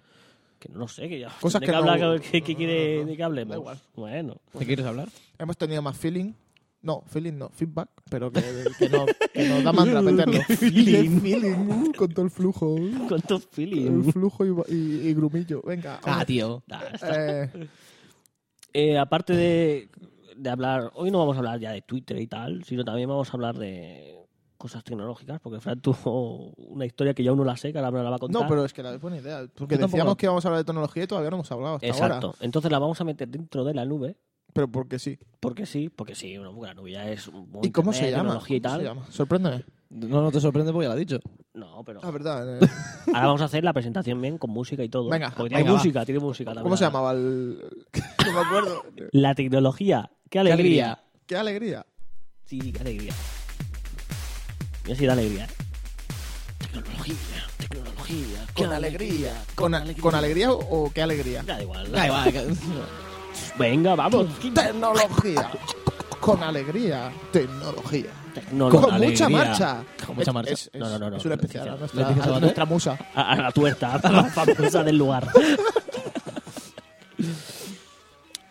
C: Que no lo sé, que ya.
B: Cosas
C: ¿De
B: que
C: qué
B: no-
C: habla- qué- qué quiere,
B: no, no,
C: de qué hablemos?
B: da igual.
C: Bueno.
D: ¿Qué quieres hablar?
B: Hemos tenido más feeling. No, feeling no, feedback, pero que, que, no, que nos da mandra meterlo.
C: Feeling.
B: Qué feeling, uh, con todo el flujo. uh,
C: ¿Cuántos
B: El
C: feelings?
B: flujo y, y- y grumillo. Venga. eh,
D: Ah,
B: hombre.
D: tío.
C: Nah,
B: Eh,
C: Eh, aparte de de hablar, hoy no vamos a hablar ya de Twitter y tal, sino también vamos a hablar de cosas tecnológicas, porque Fran tuvo una historia que yo aún no la sé, que ahora me la va a contar.
B: No, pero es que la de buena idea. Porque
D: Yo tampoco.
B: decíamos que íbamos a hablar de tecnología y todavía no hemos hablado hasta
C: Exacto.
B: ahora.
C: Entonces la vamos a meter dentro de la nube,
B: Pero porque sí.
C: porque sí, porque sí, bueno, porque la nube ya es un buen
B: ¿Y cómo
C: internet,
B: se llama?
C: tecnología y
B: ¿Cómo
C: tal.
B: se llama? Sorpréndeme.
D: No, no te sorprende porque ya lo ha dicho.
C: No, pero
B: Ah, verdad. eh.
C: ahora vamos a hacer la presentación bien con música y todo.
B: Venga,
C: porque
B: venga,
C: tiene
B: va.
C: música, tiene música también.
B: ¿Cómo se
C: ahora.
B: llamaba el...? No me acuerdo.
C: La tecnología. ¡Qué
D: alegría!
C: alegría!
B: ¡Qué alegría!
C: Sí, sí, qué alegría. Yo sí da alegría. ¿eh? Tecnología, tecnología.
B: Con alegría. Con, a- ¿Con alegría o o qué alegría?
C: Da igual.
D: Da igual.
C: Venga, vamos.
B: Tecnología. Con alegría. Tecnología.
C: Tecnología.
B: Con mucha marcha.
D: Con mucha
B: Es-
D: marcha.
B: Es, es-
C: No, no, no, no,
B: es una
C: Leticia,
B: especial. a
C: Leticia
B: nuestra, a
D: Sabater.
B: nuestra musa.
C: A, a la tuerta, a la famosa del lugar.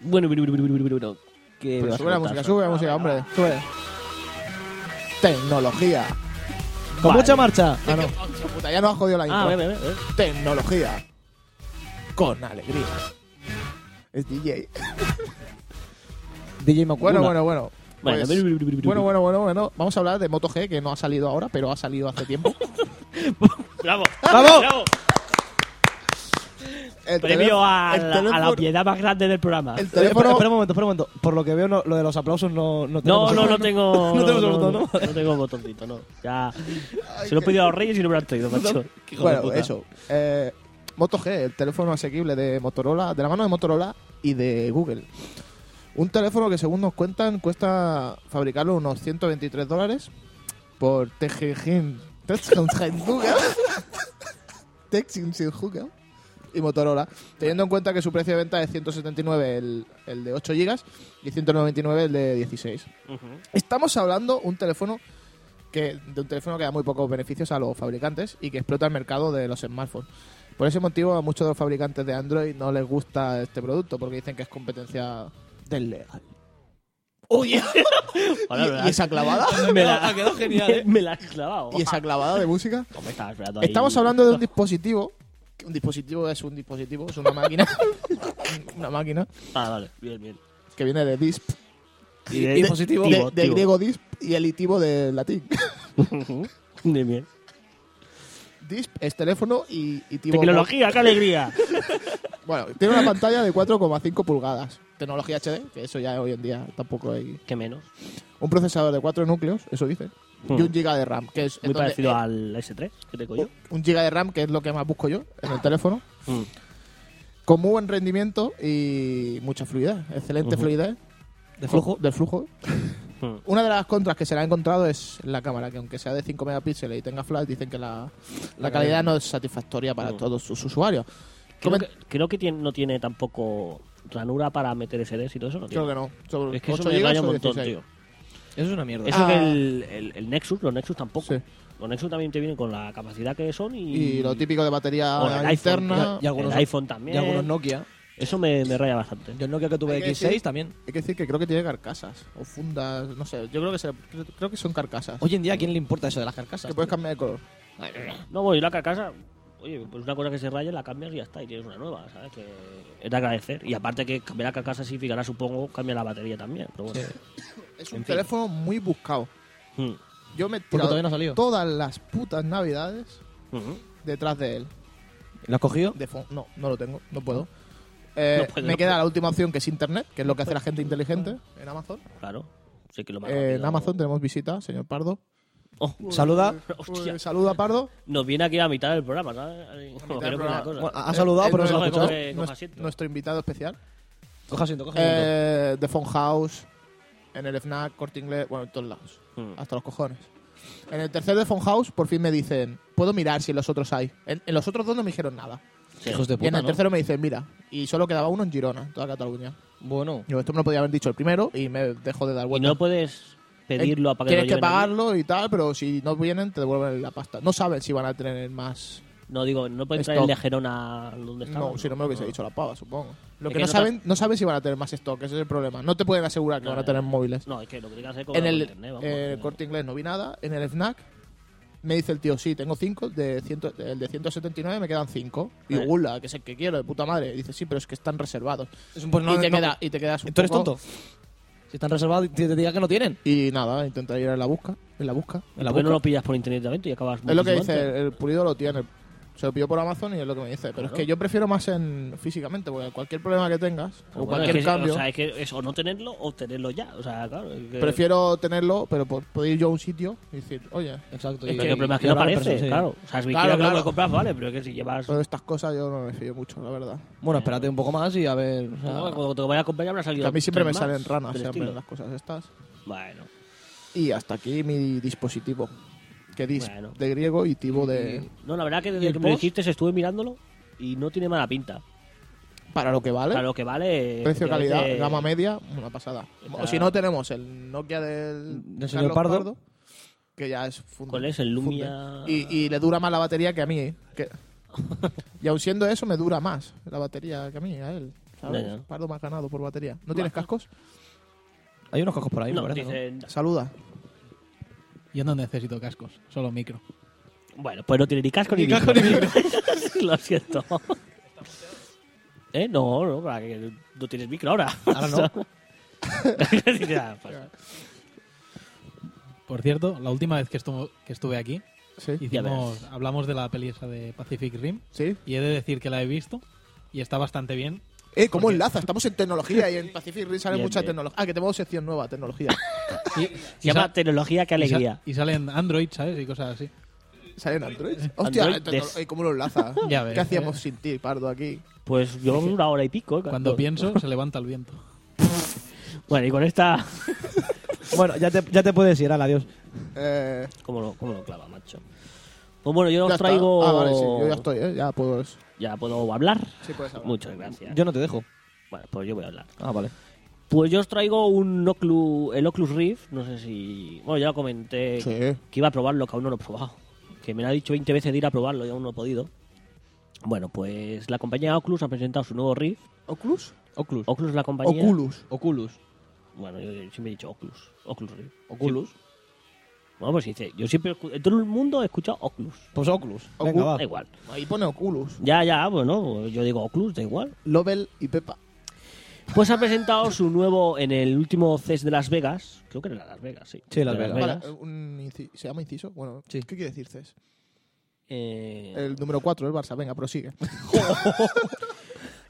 C: Bueno, bueno, bueno, bueno, bueno, bueno. ¿Qué me
B: Pero
C: vas
B: Pues
C: a
B: sube la
C: contar,
B: música,
C: Fran?
B: sube la música, hombre. Sube. Tecnología.
D: Con
C: Vale.
D: mucha marcha.
B: Ah, no. Puta, ya nos has jodido la
C: Ah, ve,
B: intro.
C: ve, ve, ve.
B: Tecnología. Con alegría. Es DJ.
D: DJ Macula.
B: Bueno, bueno, bueno.
C: Bueno,
B: Pues,
C: bri, bri, bri, bri, bri.
B: bueno, bueno, bueno, bueno. Vamos a hablar de MotoG, que no ha salido ahora, pero ha salido hace tiempo.
C: ¡Bravo!
D: ¡Bravo!
C: ¡Bravo!
B: El
C: Premio
B: teléfono-
C: a,
B: el
C: la- a la
B: teléfono-
C: obviedad más grande del programa.
B: El
D: Espera,
B: teléfono...
D: espera un momento, espera un momento. Por lo que veo, no- lo de los aplausos no, no
C: No,
D: tenemos.
C: no, no tengo.
D: No tenemos el botón, ¿no?
C: No tengo botoncito, no. Ya. Se lo he pedido a los reyes y no me lo han traído, macho. Qué hijo de
B: Bueno,
C: puta.
B: eso. Eh, Moto G, el teléfono asequible de Motorola, de la mano de Motorola y de Google. Un teléfono que según nos cuentan cuesta fabricarlo unos 123 dólares por Tejejin. Google y Motorola, teniendo en cuenta que su precio de venta es 179 el, el de 8 GB y 199 el de 16.
C: Ujú.
B: Estamos hablando un teléfono que, de un teléfono que da muy pocos beneficios a los fabricantes y que explota el mercado de los smartphones. Por ese motivo a muchos de los fabricantes de Android no les gusta este producto porque dicen que es competencia desleal. Oye,
C: Ahora,
B: ¿Y, y esa clavada?
C: Me la,
D: Ha quedado genial, ¿eh?
C: Me la has clavado.
B: ¿Y esa clavada de música?
C: No me estaba esperando ahí.
B: Estamos hablando de un dispositivo. que Un dispositivo es un dispositivo, es una máquina. una máquina
C: Ah, vale, bien, bien.
B: que viene de DISP.
C: Y de-
B: De-
C: dispositivo.
B: De, de
C: Tivo.
B: griego DISP y el itivo de latín.
C: Ujú. Bien, bien.
B: DISP es teléfono y, y tivo-
C: Tecnología, qué alegría.
B: Bueno, tiene una pantalla de 4,5 pulgadas. Tecnología HD, que eso ya hoy en día tampoco hay.
C: ¿Qué menos?
B: Un procesador de 4 núcleos, eso dice. Y un giga de RAM, que es.
C: Hmm. Muy
B: entonces,
C: parecido
B: eh, oh,
C: al S3 que tengo yo.
B: Un giga de RAM, que es lo que más busco yo en el teléfono.
C: Mm.
B: Con muy buen rendimiento y mucha fluidez. Excelente
C: Ujú.
B: fluidez. Oh,
D: De flujo.
B: Del flujo.
C: Mm.
B: Una de las contras que se le ha encontrado es la cámara, que aunque sea de 5 megapíxeles y tenga flash, dicen que la, la calidad no es satisfactoria para
C: Mm.
B: todos sus usuarios.
C: Creo
B: Comen-
C: que, creo que tiene- no tiene tampoco ranura para meter SDs y todo eso. No tiene.
B: Creo que no. Sobre
C: Es que
B: 8
C: eso me
B: gigas
C: raya un
B: o
C: montón,
B: 16.
C: tío.
D: Eso es una mierda.
C: Eso
B: Ah.
C: que el, el- el Nexus, los Nexus tampoco.
B: Sí.
C: Los Nexus también te vienen con la capacidad que son y.
B: Y lo típico de
C: O el
B: batería
C: iPhone,
B: interna.
D: Y algunos-
C: el iPhone
D: Y
C: también.
D: algunos Nokia.
C: Eso me, me raya bastante.
D: Yo el Nokia que tuve
B: Hay que
D: X6
B: decir-
D: también.
B: Hay que decir que creo que tiene carcasas o fundas, no sé. Yo creo que se- creo- creo que son carcasas.
D: Hoy en día, ¿a quién le importa eso de las carcasas?
B: que puedes
D: tío?
B: cambiar de color.
C: No, bueno, y la carcasa, oye, pues una cosa que se raya, la cambias y ya está, y tienes una nueva, ¿sabes? Que es de agradecer. Y aparte que cambiar la carcasa significará, supongo, cambiar la batería también. Pero bueno.
B: Es un
C: En fin.
B: teléfono muy buscado.
C: Mm,
B: Yo me he
D: Porque
B: tirado
D: todavía no ha salido.
B: todas las putas navidades
C: mhm.
B: detrás de él.
D: ¿Lo has cogido?
B: De fo- no, no lo tengo, no puedo. Eh,
C: No puedo,
B: me
C: no
B: queda
C: puedo.
B: la última opción que es internet, que es lo que hace la gente inteligente en Amazon.
C: Claro. Sí que lo más
B: Eh, en
C: rápido-
B: Amazon tenemos visita, señor Pardo.
C: Oh,
D: Pues, Saluda.
C: Hostia.
B: Eh, saluda Pardo.
C: nos viene aquí a mitad del programa, ¿sabes? Ahí, Creo que
B: del
C: era
B: programa.
C: una cosa.
D: Bueno, ha saludado,
B: Eh,
D: pero no
B: eh,
D: se lo ha
C: no,
D: escuchado.
C: coge- coge
B: nuestro-
C: asiento.
B: Nuestro invitado especial.
D: Coge asiento, coge asiento.
B: Eh, The Phone House, en el FNAC, Corte Inglés, bueno, en todos lados.
C: Mm.
B: Hasta los cojones. En el tercer The Phone House, por fin me dicen, puedo mirar si en los otros hay. En, en los otros dos no me dijeron nada.
C: Sí.
D: Hijos de
B: y en
D: puta,
B: el
D: ¿no?
B: tercero me dicen, mira. Y solo quedaba uno en Girona, en toda Cataluña.
D: Bueno.
B: Yo, esto me lo podía haber dicho el primero y me dejo de dar
C: Y
B: vuelta.
C: no puedes pedirlo a para que te lo
B: Tienes que
C: lleven allí.
B: pagarlo y tal, pero si no vienen, te devuelven la pasta. No saben si van a tener más.
C: No digo, no puedes
B: Stock.
C: traer el de Gerona donde está. Ah.
B: No, si no me lo hubiese dicho la pava, supongo. Lo que,
C: Es que
B: no,
C: no te-
B: saben, no saben si van a tener más stock, ese es el problema. No te pueden asegurar que
C: No,
B: van a
C: ya,
B: tener
C: ya.
B: móviles.
C: No, es que lo que tienes que hacer
B: En
C: es cobrar
B: el,
C: por internet, vamos.
B: eh,
C: que-
B: corte inglés no vi nada. En el FNAC me dice el tío, sí, tengo 5, de ciento- el de 179 me quedan 5. Y
C: Eh.
B: gula, que es el que quiero, de puta madre. Dice, sí, pero es que están reservados.
D: Es un- pues no-
B: y, te
D: no-
B: queda- y te quedas un
D: ¿Tú eres
B: poco-
D: tonto? Si están reservados, te, te diga que no tienen.
B: Y nada, intentar ir a la busca. En la busca.
D: En la
C: ¿Por qué no
D: boca.
C: lo pillas por internet directamente y acabas
B: Es lo
C: muchísimo
B: que dice,
C: antes?
B: el, el pulido lo tiene. Se lo pidió por Amazon y es lo que me dice. Pero es
C: Claro.
B: que yo prefiero más en físicamente, porque cualquier problema que tengas, o
C: Pues Bueno,
B: cualquier
C: es que-
B: cambio,
C: O sea, es que es o no tenerlo o tenerlo ya. O sea, claro. es que-
B: prefiero tenerlo, pero por- puedo ir yo a un sitio y decir, oye,
D: Exacto.
C: Es
D: y-
C: que el problema es
D: y
C: que no
D: hablar en
C: aparece,
D: persona, sí.
C: claro. O sea, si
B: Claro,
C: quieres que lo
B: claro.
C: compras, vale, pero es que si llevas.
B: pero de estas cosas yo no me fío mucho, la verdad.
D: Bueno, espérate un poco más y a ver. o sea,
C: Supongo que Cuando te lo vayas a comprar ya habrá
B: ah. Que
C: salido.
B: a mí siempre me
C: tres más
B: salen ranas
C: del
B: siempre
C: estilo.
B: las cosas estas.
C: Bueno,
B: Y hasta aquí mi dispositivo. Que dis
C: Bueno.
B: de griego y tibo de...
C: no, la verdad que
B: ¿Y
C: desde
B: el
C: que me lo
B: post?
C: dijiste estuve mirándolo y no tiene mala pinta.
B: Para lo que vale.
C: Para lo que vale.
B: Precio,
C: efectivamente,
B: calidad, gama media, una pasada.
C: Está-
B: O si no, tenemos el Nokia del,
D: Del señor Pardo.
B: que ya es funde-
C: ¿Cuál es? El Lumia-
B: funde. Y, y le dura más la batería que a mí. ¿eh? Que... y aun siendo eso, me dura más la batería que a mí, a él. ¿sabes?
C: Ya, ya.
B: Pardo más ganado por batería. ¿No tienes cascos?
D: Hay unos cojos por ahí,
C: No,
D: me parece. ¿no?
C: dicen-
B: Saluda.
E: Yo no necesito cascos, solo micro.
C: Bueno, pues no tiene ni casco ni,
E: casco
C: Lo siento. ¿Eh? No, no, para que no tienes micro ahora.
D: Ahora no.
C: Ya, pues, pasa.
E: Por cierto, la última vez que, estuvo- que estuve aquí,
B: Sí.
E: hicimos, hablamos de la peli esa de Pacific Rim
B: ¿Sí?
E: y he de decir que la he visto y está bastante bien.
B: Eh, ¿cómo enlaza? Estamos en tecnología y en Pacific Rim sale
C: Bien,
B: mucha
C: bien.
B: tecnología. Ah, que tenemos sección nueva, tecnología.
E: Y,
C: Se llama
E: y sa-
C: tecnología, qué
E: y sa-
C: alegría.
E: Y, salen Android, ¿sabes? Y cosas así.
B: ¿Sale en Android? Hostia,
C: Android
B: tecno-
C: des.
B: eh, ¿cómo lo enlaza?
E: Ya ves,
B: ¿Qué hacíamos
E: eh.
B: sin ti, Pardo, aquí?
C: Pues yo una hora y pico. ¿eh?
E: Cuando pienso, se levanta el viento.
C: Bueno, y con esta.
D: Bueno, ya te, ya te puedes ir, ala, adiós.
B: Eh...
C: ¿Cómo lo, cómo lo clava, macho? Pues bueno, yo os
B: Ya está.
C: traigo.
B: Ah, vale, sí, yo ya estoy, ¿eh? ya puedo.
C: Ya puedo hablar.
B: Sí, puedes hablar.
C: Muchas gracias.
D: Yo no te dejo.
C: Bueno, pues yo voy a hablar.
D: Ah, vale.
C: Pues yo os traigo un Oclu- el Oculus Rift, no sé si... Bueno, ya lo comenté
B: Sí.
C: que iba a probarlo, que aún no lo he probado. Que me lo ha dicho 20 veces de ir a probarlo y aún no he podido. Bueno, pues la compañía Oculus ha presentado su nuevo Rift.
B: ¿Oculus?
D: Oculus.
C: Oculus es la compañía...
B: Oculus.
D: Oculus.
C: Bueno, yo siempre he dicho Oculus. Oculus Rift.
D: Oculus.
C: Sí. Bueno, pues dice, yo siempre... escu- En todo el mundo he escuchado Oculus.
D: Pues Oculus.
B: Ocu-
D: Venga, va.
C: Da igual.
B: Ahí pone Oculus.
C: Ya, ya, bueno, yo digo Oculus, da igual.
B: Lobel y Pepa.
C: Pues ha presentado su nuevo en el último CES de Las Vegas. Creo que era Las Vegas, sí.
D: Sí, Las
C: De
D: Vegas.
B: Vale, eh, un inci- ¿Se llama inciso? Bueno,
D: Sí.
B: ¿qué quiere decir Cés?
C: Eh,
B: El número 4, el Barça. Venga, prosigue.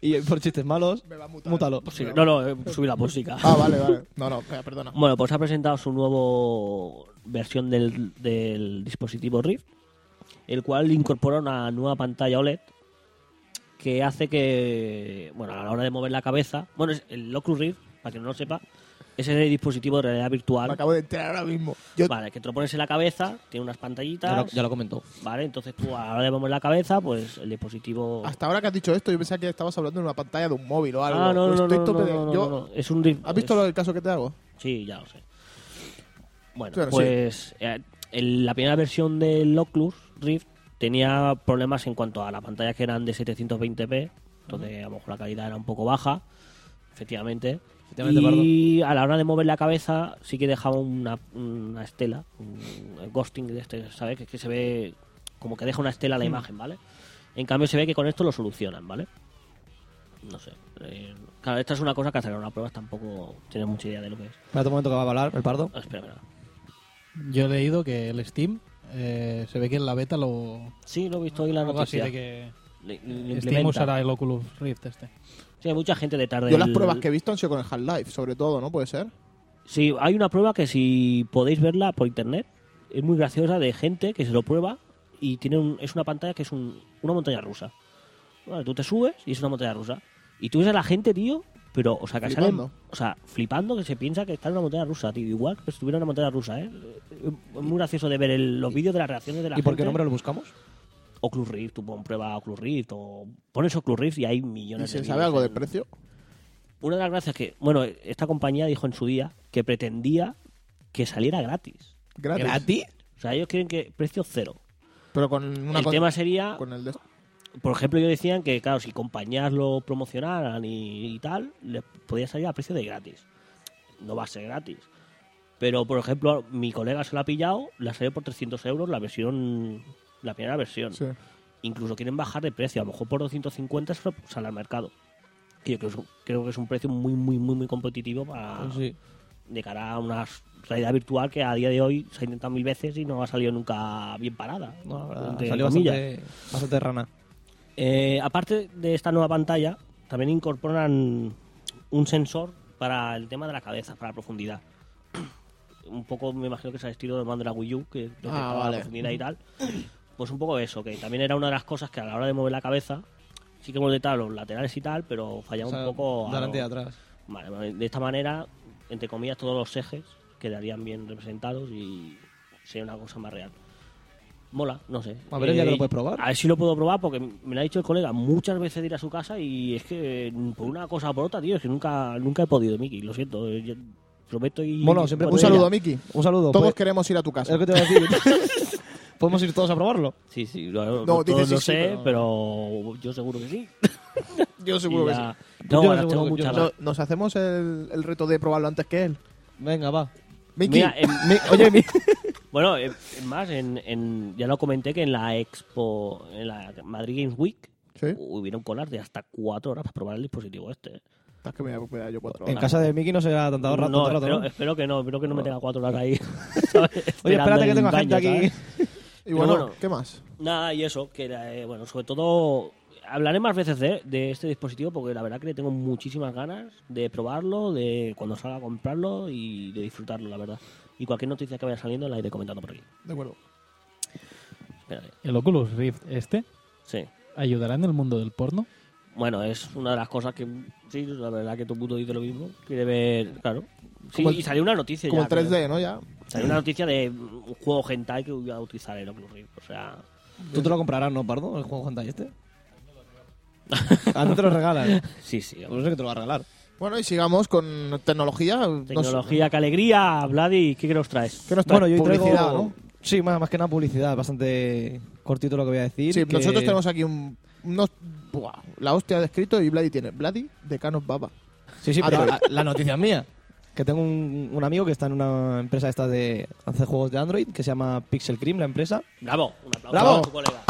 D: Y eh, por chistes malos,
B: Me va a mutar.
D: mútalo.
C: sí, no, no, eh, subí la música.
B: Ah, vale, vale. No, no, espera, perdona.
C: Bueno, pues ha presentado su nuevo versión del, del dispositivo Rift, el cual incorpora una nueva pantalla OLED que hace que, bueno, a la hora de mover la cabeza, bueno, es el Oculus Rift, para que no lo sepa, es el dispositivo de realidad
B: Me
C: virtual,
B: acabo de enterar ahora mismo. Yo,
C: vale, que te lo pones en la cabeza, tiene unas
D: Ya lo,
C: pantallitas,
D: ya lo comentó.
C: vale, entonces tú a la hora de mover la cabeza, pues el dispositivo...
B: Hasta ahora que has dicho esto, yo pensaba que estabas hablando de una pantalla de un móvil o algo.
C: Ah, no, no, no,
B: Estoy
C: no,
B: tope
C: no,
B: de-
C: no, no,
B: yo-
C: no, es un Rift-
B: ¿Has visto
C: es-
B: lo del caso que te hago?
C: Sí, ya lo sé. Bueno,
B: Claro,
C: pues eh, el- la primera versión del Oculus Rift tenía problemas en cuanto a las pantallas que eran de 720p, entonces a lo mejor la calidad era un poco baja, efectivamente.
D: Efectivamente,
C: y a la hora de mover la cabeza sí que dejaba una, una estela, un el ghosting de este, ¿sabes? Que, es que se ve como que deja una estela la imagen, ¿vale? En cambio se ve que con esto lo solucionan, ¿vale? No sé. eh, claro, esta es una cosa que hacer una prueba tampoco tienes mucha idea de lo que es.
D: Espérate un momento que va a hablar el pardo.
C: Ah, espera, espera.
E: Yo he leído que el Steam eh, se ve que en la beta lo.
C: Sí, lo he visto hoy en la
E: algo así
C: noticia.
E: de que
C: Le- le
E: Steam
C: implementa.
E: usará el Oculus Rift este.
C: Sí, hay mucha gente de tarde.
B: Yo las
C: el-
B: pruebas que he visto han sido con el Half-Life, sobre todo, ¿no? ¿Puede ser?
C: Sí, hay una prueba que si podéis verla por internet, es muy graciosa de gente que se lo prueba y tiene un- es una pantalla que es un- una montaña rusa. Bueno, tú te subes y es una montaña rusa. Y tú ves a la gente, tío, pero, o sea, que salen-
B: Flipando.
C: o sea, flipando que se piensa que está en una montaña rusa, tío. Igual que estuviera en una montaña rusa, ¿eh? Es muy gracioso de ver el- los vídeos de las reacciones de la
D: ¿Y por qué
C: gente.
D: nombre lo buscamos?
C: Oculus Rift, tú pon prueba Oculus Rift o pones Oculus Rift y hay
B: ¿Y
C: millones de
B: se sabe
C: vídeos
B: algo de
C: en-
B: precio?
C: una de las gracias que, bueno, esta compañía dijo en su día que pretendía que saliera gratis.
B: Gratis.
C: O sea, ellos quieren que precio cero.
B: Pero con una
C: el
B: con-
C: tema sería,
B: con el de-
C: por ejemplo, ellos decían que, claro, si compañías lo promocionaran y, y tal, les podía salir a precio de gratis. No va a ser gratis. Pero, por ejemplo, mi colega se lo ha pillado, la salió por 300 euros la versión, la primera versión.
B: Sí.
C: Incluso quieren bajar de precio, a lo mejor por 250 se lo- sale al mercado. Que yo creo, creo que es un precio muy, muy, muy, muy competitivo para,
D: Pues sí.
C: de cara a una realidad virtual que a día de hoy se ha intentado mil veces y no ha salido nunca bien parada.
D: No, la verdad,
C: entre
D: salió
C: comillas.
D: bastante, bastante rana.
C: Eh, aparte de esta nueva pantalla, también incorporan un sensor para el tema de la cabeza, para la profundidad. un poco me imagino que es al estilo del mando de la Wii U, que
D: Ah,
C: detectaba
B: vale.
C: la profundidad y tal. Pues un poco eso, que también era una de las cosas que a la hora de mover la cabeza, sí que molestaba los laterales y tal, pero fallaba
D: O sea,
C: un poco... a
D: delante y
C: lo-
D: atrás.
C: Vale, vale, de esta manera, entre comillas, todos los ejes quedarían bien representados y sería una cosa más real. Mola, no sé. Eh,
D: A ver el día que lo puedes probar.
C: A ver si lo puedo probar, porque me lo ha dicho el colega muchas veces de ir a su casa y es que mm, por una cosa o por otra, tío, es que nunca, nunca he podido, Miki, lo siento. eh, yo prometo y.
D: Mono, siempre
B: Un
D: Pues
B: saludo,
D: ella.
B: a Miki.
D: Un saludo.
B: Todos
D: pues-
B: queremos ir a tu
D: es
B: casa.
D: lo que te voy a decir. Podemos ir todos a probarlo.
C: Sí, sí, lo,
B: No,
C: no,
B: dice sí,
C: lo
B: sí,
C: sé,
B: pero-
C: pero yo seguro que sí.
B: Yo seguro
C: Y
B: que sí.
C: ya-
D: Yo
C: No, ahora
D: seguro
C: tengo
D: que- yo
C: muchas
D: no-
C: ganas.
B: No- Nos hacemos el, el reto de probarlo antes que él.
D: Venga, va.
B: Miki,
C: Mira, em,
B: mi- oye, mi-
C: Bueno, eh, es más, en, en- ya lo comenté que en la expo, en la Madrid Games Week,
B: Sí.
C: hubieron colas de hasta cuatro horas para probar el dispositivo este.
B: Es que me voy a quedar yo cuatro
D: En
B: horas.
D: casa de Mickey no será tanto rato.
C: no,
D: tanto rato,
C: espero,
D: ¿no?
C: espero que no, espero que no me tenga cuatro horas ahí. ¿sabes?
D: Oye,
C: Esperando
D: espérate que
C: en
D: tengo
C: un
D: gente
C: baño,
D: aquí.
C: ¿sabes?
B: Y bueno,
C: bueno.
B: ¿qué más?
C: Nada, y eso, que era, eh, bueno, sobre todo hablaré más veces de, de este dispositivo porque la verdad que le tengo muchísimas ganas de probarlo, de cuando salga a comprarlo y de disfrutarlo, la verdad. Y cualquier noticia que vaya saliendo la iré comentando por aquí.
B: De acuerdo.
C: Espérate.
E: ¿El Oculus Rift este
C: Sí.
E: ayudará en el mundo del porno?
C: Bueno, es una de las cosas que. Sí, la verdad que todo el mundo dice lo mismo. Quiere ver. Claro. Sí,
B: Como el-
C: y salió una noticia
B: Como
C: ya,
B: el 3D,
C: creo.
B: ¿no? Ya.
C: Salió una noticia de un juego hentai que iba a utilizar el Oculus Rift. O sea.
D: Tú te lo comprarás, ¿no, Pardo? El juego Hentai este. Ah, no te lo regalan.
C: Sí, sí.
D: Pues sé que te lo va a regalar.
B: Bueno, y sigamos con tecnología. No sé-
C: Tecnología, que alegría, Vladi, ¿qué nos traes?
B: ¿Qué nos trae?
D: Bueno, yo hoy
B: Publicidad,
D: traigo...
B: ¿no?
D: Sí, más, más que nada publicidad. Bastante cortito lo que voy a decir.
B: Sí,
D: que-
B: nosotros tenemos aquí un. unos- buah, la hostia de escrito y Vladi tiene. Vladi de Canos Baba.
D: Sí, sí,
B: Ah,
D: pero
B: no.
D: la, la noticia es mía. Que tengo un, un amigo que está en una empresa esta de hacer juegos de Android que se llama Pixel Cream, la empresa.
C: Bravo, un aplauso
D: Bravo.
C: a tu colega.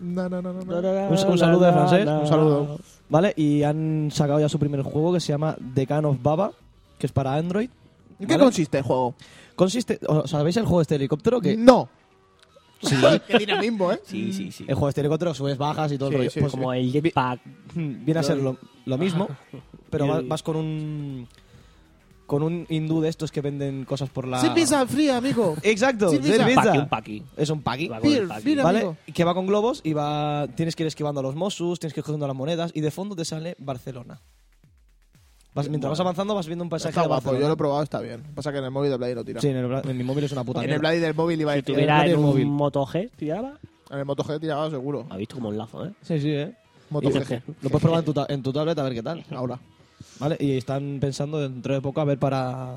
B: No, no, no, no, no.
D: Un, un saludo de francés.
B: Un saludo.
D: Vale, y han sacado ya su primer juego que se llama The Can of Baba, que es para Android.
B: ¿En qué
D: Vale.
B: consiste el juego?
D: Consiste. o- ¿Sabéis el juego de este helicóptero? Que
B: No. Sí. qué dinamismo, ¿eh?
C: Sí, sí, sí.
D: el juego de este helicóptero subes, bajas y todo
B: Sí,
D: el rollo.
B: sí,
D: Pues
C: Como el jetpack.
D: Mm, viene a ser lo, lo mismo, pero
C: Y
D: va-
C: el-
D: vas con un con un hindú de estos que venden cosas por la
B: Sin pizza fría, amigo.
D: Exacto,
B: Sin pizza.
D: cerveza.
C: Paqui, un paqui.
D: Es un paqui,
C: Va con el
B: Beer,
C: paqui.
B: beer,
D: ¿vale?
B: amigo.
D: Que va con globos y va tienes que ir esquivando a los Mossus, tienes que ir cogiendo las monedas y de fondo te sale Barcelona. Vas- mientras vas avanzando vas viendo un paisaje
B: Está
D: de
B: guapo,
D: Barcelona.
B: yo lo he probado, está bien. Pasa que en el móvil de Vladi no tira.
D: Sí, en, el bla- en mi móvil es una puta
B: En el
D: mierda.
B: Vladi del móvil iba a
C: Si
B: decir.
C: tuviera
D: el
C: en un
D: móvil.
C: Moto G, tiraba.
B: En el Moto G tiraba seguro.
C: Ha visto como enlazo, ¿eh?
D: Sí, sí, eh.
B: Moto
C: Y-
B: GG.
D: Ah, Lo puedes probar en tu, ta- en tu tablet a ver qué tal.
B: Ahora.
D: ¿Vale? Y están pensando dentro de poco a ver para...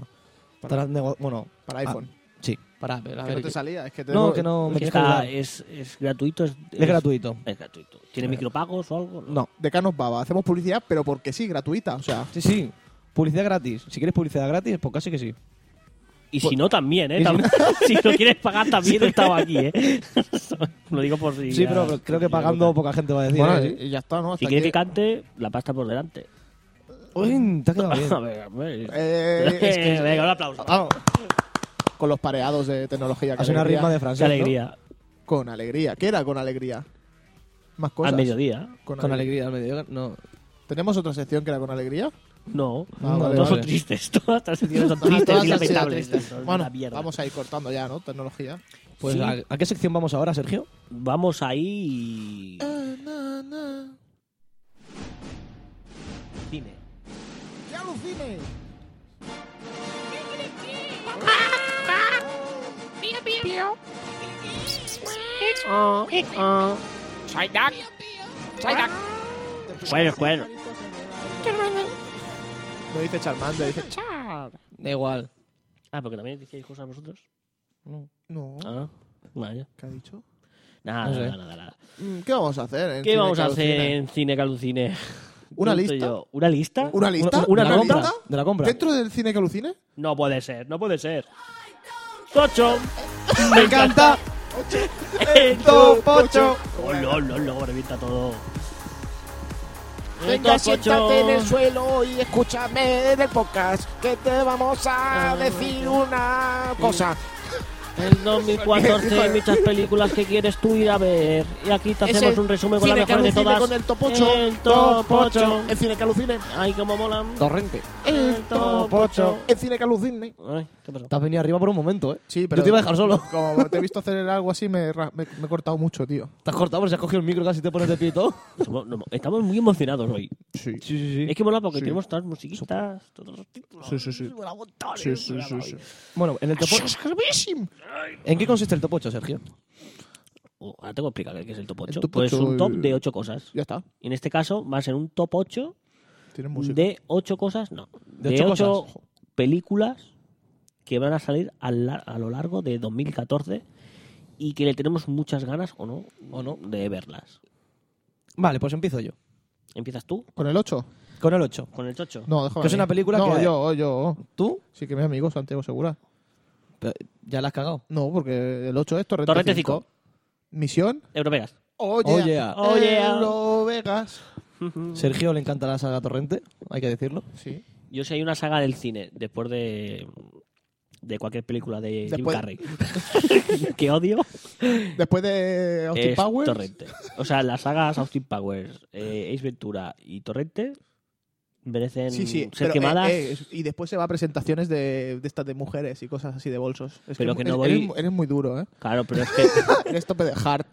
D: para nego- bueno,
B: Para
D: ah,
B: iPhone.
D: sí, para Apple, a
B: Que
D: ver
B: no
D: qué-
B: te salía, es que te
D: No, que no me
C: Que
D: tienes que
C: está-
D: ayudar.
C: es, es gratuito. Es,
D: Es gratuito.
C: Es gratuito. ¿Tiene micropagos o algo?
D: No.
B: De Canos Baba. Hacemos publicidad, pero porque sí, gratuita. O sea,
D: Sí, sí. Publicidad gratis. Si quieres publicidad gratis, pues casi que sí.
C: Y si no, también, ¿eh?
D: Y si
C: Tam- si lo quieres pagar, también estaba aquí, ¿eh? lo digo por si.
D: Sí,
C: ya-
D: pero creo que
C: ya
D: pagando
C: no te-
D: poca gente va a decir.
B: bueno,
D: ¿eh?
B: y- y ya está, ¿no?
C: Si
B: Hasta
C: quieres
B: aquí.
C: que cante, la pasta por delante.
D: Uy, te ha quedado bien.
C: A ver, a ver.
B: Ah, Eh, es que- Ah,
C: Venga, un aplauso.
D: Vamos.
B: con los pareados de tecnología. que
D: Hace una
B: alegría.
D: rima de
C: Qué
D: francés. ¿no?
C: alegría.
B: Con alegría. ¿Qué era con alegría? Más cosas.
C: Al mediodía.
D: Con alegría, al mediodía. No.
B: ¿Tenemos otra sección que era con alegría?
C: No.
B: Ah, vale,
C: todos
D: vale.
C: son tristes. Todas las secciones son
B: Ah, todas
C: tristes y
B: han sido
C: lamentables.
B: tristes.
C: Son
B: Bueno,
C: una mierda.
B: vamos a ir cortando ya, ¿no? Tecnología.
D: Pues,
C: Sí.
D: ¿a, a qué sección vamos ahora, Sergio?
C: Vamos ahí. y- Cine.
B: ¡Qué alucine!
F: Soy Duck. Soy Duck.
C: Bueno, bueno.
B: No dice Charmander, dice... Ch-
F: Char.
D: Da igual.
C: Ah, porque también decíais cosas vosotros.
B: No,
C: Ah, vale.
B: ¿qué ha dicho?
C: Nada,
D: No sé.
C: nada, nada, nada.
B: Mm, ¿Qué vamos a hacer? en
C: ¿Qué
B: Cine
C: vamos a
B: que
C: hacer
B: alucine?
C: en Cine Calucine?
B: ¿Una
C: Pregunto
B: lista?
C: yo. ¿Una lista?
B: ¿Una lista?
C: ¿Una
D: de la
C: lista?
D: compra? De la compra.
B: ¿Dentro del cine que alucine?
C: No puede ser, no puede ser. ¡Tocho!
D: ¡Me encanta!
C: ¡Tocho! ¡Oh, no, no, no! Revienta todo.
B: Venga,
C: Topocho.
B: siéntate en el suelo y escúchame en el podcast que te vamos a
C: Ah,
B: decir una cosa.
C: El 2014, muchas películas que quieres tú ir a ver. Y aquí te hacemos
B: el
C: un resumen con la
B: Cine que
C: mejor de
B: alucine
C: todas.
B: con el topocho.
C: El topocho.
B: El cine que alucine.
C: Ay, cómo molan.
D: Torrente.
C: El topocho.
B: El cine que alucine.
C: Ay, ¿qué pasó?
D: Te has venido arriba por un momento, ¿eh?
B: Sí,
D: pero- Yo te iba a dejar solo.
B: Como te he visto hacer algo así, me, ra- me- me he cortado mucho, tío.
D: Te has cortado porque si has cogido el micro casi te pones de pie y todo.
C: Somos- no, estamos muy emocionados hoy.
B: Sí.
D: Sí, sí,
C: Es que mola porque tenemos todas las musiquitas, todos los títulos.
B: Sí, sí, sí.
C: Mola un montón,
B: Sí,
C: eh,
B: sí,
C: mola
B: sí,
C: hoy.
B: sí.
D: Bueno, en el topo...
B: ¡Eso es gravísimo!
D: ¿En qué consiste el topocho, Sergio?
C: Oh, ahora tengo que explicar qué es el top 8.
B: El top
C: pues
B: ocho,
C: un top
B: eh,
C: de 8 cosas.
B: Ya está.
C: Y en este caso va a ser un top 8
B: Tienes música.
C: de 8 cosas, no.
D: De
C: De,
D: ocho
C: 8
D: cosas.
C: películas que van a salir a, la- a lo largo de 2014 y que le tenemos muchas ganas o no,
D: ¿O no?
C: de verlas.
D: Vale, pues empiezo yo.
C: ¿Empiezas tú
B: ¿Con el 8?
D: Con el 8.
C: con el chocho?
B: No, déjame.
D: Que es
B: a mí.
D: una película
B: no,
D: que-
B: yo, yo.
D: ¿Tú?
B: Sí que mi amigo Santiago Segura.
D: Pero, Ya la has cagado.
B: No, porque el 8 es Torrente,
C: Torrente
B: 5.
C: cinco.
B: ¿Misión?
C: Europegas.
B: Oye.
D: Oh, yeah.
C: Oh, yeah.
B: Vegas.
D: Sergio le encanta la saga Torrente, hay que decirlo.
B: Sí.
C: Yo sé, hay una saga del cine después de de cualquier película de
B: Después-
C: Jim Carrey que odio
B: Después de Austin
C: es
B: Powers.
C: Torrente. O sea, las sagas Austin Powers, eh, Ace Ventura y Torrente merecen
B: Sí, sí.
C: ser
B: pero,
C: quemadas.
B: eh, eh, y después se va a presentaciones de, de estas de mujeres y cosas así de bolsos. Es
C: Pero
B: es-
C: que no
B: eres,
C: voy-
B: mu- eres muy duro, ¿eh?
C: Claro, pero es que
B: Eres tope de heart.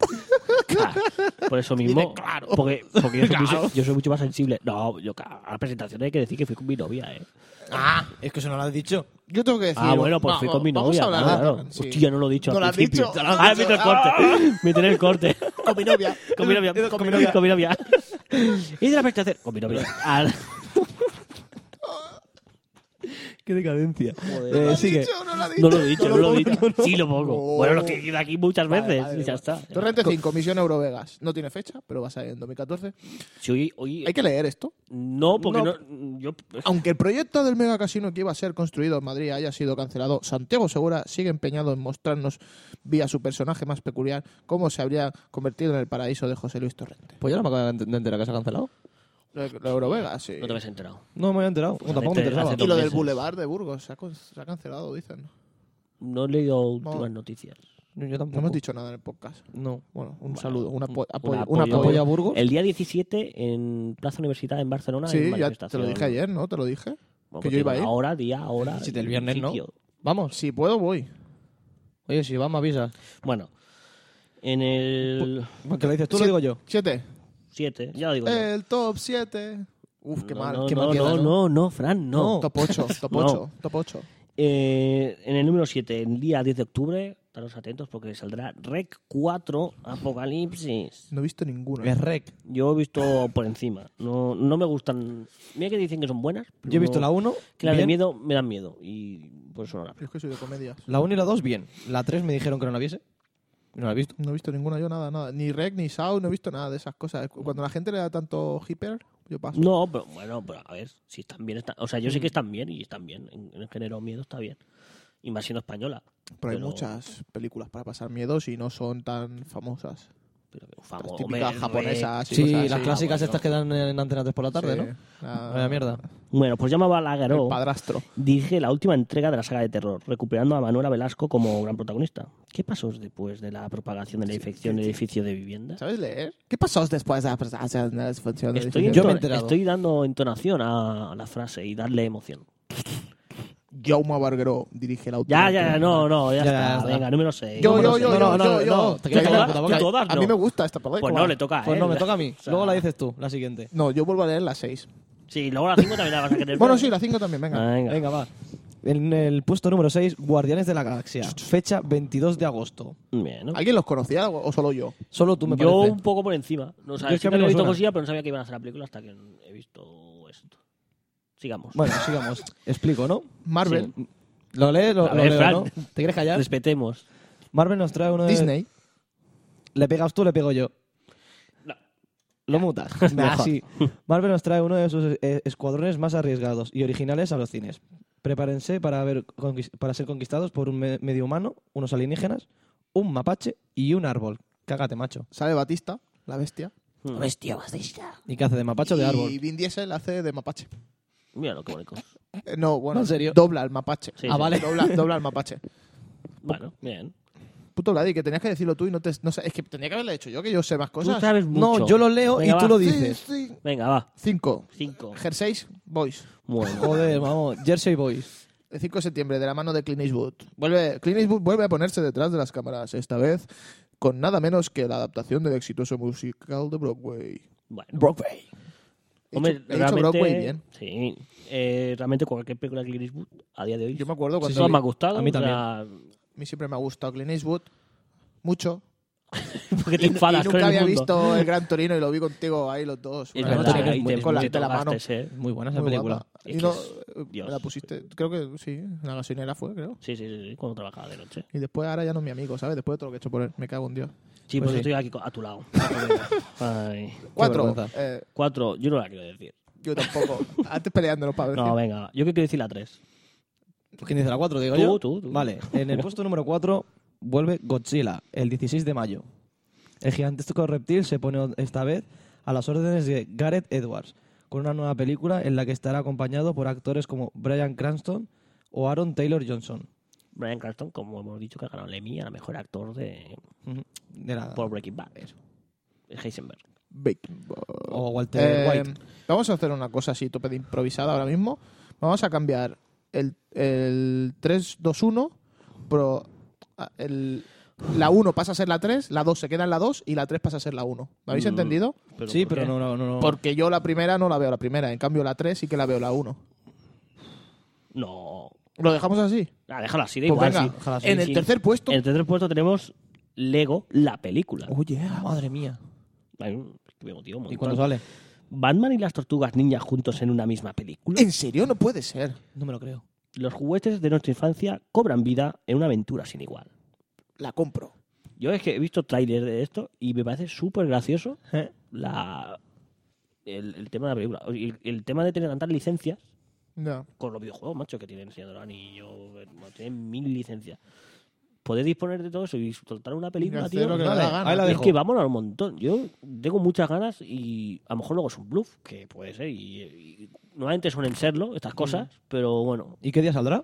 C: Claro, por eso mismo.
B: Dile claro.
C: Porque, porque yo, soy muy-
B: Claro.
C: yo soy mucho más sensible. No, yo claro, a la presentación hay que decir que fui con mi novia, ¿eh?
D: Ah, es que eso no lo has dicho.
B: Yo tengo que decir.
C: ah, bueno, pues
B: no,
C: fui con mi
B: vamos
C: novia.
B: a hablar
C: claro,
B: de-
C: claro.
B: sí.
C: Hostia, no lo he dicho.
B: No
C: al
B: lo has
C: principio.
B: dicho, no lo has
C: ah, me
B: dicho.
C: el corte. Me tiene el corte.
B: Con mi novia.
C: Con mi novia. Con mi novia. Con mi novia. Y de la presentación. Con mi novia. Ah, Al-
D: Qué decadencia.
C: Joder.
D: Eh,
B: ¿Lo has
D: sigue.
B: dicho o no lo has
C: No
B: dicho?
C: lo he dicho, no lo he dicho.
B: pongo.
C: Sí, lo pongo.
B: No.
C: Bueno, lo he dicho aquí muchas
B: Vale,
C: veces.
B: vale,
C: y ya está.
B: Torrente 5, Misión Eurovegas. No tiene fecha, pero va a salir en 2014.
C: Si hoy, hoy-
B: Hay que leer esto.
C: No, porque
B: No.
C: no. yo,
B: Aunque el proyecto del mega casino que iba a ser construido en Madrid haya sido cancelado, Santiago Segura sigue empeñado en mostrarnos, vía su personaje más peculiar, cómo se habría convertido en el paraíso de José Luis Torrente.
D: Pues yo no me acabo de ent- de enterar que se ha cancelado.
B: Lo de- lo de Eurovegas, sí.
C: no te habías enterado.
D: No me había enterado.
C: Pues
D: tampoco me
C: hace-
D: interesaba.
C: hace
B: Y lo del
C: meses.
B: Boulevard de Burgos se ha, con- se ha cancelado, dicen.
C: No he leído últimas noticias.
D: Yo
B: No
D: tampoco.
B: hemos dicho nada en el podcast.
D: No.
B: Bueno, un saludo, un, apo- apoyo,
C: un
B: un
C: apoyo.
B: apoyo.
D: Apoya a Burgos.
C: El día 17 en Plaza Universidad en Barcelona. hay
B: Sí, ya te
C: manifestación.
B: lo dije ayer, ¿no? Te lo dije.
C: Bueno,
B: que
C: pues
B: yo iba a
C: digo,
B: ir.
C: Ahora, día, ahora.
D: Si del viernes no.
C: sitio.
D: Vamos.
B: Si puedo, voy.
D: Oye, si vamos, avisa.
C: Bueno, en el
D: ¿Qué lo dices tú?
B: Sí.
D: Lo digo yo.
B: Siete.
C: 7, ya lo digo. yo.
B: El top 7. Uf, Eh, qué
C: No,
B: mal.
C: No,
B: qué
C: no,
B: mal queda,
C: no,
B: ¿no?
C: no, no, Fran, no.
D: No.
B: Top 8, top
C: No.
B: 8, top 8.
C: Eh, en el número 7, el día 10 de octubre, estaros atentos porque saldrá Rec 4 Apocalipsis.
B: No he visto ninguno. ¿eh?
D: Es rec.
C: Yo he visto por encima. No, no me gustan. Mira que dicen que son buenas. pero
D: Yo he visto
C: no-
D: la 1.
C: Que las de miedo me dan miedo. Y por eso no la veo.
B: Yo es que soy de comedias.
D: La 1 y la 2, bien. La 3 me dijeron que no la viese. No la he visto.
B: No he visto ninguna, yo nada, nada. Ni Rec, ni Sao, no he visto nada de esas cosas. Cuando la gente le da tanto hiper, yo paso.
C: No, pero bueno, pero a ver, si están bien, están, o sea,
D: Mm.
C: yo sé que están bien y están bien. En, en el género miedo está bien. Y más siendo española.
B: pero hay
C: pero-
B: muchas películas para pasar miedos y no son tan famosas.
C: Pero
B: Las
C: famoso.
D: Pues
B: típicas japonesas. y
D: Sí,
B: cosas
D: las
B: así.
D: clásicas
B: Ah,
D: estas que
B: bueno.
D: dan en Antena 3 por la tarde,
B: Sí.
D: ¿no?
B: Ah,
D: Vaya mierda.
C: Bueno, pues ya me va
B: El padrastro.
C: Dirige la última entrega de la saga de terror, recuperando a Manuela Velasco como gran protagonista. ¿Qué pasó después de la propagación de la infección del edificio de vivienda?
B: ¿Sabes leer? ¿Qué pasó después de las las funciones?
D: Yo me he
C: Estoy, entona-
D: enterado.
C: estoy dando entonación a la frase y darle emoción.
B: Jaume Barguero dirige la
C: Ya,
B: autora.
C: ya, ya, no, no,
D: Ya,
C: ya, está.
D: ya está.
C: Venga, número 6.
B: Yo, yo,
D: Vámonos,
B: yo,
D: no,
B: yo,
D: no,
B: yo,
D: no,
B: yo.
D: no, te
B: Que
D: callas
B: a-
D: la puta boca.
B: que a-
C: Tú todas
B: A mí
C: no.
B: me gusta esta película.
C: Pues no, le toca a
D: Pues
C: él.
D: no, me toca a mí.
C: O sea,
D: Luego la dices tú, la siguiente.
B: No, yo vuelvo a leer la 6.
C: Sí, luego la 5 también la vas a querer.
B: Bueno,
C: ver. Ah,
B: sí, la 5 también, venga.
C: Venga.
D: Venga, va. En el puesto número 6, Guardianes de la Galaxia. Fecha 22 de agosto.
C: Bueno.
B: ¿Alguien los conocía o o solo yo?
D: Solo tú me
C: yo un
D: parece.
C: poco por encima. No, o sea,
D: Yo es
C: sí
D: que a
C: que
D: mí
C: había
D: me
C: visto
D: suena.
C: cosillas, pero no sabía que iban a hacer la película hasta que he visto esto. Sigamos.
D: Bueno, sigamos. Explico, ¿no?
B: Marvel,
D: Lo lees, lo,
C: A
D: lo
C: ver,
D: leo,
C: Fran.
D: ¿no? ¿Te quieres callar?
C: Respetemos.
D: Marvel nos trae uno de...
B: Eh. Disney.
D: ¿Le pegas tú le pego yo?
C: No.
D: Lo mutas.
B: Nah,
D: Mejor. sí. Marvel nos trae uno de sus eh, escuadrones más arriesgados y originales a los cines. Prepárense para, ver conquis- para ser conquistados por un me- medio humano, unos alienígenas, un mapache y un árbol. Cágate, macho.
B: Sale Batista, la bestia.
D: este-
C: Bestia, bestia.
D: ¿Y qué hace? ¿De mapacho o de
B: Y
D: árbol?
B: Vin Diesel hace de mapache.
C: Mira lo que bonito.
B: Eh, No, bueno,
D: ¿En serio?
B: dobla al mapache.
C: Sí, Ah, sí. vale.
B: Dobla, dobla al mapache.
C: Bueno, bien.
B: Puto Vladi, que tenías que decirlo tú y no te... No sé, es que tenía que haberle hecho yo, que yo sé más
C: Tú
B: cosas.
C: sabes mucho.
D: No, yo lo leo
C: Venga,
D: y tú
C: va.
D: lo
B: Sí,
D: dices.
B: sí.
C: Venga, va.
B: Cinco.
C: Cinco.
B: Jerseys, boys.
C: Bueno.
D: Joder, vamos. Jersey Boys.
B: El 5 de septiembre, de la mano de Clint Eastwood. Vuelve, Clint Eastwood vuelve a ponerse detrás de las cámaras, esta vez con nada menos que la adaptación del exitoso musical de Broadway.
C: bueno.
D: Broadway.
B: He dicho- he dicho Broadway bien.
C: Sí. Eh, realmente cualquier película de Clint Eastwood a día de hoy.
B: Yo me acuerdo cuando...
C: todas
B: vi-
C: me ha gustado.
D: a mí
C: o sea,
B: a mí siempre me ha gustado Clint Eastwood. Mucho.
C: porque te
B: Y
C: enfadas con
B: nunca
C: el
B: había
C: mundo.
B: visto el Gran Torino y lo vi contigo ahí los dos.
C: Es
B: Una
D: verdad,
B: noche
D: ahí
B: con-
D: te-
B: con la,
C: te
B: de la mano.
C: tocaste, eh.
D: Muy buena esa
B: Muy
D: película.
B: guapa.
C: Es
B: Y
C: que
B: no,
C: es-
B: eh,
C: Dios.
B: me la pusiste, creo que sí, en la gasolinera fue, creo.
C: Sí, sí, sí, sí, cuando trabajaba de noche.
B: Y después ahora ya no es mi amigo, ¿sabes? Después de todo lo que he hecho por él, me cago en Dios.
C: Sí,
D: Pues
C: porque
D: sí.
C: estoy aquí co- a tu lado. Ay.
B: Cuatro.
D: vergüenza.
B: eh,
C: Cuatro, yo no la quiero decir.
B: yo tampoco. Antes peleándonos para ver.
C: No, venga, yo que quiero decir la tres.
D: ¿Tú ¿Quién dice la 4? Digo
C: Tú,
D: yo.
C: tú, tú.
D: Vale. En el puesto número 4 vuelve Godzilla, el 16 de mayo. El gigantesco reptil se pone esta vez a las órdenes de Gareth Edwards, con una nueva película en la que estará acompañado por actores como Brian Cranston o Aaron Taylor Johnson.
C: Brian Cranston, como hemos dicho, que ha ganado el Emmy a mejor actor de
D: Ujú. De la-
B: Ah.
C: por Breaking Bad. Eso. Heisenberg.
B: Breaking Ball.
D: O Walter
B: Eh,
D: White.
B: Vamos a hacer una cosa así, tope de improvisada ahora mismo. Vamos a cambiar el, el 3-2-1, pero ah, el- la 1 pasa a ser la 3, la 2 se queda en la 2 y la 3 pasa a ser la 1. ¿Me habéis
C: Mm.
B: entendido?
D: Sí,
C: ¿por
D: pero
C: qué?
D: no, no, no. no.
B: Porque yo la primera no la veo la primera, en cambio la 3 sí que la veo la 1.
C: No.
B: ¿Lo dejamos así?
C: Ah, déjala así, da
B: Pues
C: igual.
B: venga,
C: sí.
D: déjala así.
B: en
C: Sí.
B: el tercer puesto.
C: En el tercer puesto tenemos Lego, la película.
D: Oye, madre mía.
C: Hay un- que me motiva un
D: ¿Y
C: montón.
D: cuándo sale?
C: Batman y las tortugas ninja juntos en una misma película.
B: ¿En serio? No puede ser.
D: No me lo creo.
C: Los juguetes de nuestra infancia cobran vida en una aventura sin igual.
B: La compro.
C: Yo es que he visto tráiler de esto y me parece súper gracioso
D: ¿Eh?
C: la el, el tema de la película. O- y El, el tema de tener tantas licencias
B: No.
C: con los videojuegos, macho, que tienen Señor del Anillo, eh, tienen mil licencias. Poder disponer de todo eso y soltar una
B: Y
C: película,
B: hacer
C: tío.
B: lo que le
D: Vale,
B: da gana.
D: ahí la
C: Y es
D: dejo.
C: que vamos a un montón. Yo tengo muchas ganas y a lo mejor luego es un bluff, que puede ser. Y, y normalmente suelen serlo, estas
D: Mm.
C: cosas, pero bueno.
D: ¿Y qué día saldrá?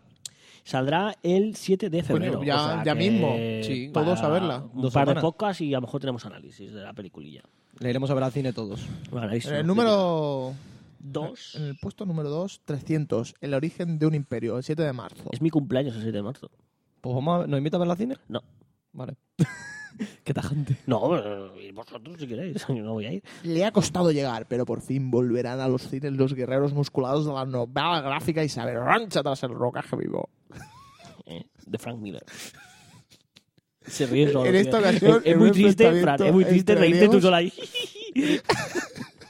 C: Saldrá el 7 de febrero.
B: ya-
C: o sea
B: ya
C: que
B: mismo.
D: Sí,
C: para
B: todos a verla.
C: Un
D: Dos
C: par de
D: semanas.
C: pocas y a lo mejor tenemos análisis de la peliculilla.
D: Le iremos a ver al cine todos.
C: Bueno, análisis
B: En el
C: no,
B: Eh, número
C: Dos.
B: En el puesto número 2, 300, El origen de un imperio, el 7 de marzo.
C: Es mi cumpleaños el 7 de marzo.
D: Pues vamos a ver- ¿Nos invita a ver al cine?
C: No.
D: Vale. qué tajante.
C: No, pero ir vosotros si queréis. Yo no voy a ir.
B: Le ha costado llegar, pero por fin volverán a los cines los guerreros musculados de la novela gráfica y se rancha tras el rocaje vivo.
C: eh, de Frank Miller. Se ríe solo.
B: En
C: tío.
B: esta ocasión,
C: Es, es
B: en
C: muy
B: un
C: triste, Fran.
B: enfrentamiento
C: Es muy triste
B: entre
C: reírte tú
B: griegos-
C: sola ahí.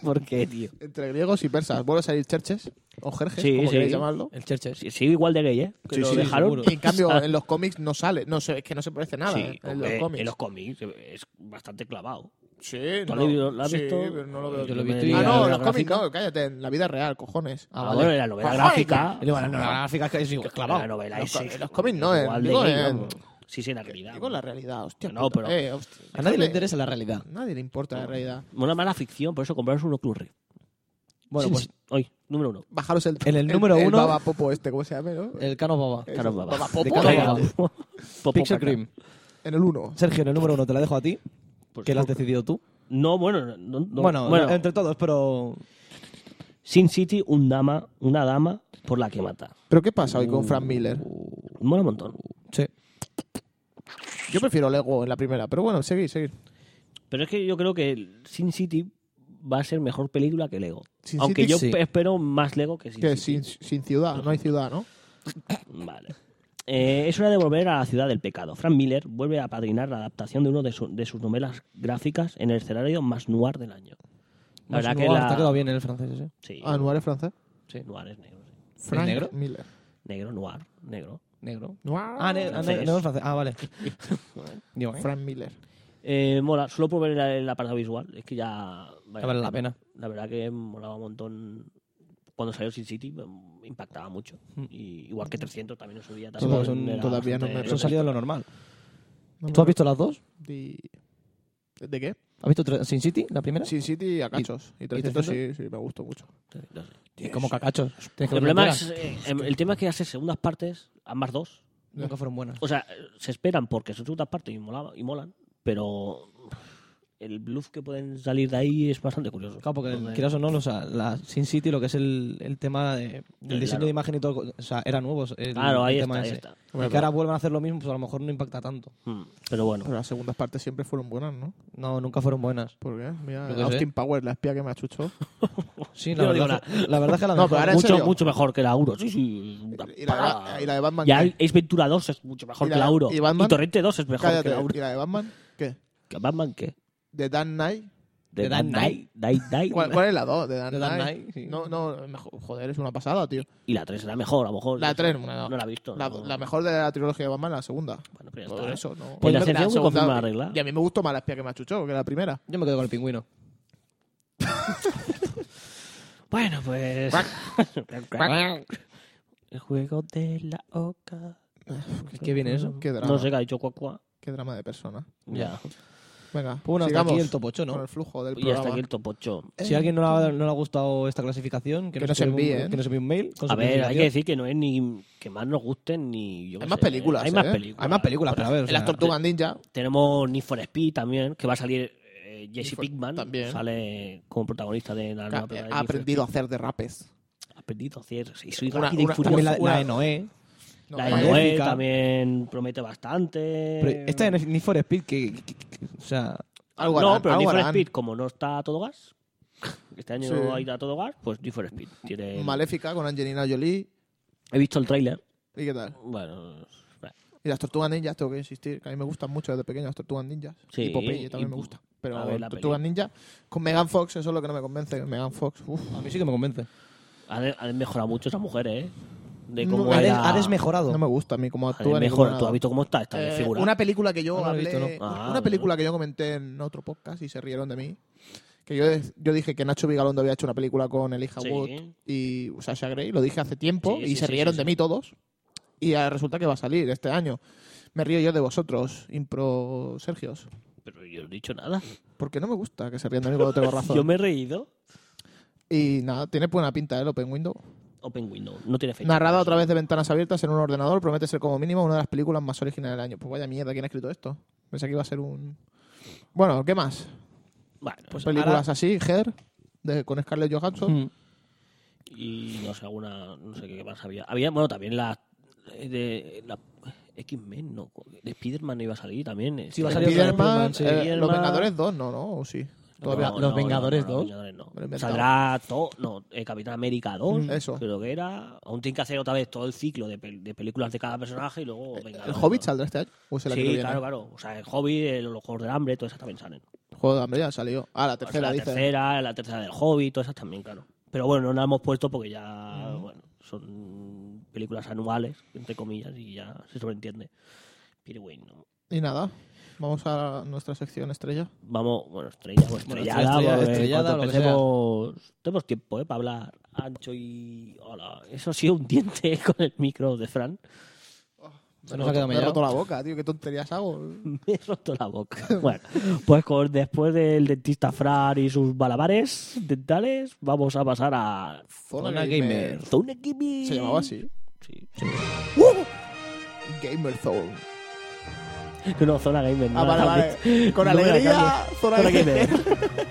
C: ¿Por qué, tío?
B: Entre griegos y persas. Vuelve a salir Cherches, o Jerjes,
C: Sí,
B: como
C: sí.
B: queréis llamarlo.
D: El Churches.
C: Sí, sigue igual de gay, ¿eh? Que
B: Sí,
C: lo
B: sí,
C: dejaron.
D: seguro.
C: Ah,
B: Y en cambio, en los cómics no sale. No sé, es que no se parece nada
C: Sí,
B: eh, en
C: hombre,
B: los cómics.
C: en los cómics es bastante clavado.
B: Sí,
C: ¿Tú
B: no.
C: lo has visto- lo has
B: Sí,
C: visto?
B: pero no lo veo.
D: Yo lo he visto y-
B: Ah, no,
C: la
B: en los cómics
C: gráfica.
B: no, cállate, en la vida real, cojones.
C: Ah,
B: vale.
C: bueno, en la novela gráfica.
D: Y luego la novela gráfica es igual clavado.
C: La novela
B: Los
C: es
B: co- en los cómics no, en-
C: igual de
B: digo,
C: gay,
B: en-
C: vamos. Sí, sí, en la realidad.
B: Digo la realidad, hostia.
C: No,
B: puta.
C: pero-
B: Eh, hostia,
D: A nadie le
B: déjame-
D: interesa la realidad.
B: A nadie le importa la realidad.
C: Una mala ficción, por eso compraros un Oculus Rift.
D: Bueno, pues
C: Hoy, número uno.
B: Bajaros el...
D: En el número
B: el
D: uno-
B: Baba Popo este, ¿cómo se llama, no?
D: el Cano Baba.
B: Eso,
C: Caro Baba.
B: Baba Popo.
D: De Cano
B: Venga,
D: Baba.
C: Popo
D: Pixel
C: caca.
D: Cream.
B: En el 1.
D: Sergio, en el número uno te la dejo a ti,
C: Pues,
D: que la has decidido tú.
C: No, bueno, no, no-
D: bueno,
C: bueno.
D: entre todos, pero...
C: Sin City, un dama, una dama por la que mata.
B: ¿Pero qué pasa hoy con
D: Uh.
B: Frank Miller?
C: Mola un montón.
D: Sí.
B: Yo prefiero Lego en la primera, pero bueno, seguir, seguir.
C: Pero es que yo creo que Sin City va a ser mejor película que Lego.
B: Sin
C: Aunque
B: City,
C: yo
D: sí.
C: espero más Lego que Sin
B: Que
C: City.
B: sin, sin ciudad, no hay ciudad, ¿no?
C: Vale. Eh, es hora de volver a la ciudad del pecado. Frank Miller vuelve a padrinar la adaptación de uno de, su- de sus novelas gráficas en el escenario más noir del año. La verdad que
D: Noir,
C: la...
D: Te ha quedado bien en el francés ¿eh? ese.
C: Sí,
B: Ah, ¿Noir es francés?
C: noir es negro. sí.
B: Frank
D: negro?
B: Miller.
C: Negro, noir, negro.
D: Negro.
B: Noir.
D: Ah, ne- ah, ne-
C: Francés.
D: negro en francés. Ah, vale. Digo, ¿eh?
B: Frank Miller.
C: Eh, mola, solo por ver el, el apartado visual. Es que ya...
D: Ya vale la pena.
C: La verdad que molaba un montón. Cuando salió Sin City mm, impactaba mucho. Y igual que 300 también en su día.
B: Todo-
C: también
D: Hmm. son-
C: era
B: todavía no
C: bastante-
B: me-
D: Eso ha
B: Son
D: salido de lo normal.
B: No me
D: ¿Tú has visto las dos?
B: acuerdo. ¿De, ¿De qué?
D: ¿Has visto tre- Sin City, la primera?
B: Sin City a cachos. Y, 300 sí, sí, me gustó mucho.
C: No sé.
E: Y como cacachos.
D: Tienes que
C: El
D: verla
C: problema
D: entera.
C: es, eh, el tema es que hace segundas partes, ambas dos,
D: Nunca fueron buenas.
C: O sea, se esperan porque son segundas partes y, molaba- y molan, pero el bluff que pueden salir de ahí es bastante curioso.
D: Claro, porque
C: Entonces,
D: quieras o no, o sea, la Sin City, lo que es el, el tema de, del
C: El-
D: diseño
C: claro.
D: de imagen y todo, o sea, era nuevo. El,
C: Claro, ahí
D: el tema
C: está, ahí
D: ese.
C: está.
D: Y que ahora vuelvan a hacer lo mismo, pues a lo mejor no impacta tanto.
C: Mm, Pero bueno,
B: Pero las segundas partes siempre fueron buenas, ¿no?
D: No, nunca fueron buenas.
B: ¿Por qué? Mira,
D: Yo qué sé.
B: Austin Power, la espía que me achuchó.
D: Sí,
C: Yo
D: la,
C: no digo
D: verdad, la verdad es que la
B: No,
D: mejor-
B: pero ahora en
C: mucho,
B: serio.
C: mucho mejor que la Euro. Sí, sí. una
B: Y la,
C: parada.
B: de- y la de Batman.
C: Ya
B: ¿qué?
C: Ace Ventura 2 es mucho mejor
B: ¿Y
C: que
B: la-
C: la Euro.
B: y Batman?
C: Y Torrente 2 es mejor que
B: Cállate.
C: la Euro.
B: ¿Y la de Batman? ¿Qué?
C: ¿Que ¿Batman qué?
B: ¿De Dan Knight?
C: ¿De
D: ¿De
C: Dark
D: Dan
C: Knight? Night, Night.
B: ¿Cuál, cuál es la 2? De Dan
D: De Dark
B: Knight.
D: Knight, sí.
B: No, no, mejor- joder, es una pasada, tío.
C: Y la 3 será mejor, a lo mejor.
B: La
C: No sé,
B: tres, no, no.
C: no, la he visto.
B: La,
C: no.
B: la mejor de la trilogía de Batman es la segunda.
C: Bueno, pero ya
B: Por
C: está.
B: eso, ¿no?
C: Pues la
B: Yo creo que
C: sección
B: segunda-
C: confirma la regla.
B: Y a mí me gustó más la espía que me achuchó que la primera.
D: Yo me quedo con el pingüino.
C: Bueno, pues. el juego de la oca.
D: ¿Qué viene eso?
B: Qué drama.
C: No sé qué ha dicho cuac, cuac.
B: Qué drama de persona.
C: Ya.
B: Venga,
D: Pues bueno, hasta
B: sigamos
D: aquí el top 8,
B: con
D: ¿no?
B: el flujo del
C: Y hasta
B: programa.
C: aquí el top 8.
D: Si a alguien no le, ha, no le ha gustado esta clasificación, que,
B: Que nos
D: escriba un-
B: envíe, ¿eh?
D: que nos envíe un mail. con
C: A
D: su
C: ver, hay que
D: clasificación.
C: decir que no es ni que más nos gusten ni. Yo qué
B: Hay más
C: sé,
B: películas,
C: Hay
B: ¿eh?
C: más películas.
D: Hay más películas, Ah, pero a ver. o
B: En las
D: sea,
B: Tortugas Ninja.
C: Tenemos Need for Speed también, que va a salir eh,
B: Need
C: Jesse
B: for-
C: Pinkman.
B: también.
C: Sale como protagonista de la
B: que
C: nueva
B: Ha
C: película. de
B: ha
C: Need for
B: aprendido a hacer derrapes.
C: Speed. Ha aprendido, cierto. Sí, soy
B: Una-
C: rápido y
B: una-
C: furioso.
D: también la,
B: una-
D: la de Noé.
B: No,
C: La de
B: vale.
D: Noé.
C: Noé
D: Maléfica.
C: también promete bastante.
D: Pero esta de Need for Speed, que, que- que- o sea,
B: Algo
C: No,
B: harán,
C: pero
B: algo
C: Need for
B: harán.
C: Speed, como no está a todo gas, este año
B: Sí.
C: no ha ido a todo gas, pues Need for Speed. Tiene...
B: Maléfica con Angelina Jolie.
C: He visto el tráiler.
B: ¿Y qué tal?
C: Bueno,
B: Y las Tortugas Ninjas, tengo que insistir, que a mí me gustan mucho desde pequeño las Tortugas Ninjas.
C: Sí,
B: y Popeye también
C: y-
B: me gusta. Pero
C: a ver la
B: Tortugas
C: peli.
B: Ninja con Megan Fox, eso es lo que no me convence. Megan Fox, uff.
D: a mí sí que me convence.
C: ha, de- ha de mejorado mucho esa mujer, ¿eh? De
B: No,
C: cómo
B: ha
D: Ha,
B: de-
D: des-
C: era...
D: ha desmejorado.
B: No me gusta a mí cómo
C: Ha de
B: actúa. ni cómo
C: mejor-
B: nada.
C: ¿Tú has visto cómo está esta
B: Eh,
C: figura?
B: una película que yo
D: No, no la he
B: hablé,
D: visto,
C: no.
B: una
C: Ah, bueno.
B: película que yo comenté en otro podcast y se rieron de mí. Que yo, yo dije que Nacho Vigalondo había hecho una película con Elijah
C: Sí.
B: Wood y Sasha Grey, lo dije hace tiempo
C: Sí,
B: y
C: sí,
B: se
C: sí,
B: rieron
C: sí,
B: de
C: sí.
B: mí todos. Y ahora resulta que va a salir este año. Me río yo de vosotros, impro Sergios.
C: Pero yo no he dicho nada.
B: Porque no me gusta que se rían de mí cuando tengo razón.
C: Yo me he reído.
B: Y nada, tiene buena pinta ¿eh? el Open Window.
C: Open Window, no tiene fecha.
B: Narrada a través de ventanas abiertas en un ordenador, promete ser como mínimo una de las películas más originales del año. Pues vaya mierda, ¿quién ha escrito esto? Pensé que iba a ser un. Bueno, ¿qué más?
C: Bueno, pues
B: películas así, Her, de, con Scarlett Johansson.
D: Mm.
C: y no sé, alguna, no sé qué más había. Había, bueno, también la eh, de la X-Men, no, de Spider-Man iba a salir también. eh.
D: Sí, iba a salir
B: Spider-Man,
D: Spider-Man, sí.
B: eh, Los
C: Spider-Man.
B: Vengadores 2, no, no, o sí. Todavía.
C: No,
E: Los
C: no,
E: Vengadores
C: no, no,
E: 2.
C: Vengadores no.
B: Me lo he inventado.
C: Saldrá todo, no, eh, Capitán América 2,
B: Mm, eso.
C: creo que era. Aún tienen que hacer otra vez todo el ciclo de, pel- de películas de cada personaje y luego
B: Eh, ¿El
C: Vengadores,
B: Hobbit
C: ¿no?
B: saldrá este año? ¿O se la
C: Sí,
B: viene?
C: claro, claro. O sea, el Hobbit, el- los Juegos del Hambre, todas esas también salen.
B: Juego de Hambre ya salió. Ah, la
C: O sea,
B: tercera,
C: Pues la
B: dice.
C: tercera, la tercera del Hobbit, todas esas también, claro. Pero bueno, no la hemos puesto porque
B: Mm.
C: ya, bueno, son películas anuales, entre comillas, y ya se sobreentiende. Pero bueno,
B: Y nada, vamos a nuestra sección estrella.
C: vamos, bueno, estrella, o estrellada,
D: estrella-
C: porque en
D: estrellada,
C: cuanto
D: lo que
C: empecemos- tenemos tiempo, ¿eh? Para hablar ancho y... Hola, eso ha sido un diente con el micro de Fran.
D: Se
B: Me
D: nos
B: he
D: ha quedado
B: roto- me he roto
D: mellado.
B: la boca, tío, qué tonterías hago.
C: Me he roto la boca. Bueno, pues con- después del dentista Fran y sus balabares dentales, vamos a pasar a
B: Zona,
D: Zona
B: gamer.
D: Gamer.
C: Zone Gaming.
B: Se llamaba así. ¡Uh!
C: Sí.
B: Gamer Zone.
C: No, no, Zona Gamer. no
B: Ah, vale,
C: la
B: vale.
C: cambies.
B: Con
C: No me la
B: alegría,
C: cambies.
B: Zona
C: Zona
B: Gamer.
C: Gamer.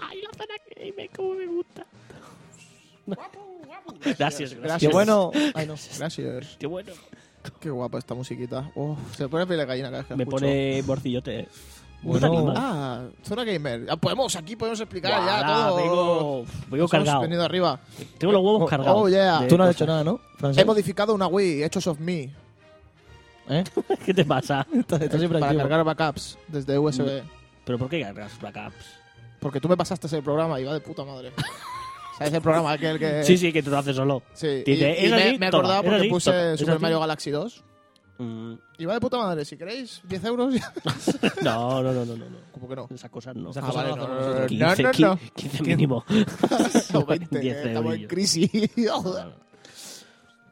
C: Ay, la Zona Gamer, cómo me gusta. Gracias, gracias.
D: Qué
B: Gracias.
D: bueno.
B: Ay, no. Gracias.
C: Qué bueno.
B: Qué guapa esta musiquita. Oh, se pone piel de gallina cada vez que la
C: Me
B: escucho.
C: pone morcillote. eh. No te
D: Bueno.
C: animas.
B: Ah, Zona Gamer. Ah, podemos, aquí podemos explicar ya
C: Guarda,
B: todo.
C: vengo, vengo
B: Nos
C: cargado.
B: Hemos venido arriba.
C: Tengo los huevos
D: Oh,
C: cargados.
B: oh, yeah.
C: de
D: Tú no has
C: cosas.
D: hecho nada, ¿no?
B: He
D: Francesc?
B: modificado una Wii, Hechos of Me,
D: ¿Eh?
C: ¿Qué te pasa?
D: Estás, estás siempre
B: para
D: activo.
B: cargar backups desde
C: Mm.
B: USB.
C: ¿Pero por qué cargas backups?
B: Porque tú me pasaste ese programa y va de puta madre. ¿Sabes el programa aquel que...?
C: Sí, sí, que tú lo haces solo.
B: Sí, Y,
C: Dice,
B: y
C: "Es
B: me,
C: así,
B: me
C: toma,
B: acordaba
C: es
B: porque
C: así,
B: puse
C: toma, es
B: Super
C: así".
B: Mario Galaxy 2.
C: Mm,
B: Y va de puta madre. Si queréis, 10 euros.
C: no, no, no, no, no, no.
B: Como que no.
C: Esas cosas no.
D: Esas
B: Ah,
D: cosas
B: vale,
D: Eh, no
B: no,
D: las
B: no,
D: hacemos nosotros.
B: no, no, no, no.
C: 15, 15 mínimo.
B: O 20, que
C: 10
B: estamos en
C: eurillos.
B: crisis. Joder.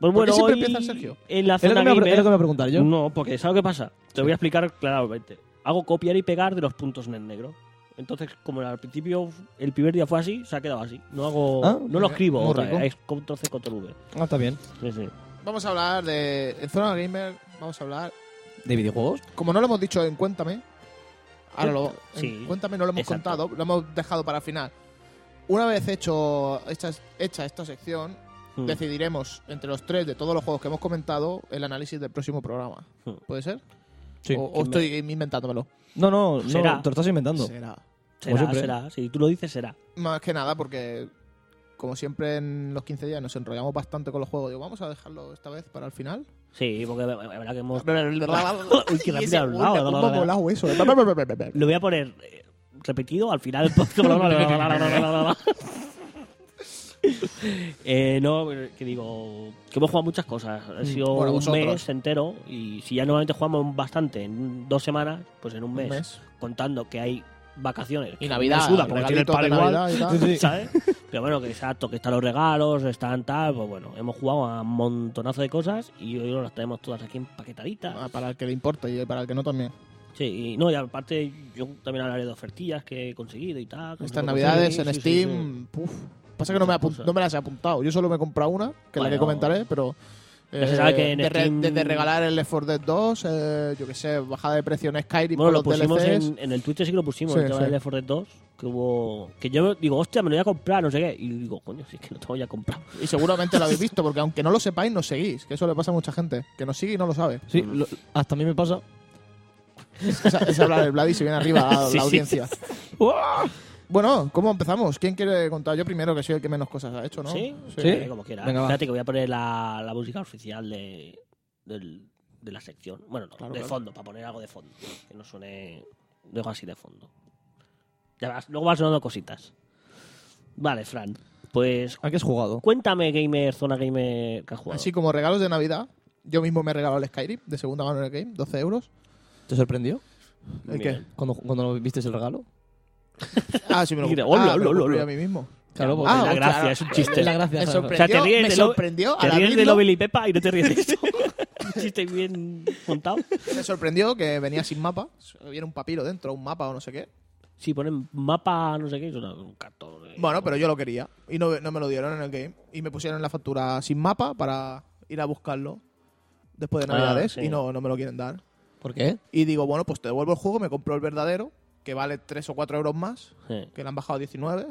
C: Pues
B: ¿Por qué
C: bueno,
B: siempre
C: hoy
B: empieza Sergio?
C: En la
D: Es lo,
C: zona
D: que me,
C: gamer-
D: es lo que me voy a preguntar yo.
C: No, porque ¿sabes qué pasa? Te voy a explicar claramente. Hago copiar y pegar de los puntos en el negro. Entonces, como al principio, el primer día fue así, se ha quedado así. No hago,
D: Ah,
C: no lo escribo.
B: muy
C: otra
B: rico.
C: vez. Es control C, control V.
D: Ah, está bien.
C: Sí, sí.
B: Vamos a hablar de. En Zona Gamer, vamos a hablar.
D: ¿De videojuegos?
B: Como no lo hemos dicho en Cuéntame, ahora lo. en
C: Sí.
B: Cuéntame no lo hemos
C: Exacto.
B: contado, lo hemos dejado para final. Una vez hecho, hecha, hecha esta sección,
C: Mm.
D: Pues
B: decidiremos entre los tres de todos los juegos que hemos comentado el análisis del próximo programa.
C: Hmm.
B: ¿Puede ser?
D: Sí.
B: o, o estoy inventándomelo.
D: No, no,
C: Será.
D: no, te lo estás inventando.
B: Será.
C: Será,
D: siempre.
C: será. Si tú lo dices, será.
B: Más que nada porque, como siempre en los 15 días nos enrollamos bastante con los juegos. Digo, vamos a dejarlo esta vez para el final.
C: Sí, porque la verdad que hemos...
B: Uy,
C: qué rápido
B: ese-
C: he hablado.
B: uy, cómo ha molado eso. ¿eh?
C: Lo voy a poner eh, repetido al final del podcast. Eh, no, que digo, que hemos jugado muchas cosas. Ha sido
B: bueno,
C: un
B: vosotros.
C: mes entero y si ya normalmente jugamos bastante en dos semanas, pues en un mes, contando que hay vacaciones.
B: Y
C: que
B: Navidad,
C: me suda porque tiene el
B: regalitos
C: palo
B: de
C: igual,
B: Navidad y tal.
D: Sí, sí.
C: ¿sabes? Pero bueno, que exacto, que están los regalos, están tal, pues bueno, hemos jugado a un montonazo de cosas y hoy las tenemos todas aquí empaquetaditas.
B: Ah, Para el que le importa y para el que no también.
C: Sí, y no, y aparte yo también hablaré de ofertillas que he conseguido y tal. que
B: Estas
C: no
B: navidades
C: conseguí,
B: en
C: sí, sí, sí.
B: Steam. puf. Pasa que no me,
C: Muchas
B: apun-
C: cosas.
B: no me las he apuntado. Yo solo me he comprado una, que es la que
C: Bueno.
B: comentaré, pero.
C: Ya se sabe que en
B: de re-
C: Steam-
B: Desde regalar el Left 4 Dead 2, eh, yo que sé, bajada de precio en Skyrim.
C: Bueno,
B: por
C: lo
B: los
C: pusimos
B: DLCs.
C: en, en el Twitter, sí que lo pusimos,
B: Sí,
C: el tema
B: sí.
C: de Left 4 Dead 2, que hubo... Que yo digo, hostia, me lo voy a comprar, no sé qué. Y digo, coño, si es que no te voy a comprar.
B: Y seguramente lo habéis visto, porque aunque no lo sepáis, nos seguís. Que eso le pasa a mucha gente. Que nos sigue y no lo sabe.
D: Sí, lo- hasta a mí me pasa.
B: Es, es hablar el Vlad y se viene arriba la,
C: Sí,
B: la
C: sí.
B: audiencia. bueno, ¿cómo empezamos? ¿Quién quiere contar? Yo primero, que soy el que menos cosas ha hecho, ¿no?
C: ¿Sí?
B: Sí.
C: Eh, Como quieras.
D: Venga, va.
C: Espérate que voy a poner la, la música oficial de, del- de la sección. Bueno, no,
B: Claro,
C: de
B: claro.
C: fondo, para poner algo de fondo. Que no suene... Luego así de fondo. Ya vas- luego van sonando cositas. Vale, Fran. Pues
D: ¿A qué has jugado?
C: Cuéntame, gamer, zona gamer que has jugado.
B: Así como regalos de Navidad, yo mismo me he regalado el Skyrim de segunda mano en el game, 12 euros.
D: ¿Te sorprendió
B: ¿El
C: Bien.
D: cuando, cuando viste el regalo?
B: Ah, sí me lo
C: Mira,
B: compré.
C: hola,
B: Ah, me lo
C: hola,
B: compré
C: hola.
B: a mí mismo.
D: Claro, porque-
C: Ah,
B: hostia,
C: gracia,
B: ahora-
C: es un chiste.
B: Es la
D: gracia,
B: Me
D: claro.
B: sorprendió,
C: O sea, te ríes
B: me
C: de lo-
B: sorprendió
C: Te
B: al
C: ríes de
B: abrirlo,
C: Nobel y Pepa y no te ríes de esto. Un chiste bien montado.
B: me sorprendió que venía sin mapa. Viene un papiro dentro, un mapa o no sé qué.
C: Si ponen mapa, no sé qué, es una- un cartón. eh.
B: Bueno, pero yo lo quería y no, no me lo dieron en el game. Y me pusieron la factura sin mapa para ir a buscarlo después de
C: Ah,
B: Navidades
C: sí.
B: y no, no me lo quieren dar.
D: ¿Por qué?
B: Y digo, bueno, pues te devuelvo el juego, me compro el verdadero, que vale 3 o 4 euros más,
C: Sí.
B: que le han bajado a 19.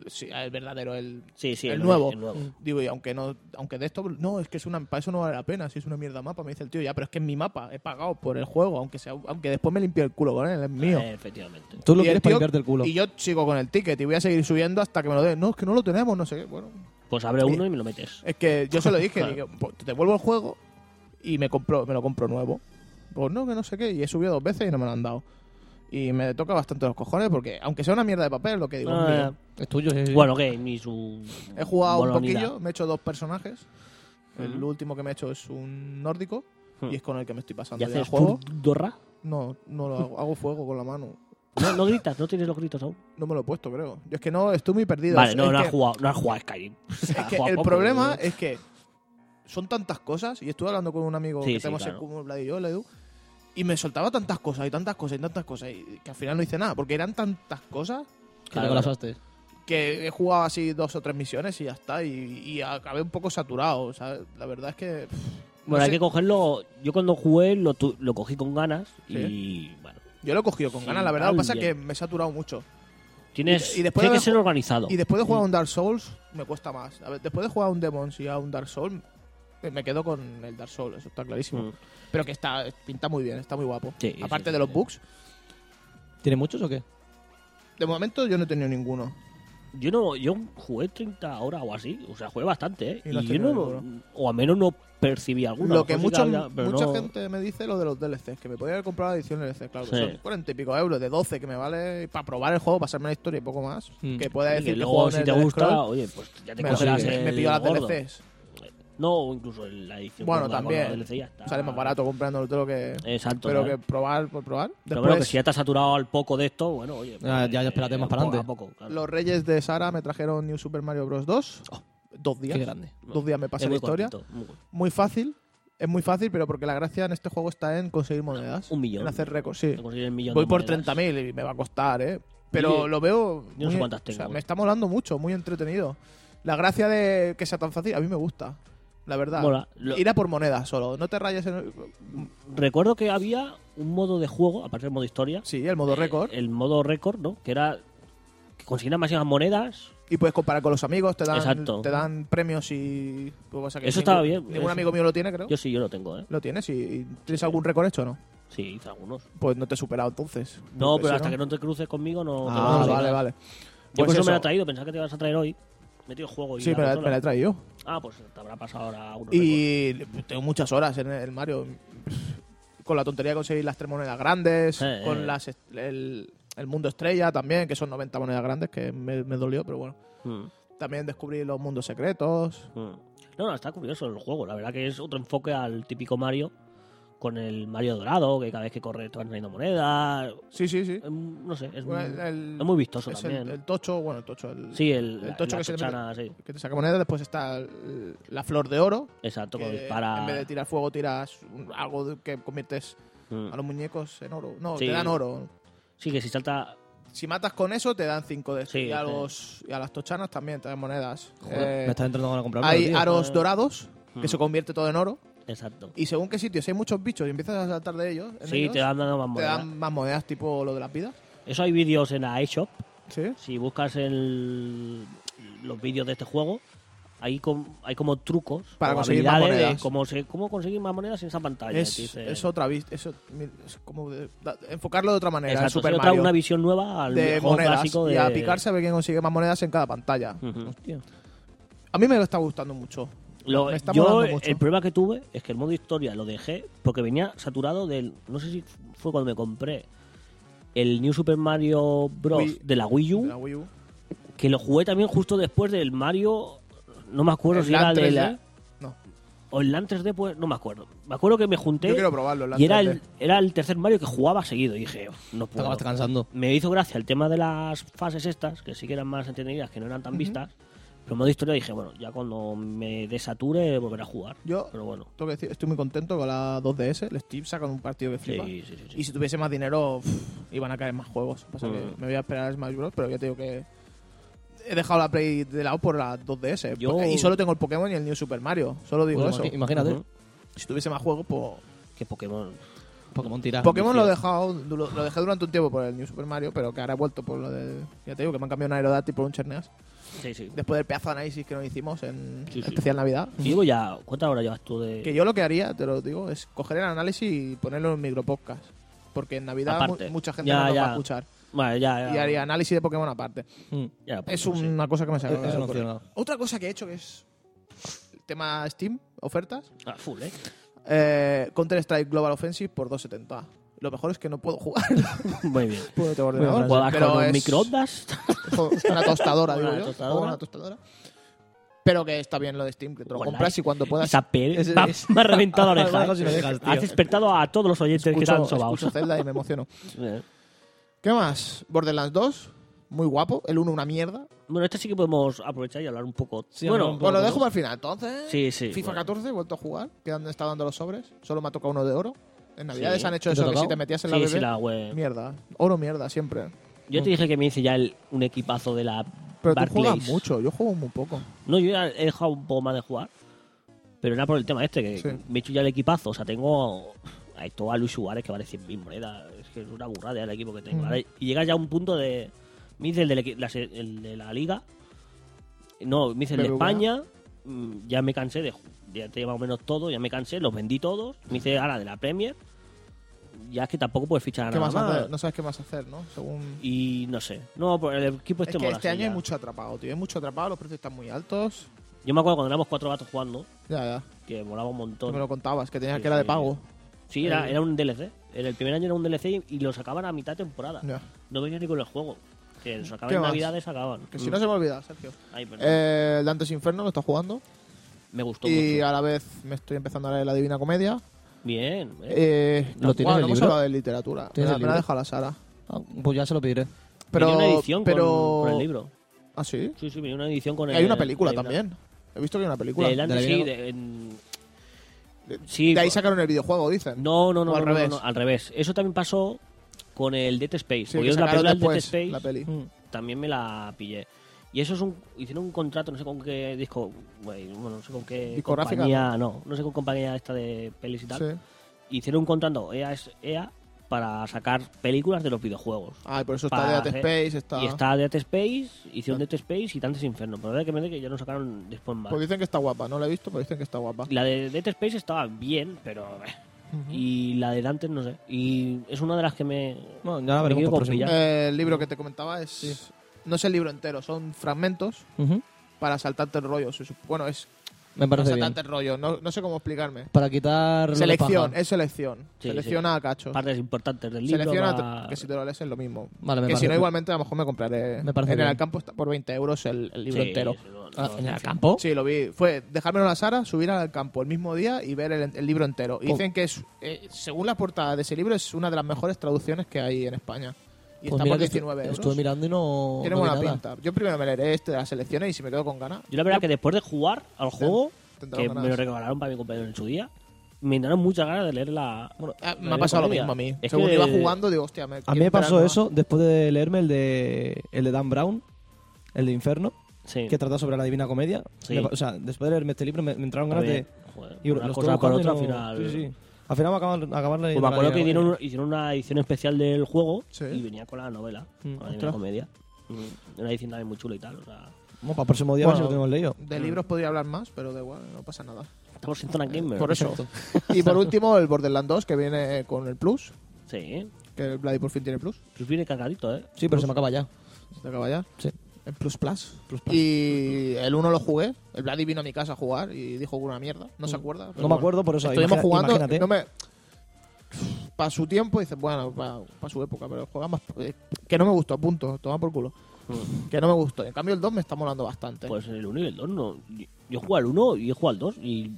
D: Mm.
B: sí, el verdadero, el,
C: Sí, sí,
B: el
C: lo-
B: nuevo.
C: el nuevo.
B: Digo, y aunque, no, aunque de esto, no, es que es una, para eso no vale la pena, si es una mierda mapa. Me dice el tío, ya, pero es que es mi mapa, he pagado por el juego, aunque, sea, aunque después me limpie el culo con él, es mío.
C: Eh, efectivamente.
D: Tú lo
B: Y el
D: quieres para
B: tío-
D: limpiarte el culo.
B: Y yo sigo con el ticket y voy a seguir subiendo hasta que me lo den. No, es que no lo tenemos, no sé qué. Bueno,
C: Pues abre uno y me lo metes.
B: es que yo se lo dije,
C: Claro.
B: digo, pues, te devuelvo el juego y me compro, me lo compro nuevo. Pues no, que no sé qué. Y he subido dos veces y no me lo han dado. Y me toca bastante los cojones porque, aunque sea una mierda de papel, lo que digo, es
C: Ah,
B: mío.
D: Es tuyo, sí, sí.
C: bueno, game y su.
B: he jugado un
C: molonidad.
B: poquillo, me he hecho dos personajes. El
C: Ujú.
B: último que me he hecho es un nórdico
C: Hmm.
B: y es con el que me estoy
C: ¿Y
B: pasando ya el
C: haces
B: juego.
C: dorra?
B: No, no lo hago, hago fuego con la mano.
C: No, no gritas, no tienes los gritos aún.
B: No me lo he puesto, creo. Yo es que no, estoy muy perdido.
C: Vale,
B: Es-
C: no,
B: es
C: no has
B: que-
C: jugado, no has jugado a Skyrim.
B: Es que el problema es que son tantas cosas, y estuve hablando con un amigo
C: Sí,
B: que
C: sí,
B: tenemos
C: claro.
B: en común, Vlad y yo, la Edu, y me soltaba tantas cosas, y tantas cosas, y tantas cosas, y que al final no hice nada, porque eran tantas cosas
D: Que
C: Claro,
D: te
C: claro.
D: colapsaste.
B: que he jugado así dos o tres misiones y ya está, y, y acabé un poco saturado, ¿sabes? La verdad es que... pff, no
C: Bueno, hay
B: sé,
C: que cogerlo. Yo cuando jugué lo, tu- lo cogí con ganas y bueno.
B: Yo lo he cogido con
C: Sí,
B: ganas, la verdad, lo que pasa es que
C: bien.
B: me he saturado mucho.
C: Tienes,
B: Y- y después
C: tiene
B: de
C: que ser
B: ju-
C: organizado.
B: Y después de
C: Mm.
B: jugar a un Dark Souls, me cuesta más. A ver, después de jugar a un Demons y a un Dark Souls, eh, me quedo con el Dark Souls, eso está clarísimo.
C: Mm.
B: Pero que está pinta muy bien, está muy guapo.
C: Sí,
B: Aparte
C: sí, sí,
B: de los
C: sí.
B: bugs,
D: ¿Tiene muchos o qué?
B: de momento yo no he tenido ninguno.
C: Yo no, yo jugué 30 horas o así, o sea, jugué bastante, ¿eh?
B: Y
C: Y,
B: no has
C: yo
B: tenido
C: no,
B: ninguno.
C: o al menos no percibí alguna.
B: Lo que
C: Mejor sí
B: mucha-
C: había, pero
B: mucha
C: no-
B: gente me dice lo de los DLCs, que me podría haber comprado la edición DLC, claro, que
C: Sí.
B: son 40 y pico euros, de 12 que me vale para probar el juego, pasarme la historia y poco más.
D: Mm.
B: Que pueda
C: y que
B: decir que
C: luego,
B: juego en
C: si
B: el
C: te
B: Elder
C: gusta,
B: Scrolls,
C: oye, pues ya te
B: me,
C: cogerás
B: me-
C: el
B: me pillo las
C: gordo.
B: DLCs.
C: No, o incluso la edición
B: Bueno,
C: gorda con
B: también.
C: la DLC ya está. Eh,
B: Sale más barato comprándolo todo que...
C: Exacto.
B: Pero que
C: ¿sabes?
B: probar por probar.
C: Pero
B: Después,
C: bueno, que si ya te has saturado al poco de esto, bueno, oye. pues, eh,
D: Ah, ya- ya espérate más para
C: poco a
D: adelante.
C: poco, claro.
B: los reyes de Sara me trajeron New Super Mario Bros. 2. dos días.
D: Qué grande.
B: Dos días me pasé
C: Oh,
B: la
C: Es muy
B: historia.
C: cortito, muy corto.
B: Muy fácil. Es muy fácil, pero porque la gracia en este juego está en conseguir monedas.
C: Un millón.
B: En hacer récords, sí.
C: Te consigues el millón
B: Voy
C: de
B: por
C: monedas.
B: 30.000 y me va a costar, ¿eh? Pero
C: Oye,
B: lo veo.
C: yo no sé cuántas tengo,
B: O sea,
C: ¿eh?
B: me está molando mucho, muy entretenido. La gracia de que sea tan fácil, a mí me gusta. La verdad.
C: Mola. Lo-
B: Ir a por monedas solo. No te rayes en. el-
C: Recuerdo que había un modo de juego, aparte del modo historia,
B: Sí, el
C: Eh,
B: modo récord.
C: el modo récord, ¿no? Que era que consiguieras máximas monedas.
B: Y puedes comparar con los amigos, te dan,
C: Exacto.
B: te dan premios y. pues pasa que
C: Eso
B: ningún-
C: estaba bien,
B: Ningún
C: eso.
B: amigo mío lo tiene, creo.
C: Yo sí, yo lo tengo, ¿eh?
B: ¿Lo tienes? ¿Y tienes algún récord hecho o no?
C: Sí, hice algunos.
B: Pues no te he superado entonces.
C: No,
B: Porque
C: pero
B: si
C: hasta que no te cruces conmigo no... te
D: Ah,
C: lo vas a
B: Ah,
C: sacar.
B: vale, vale.
C: Yo
B: Pues
C: por eso me
B: eso.
C: la he traído, pensaba que te ibas a traer hoy. Me tiro el juego y
B: Sí,
C: la
B: me la,
C: consola.
B: me la he traído.
C: Ah, pues te habrá pasado ahora uno.
B: Y pues, tengo muchas horas en el Mario. Con la tontería de conseguir las tres monedas grandes,
C: Eh, eh.
B: con las est- el, el mundo estrella también, que son 90 monedas grandes, que me, me dolió, pero bueno. También descubrí los mundos secretos.
C: Mm, No, no, está curioso el juego. La verdad que es otro enfoque al típico Mario con el Mario dorado, que cada vez que corre te van trayendo monedas.
B: Sí, sí, sí.
C: Em, No sé, es,
B: Bueno,
C: muy-
B: el-
C: es muy vistoso
B: Es
C: también.
B: el, el tocho, bueno, el tocho. El,
C: sí, el,
B: el tocho
C: la
B: que se le
C: chochana, sí.
B: Que te saca monedas, después está el- la flor de oro.
C: Exacto, que
B: que
C: dispara.
B: En vez de tirar fuego, tiras un- algo de- que conviertes
C: Mm.
B: a los muñecos en oro. No,
C: Sí.
B: te dan oro.
C: Sí, que si salta.
B: Si matas con eso, te dan 5 de estos.
C: Sí,
B: y, a
C: sí.
B: los, y a las tochanas también te dan monedas.
D: Joder,
B: Eh,
D: me está entrando ganas de comprarlo,
B: hay
D: tío.
B: aros dorados,
C: Mm.
B: que se convierte todo en oro.
C: Exacto.
B: Y según qué sitio, si hay muchos bichos y empiezas a saltar de ellos, en
C: Sí,
B: ellos,
C: te van dando más
B: te
C: monedas.
B: dan más monedas, tipo lo de las vidas.
C: Eso hay vídeos en la iShop.
B: Sí.
C: Si buscas el, los vídeos de este juego, hay, com- hay como trucos
B: Para
C: o
B: conseguir más
C: habilidades de
B: monedas.
C: cómo, se- cómo conseguir más monedas en esa pantalla.
B: Es,
C: te dice-
B: es otra vista. Eso, mi- es como de- da- enfocarlo de otra manera. en
C: Exacto,
B: Super
C: se le trae
B: Mario.
C: una visión nueva al
B: de
C: juego
B: monedas.
C: clásico de... Hmm.
B: Y a picarse a ver quién consigue más monedas en cada pantalla.
C: Ujú.
D: Hostia.
B: A mí me está gustando mucho.
C: Lo-
B: Me está
C: yo,
B: molando
C: el
B: mucho.
C: problema que tuve es que el modo historia lo dejé porque venía saturado del. No sé si fue cuando me compré el New Super Mario Bros.
B: Wii-
C: de la Wii U,
B: de la Wii U.
C: que lo jugué también justo después del Mario. No me acuerdo
B: El
C: si era
B: Land
C: de
B: 3D.
C: la.
B: No.
C: O el Land 3D, pues no me acuerdo. Me acuerdo que me junté
B: Yo quiero probarlo. el
C: y era
B: 3D.
C: el, era el tercer Mario que jugaba seguido. Y dije, no
D: Te
C: puedo.
D: acabas cansando.
C: me hizo gracia el tema de las fases estas, que sí que eran más entendidas, que no eran tan vistas. Pero en modo historia dije, bueno, ya cuando me desature volveré a jugar.
B: Yo-
C: Pero bueno,
B: Tengo que decir, estoy muy contento con la 2DS. El Steam sacan un partido que
C: sí,
B: flipa.
C: sí, sí. sí.
B: Y si tuviese más dinero, pff, iban a caer más juegos. Pasa que
C: Mm.
B: me voy a esperar a Smash Bros. Pero ya te digo que he dejado la Play de lado por la 2DS.
C: Yo-
B: porque- y solo tengo el Pokémon y el New Super Mario. Solo digo
D: Pues
B: eso.
D: imagi- Imagínate,
C: Ujú.
B: Si tuviese más juegos, pues.
C: Que Pokémon.
D: Pokémon
C: Ah,
D: tira.
B: Pokémon lo he dejado, lo, lo dejé durante un tiempo por el New Super Mario, pero que ahora he vuelto por lo de. Ya te digo que me han cambiado un Aerodactyl por un Cherneas.
C: Sí, sí.
B: Después del pedazo de análisis que nos hicimos en
C: Sí, sí.
B: especial Navidad.
C: Y digo ya, ¿cuántas horas llevas tú de.?
B: Que yo lo que haría, te lo digo, es coger el análisis y ponerlo en micropodcast. Porque en Navidad mu-
C: Aparte.
B: mucha gente
C: Ya,
B: no lo
C: ya.
B: va a escuchar.
C: Vale, ya, ya.
B: Y haría análisis de Pokémon aparte.
D: Mm.
C: ya, pues,
B: Es
C: no sé.
B: una cosa que me sale.
D: Eso no ha funcionado.
B: Otra cosa que he hecho que es el tema Steam, ofertas.
C: Ah, full, ¿eh?
B: Eh, Counter Strike Global Offensive por 2.70. Lo mejor es que no puedo jugar.
C: Muy bien.
B: puedo tengo ordenador,
C: ¿Juegas
B: Pues, pero
C: con un
B: es-
C: microondas?
B: Joder, una tostadora,
C: Una
B: digo yo.
C: tostadora.
B: Pongo Una tostadora. Pero que está bien lo de Steam, que te lo
C: Hola,
B: compras y cuando puedas.
C: Esa per...
D: Ese-
C: va-
D: ese-
C: Me ha reventado la
D: Algo si lo
C: oreja.
D: dejas,
C: ¿eh?
D: tío.
C: Has despertado a todos los oyentes que
B: Escucho,
C: están sobaos.
B: escucho Zelda y me emociono.
C: Eh.
B: ¿Qué más? Borderlands 2, muy guapo. El 1, una mierda.
C: Bueno, este sí que podemos aprovechar y hablar un poco.
D: Sí,
C: bueno,
D: hablar un
B: Pues
D: poco.
B: lo dejo para el final, entonces.
C: Sí, sí,
B: FIFA
C: bueno.
B: 14, he vuelto a jugar. Que han estado dando los sobres. Solo me ha tocado uno de oro. En Navidades han
D: ¿Te
B: hecho
D: ha
B: eso, que
D: tocado?
B: si te metías en la
C: sí,
B: BB,
C: sí, la web.
B: Mierda. Oro, mierda, siempre.
C: Yo te dije que me hice ya el- un equipazo de la
B: Pero tú
C: Barclays.
B: juegas mucho, yo juego muy poco.
C: No, yo ya he dejado un poco más de jugar. Pero era por el tema este, que
B: Sí.
C: me he hecho ya el equipazo. O sea, tengo a esto a Luis Suárez que vale 100.000 monedas. Es que es una burrada el equipo que tengo.
B: Mm.
C: Ahora, y llegas ya a un punto de. Me hice el, del equi- la se- el de la Liga. No, me hice el de
B: BBVA.
C: España. Mm, Ya me cansé de. ju- Ya te más o menos todo, ya me cansé, los vendí todos. Me hice ahora de la Premier. Ya es que tampoco puedes fichar a
B: ¿Qué
C: nada
B: más hacer?
C: más.
B: No sabes qué más hacer, ¿no? Según.
C: Y no sé. No, por el equipo
B: Es
C: este
B: que
C: mola,
B: este
C: sí,
B: año
C: ya.
B: hay mucho atrapado, tío. Hay mucho atrapado, los precios están muy altos.
C: Yo me acuerdo cuando éramos cuatro gatos jugando,
B: Ya, ya.
C: que molaba un
B: Tú
C: montón.
B: me lo contabas, que tenías
C: Sí,
B: que era de
C: sí,
B: pago.
C: Sí, era, era un DLC. En el primer año era un DLC y, y lo sacaban a mitad de temporada.
B: Ya.
C: No venía ni con el juego. Que lo sacaban
B: ¿Qué
C: en
B: más?
C: Navidades, sacaban. Mm.
B: Que si no se me olvida, Sergio.
C: Ay, perdón.
B: Eh, Dantes Inferno lo está jugando.
C: me gustó
B: Y
C: mucho.
B: a la vez me estoy empezando a leer La Divina Comedia.
C: Bien. eh.
B: Eh,
D: ¿Lo tienes
B: guau,
D: el
B: no hemos
D: libro?
B: hablado de literatura. Me
D: ¿Tienes
B: la,
D: el
B: me la
D: libro?
B: deja la Sara.
D: Ah, Pues ya se lo pediré.
B: Pero,
C: venía una edición con-
B: pero...
C: con, el libro.
B: ¿Ah, sí?
C: Sí, sí, venía una edición con
B: Y
C: el
B: hay una película
C: hay
B: también. He visto que hay una película.
C: Del Andy,
D: la
C: sí,
D: vida-
C: de- en- sí,
B: de ahí
C: por-
B: sacaron el videojuego, dicen.
C: No, no, no,
B: O al
C: no, no,
B: revés.
C: no, al revés. Eso también pasó con el Dead Space.
B: Sí,
C: porque
B: que
C: yo la
B: sacaron
C: película del Dead
B: después
C: Space
B: la peli.
D: Mm.
C: también me la pillé. Y eso es un hicieron un contrato, no sé con qué disco, güey, bueno, no sé con qué
B: Discográfica,
C: compañía, no, no sé con compañía esta de pelis y tal.
B: Sí.
C: Hicieron un contrato EA es EA para sacar películas de los videojuegos.
B: Ah, y por eso
C: Para
B: está Dead
C: hacer-
B: Space, está...
C: Y está Dead Space, hicieron Dead Space y Dantes Inferno, pero la verdad que me dice que ya no sacaron después más.
B: Pues dicen que está guapa, no la he visto, pero dicen que está guapa.
C: La de Dead Space estaba bien, pero eh. y la de Dantes no sé. Y es una de las que me
D: Bueno, ya la
C: me
D: veremos
C: quedo
D: por
C: con
D: próximo.
C: pillar.
B: Eh, el libro que te comentaba es... No es el libro entero, son fragmentos
D: Ujú.
B: para saltarte el rollo. se sup- Bueno, es
D: Me
B: para
D: parece bien.
B: saltarte el rollo, no, no sé cómo explicarme.
D: Para quitar... lo de
B: Selección,
D: paja.
B: es selección.
C: Sí,
B: Selecciona a cacho.
C: partes importantes del libro.
B: Selecciona,
C: va-
B: que si te lo lees es lo mismo.
D: Vale, me
B: eh. que si
D: parece.
B: no, igualmente a lo mejor me compraré.
D: Me parece
B: en
D: bien.
B: el campo está por 20 euros el, el libro
C: Sí,
B: entero.
C: eso no-
D: Ah,
C: no-
D: ¿En el campo?
B: Sí, lo vi. Fue dejármelo en la Sara, subir al campo el mismo día y ver el, el libro entero.
D: Oh.
B: Y dicen que, es, eh, según la portada de ese libro, es una de las mejores traducciones que hay en España. Y
D: Pues
B: está
D: mira
B: por
D: que estu-
B: 19 euros.
D: Estuve mirando y no...
B: Tiene
D: no vi
B: buena
D: nada.
B: pinta. Yo primero me leeré este de las selecciones y si me quedo con ganas.
C: Yo la verdad que después de jugar al juego,
B: tendrá
C: que
B: ganas.
C: me lo regalaron para mi compañero en su día, me dieron muchas ganas de leer la...
B: Ah,
C: la
B: me ha pasado lo
C: comedia.
B: mismo a mí.
C: Es
B: según
C: que-
B: iba jugando, digo, hostia, me
D: A mí me pasó eso después de leerme el de, el de Dan Brown, el de Inferno,
C: Sí.
D: que trata sobre la Divina Comedia.
C: Sí.
D: Me pa- o sea, después de leerme este libro me, me entraron ganas
C: Joder,
D: de...
C: joder,
D: Y
C: una
D: los
C: cosa
D: trabajando y
C: con otra
D: no-
C: al final...
D: Sí, sí. Al final acaban, acaban
C: Pues me acuerdo que hicieron, un- hicieron una edición especial del juego
B: Sí.
C: y venía con la novela,
D: Mm,
C: con la Divina
D: ostras.
C: comedia. Mm, Una edición también muy chula y tal. o sea,
D: Bueno, para el próximo día a ver si lo tenemos leído.
B: De libros podría hablar más, pero da igual, no pasa nada.
C: estamos en zona gamer.
B: Por eso. y por último, el Borderlands 2, que viene con el Plus.
C: Sí, ¿eh?
B: Que el Vladi por fin tiene Plus.
C: Pues viene cargadito, ¿eh?
D: Sí, pero se me acaba ya.
B: Se te acaba ya.
D: Sí.
B: En Plus Plus.
D: Plus Plus.
B: Y el 1 lo jugué. El Vladi vino a mi casa a jugar y dijo que una mierda. No se acuerda. pero
D: Mm. No me
B: bueno.
D: acuerdo, por eso...
B: Estuvimos
D: imagina-
B: jugando.
D: Imagínate.
B: No me... Para su tiempo, dices, bueno, para, su época, pero juega más. eh, Que no me gustó, punto. Toma por culo.
D: Mm.
B: Que no me gustó. En cambio, el 2 me está molando bastante.
C: Pues el 1 y el 2 no. Yo- Yo juego al 1 y he jugado al 2 y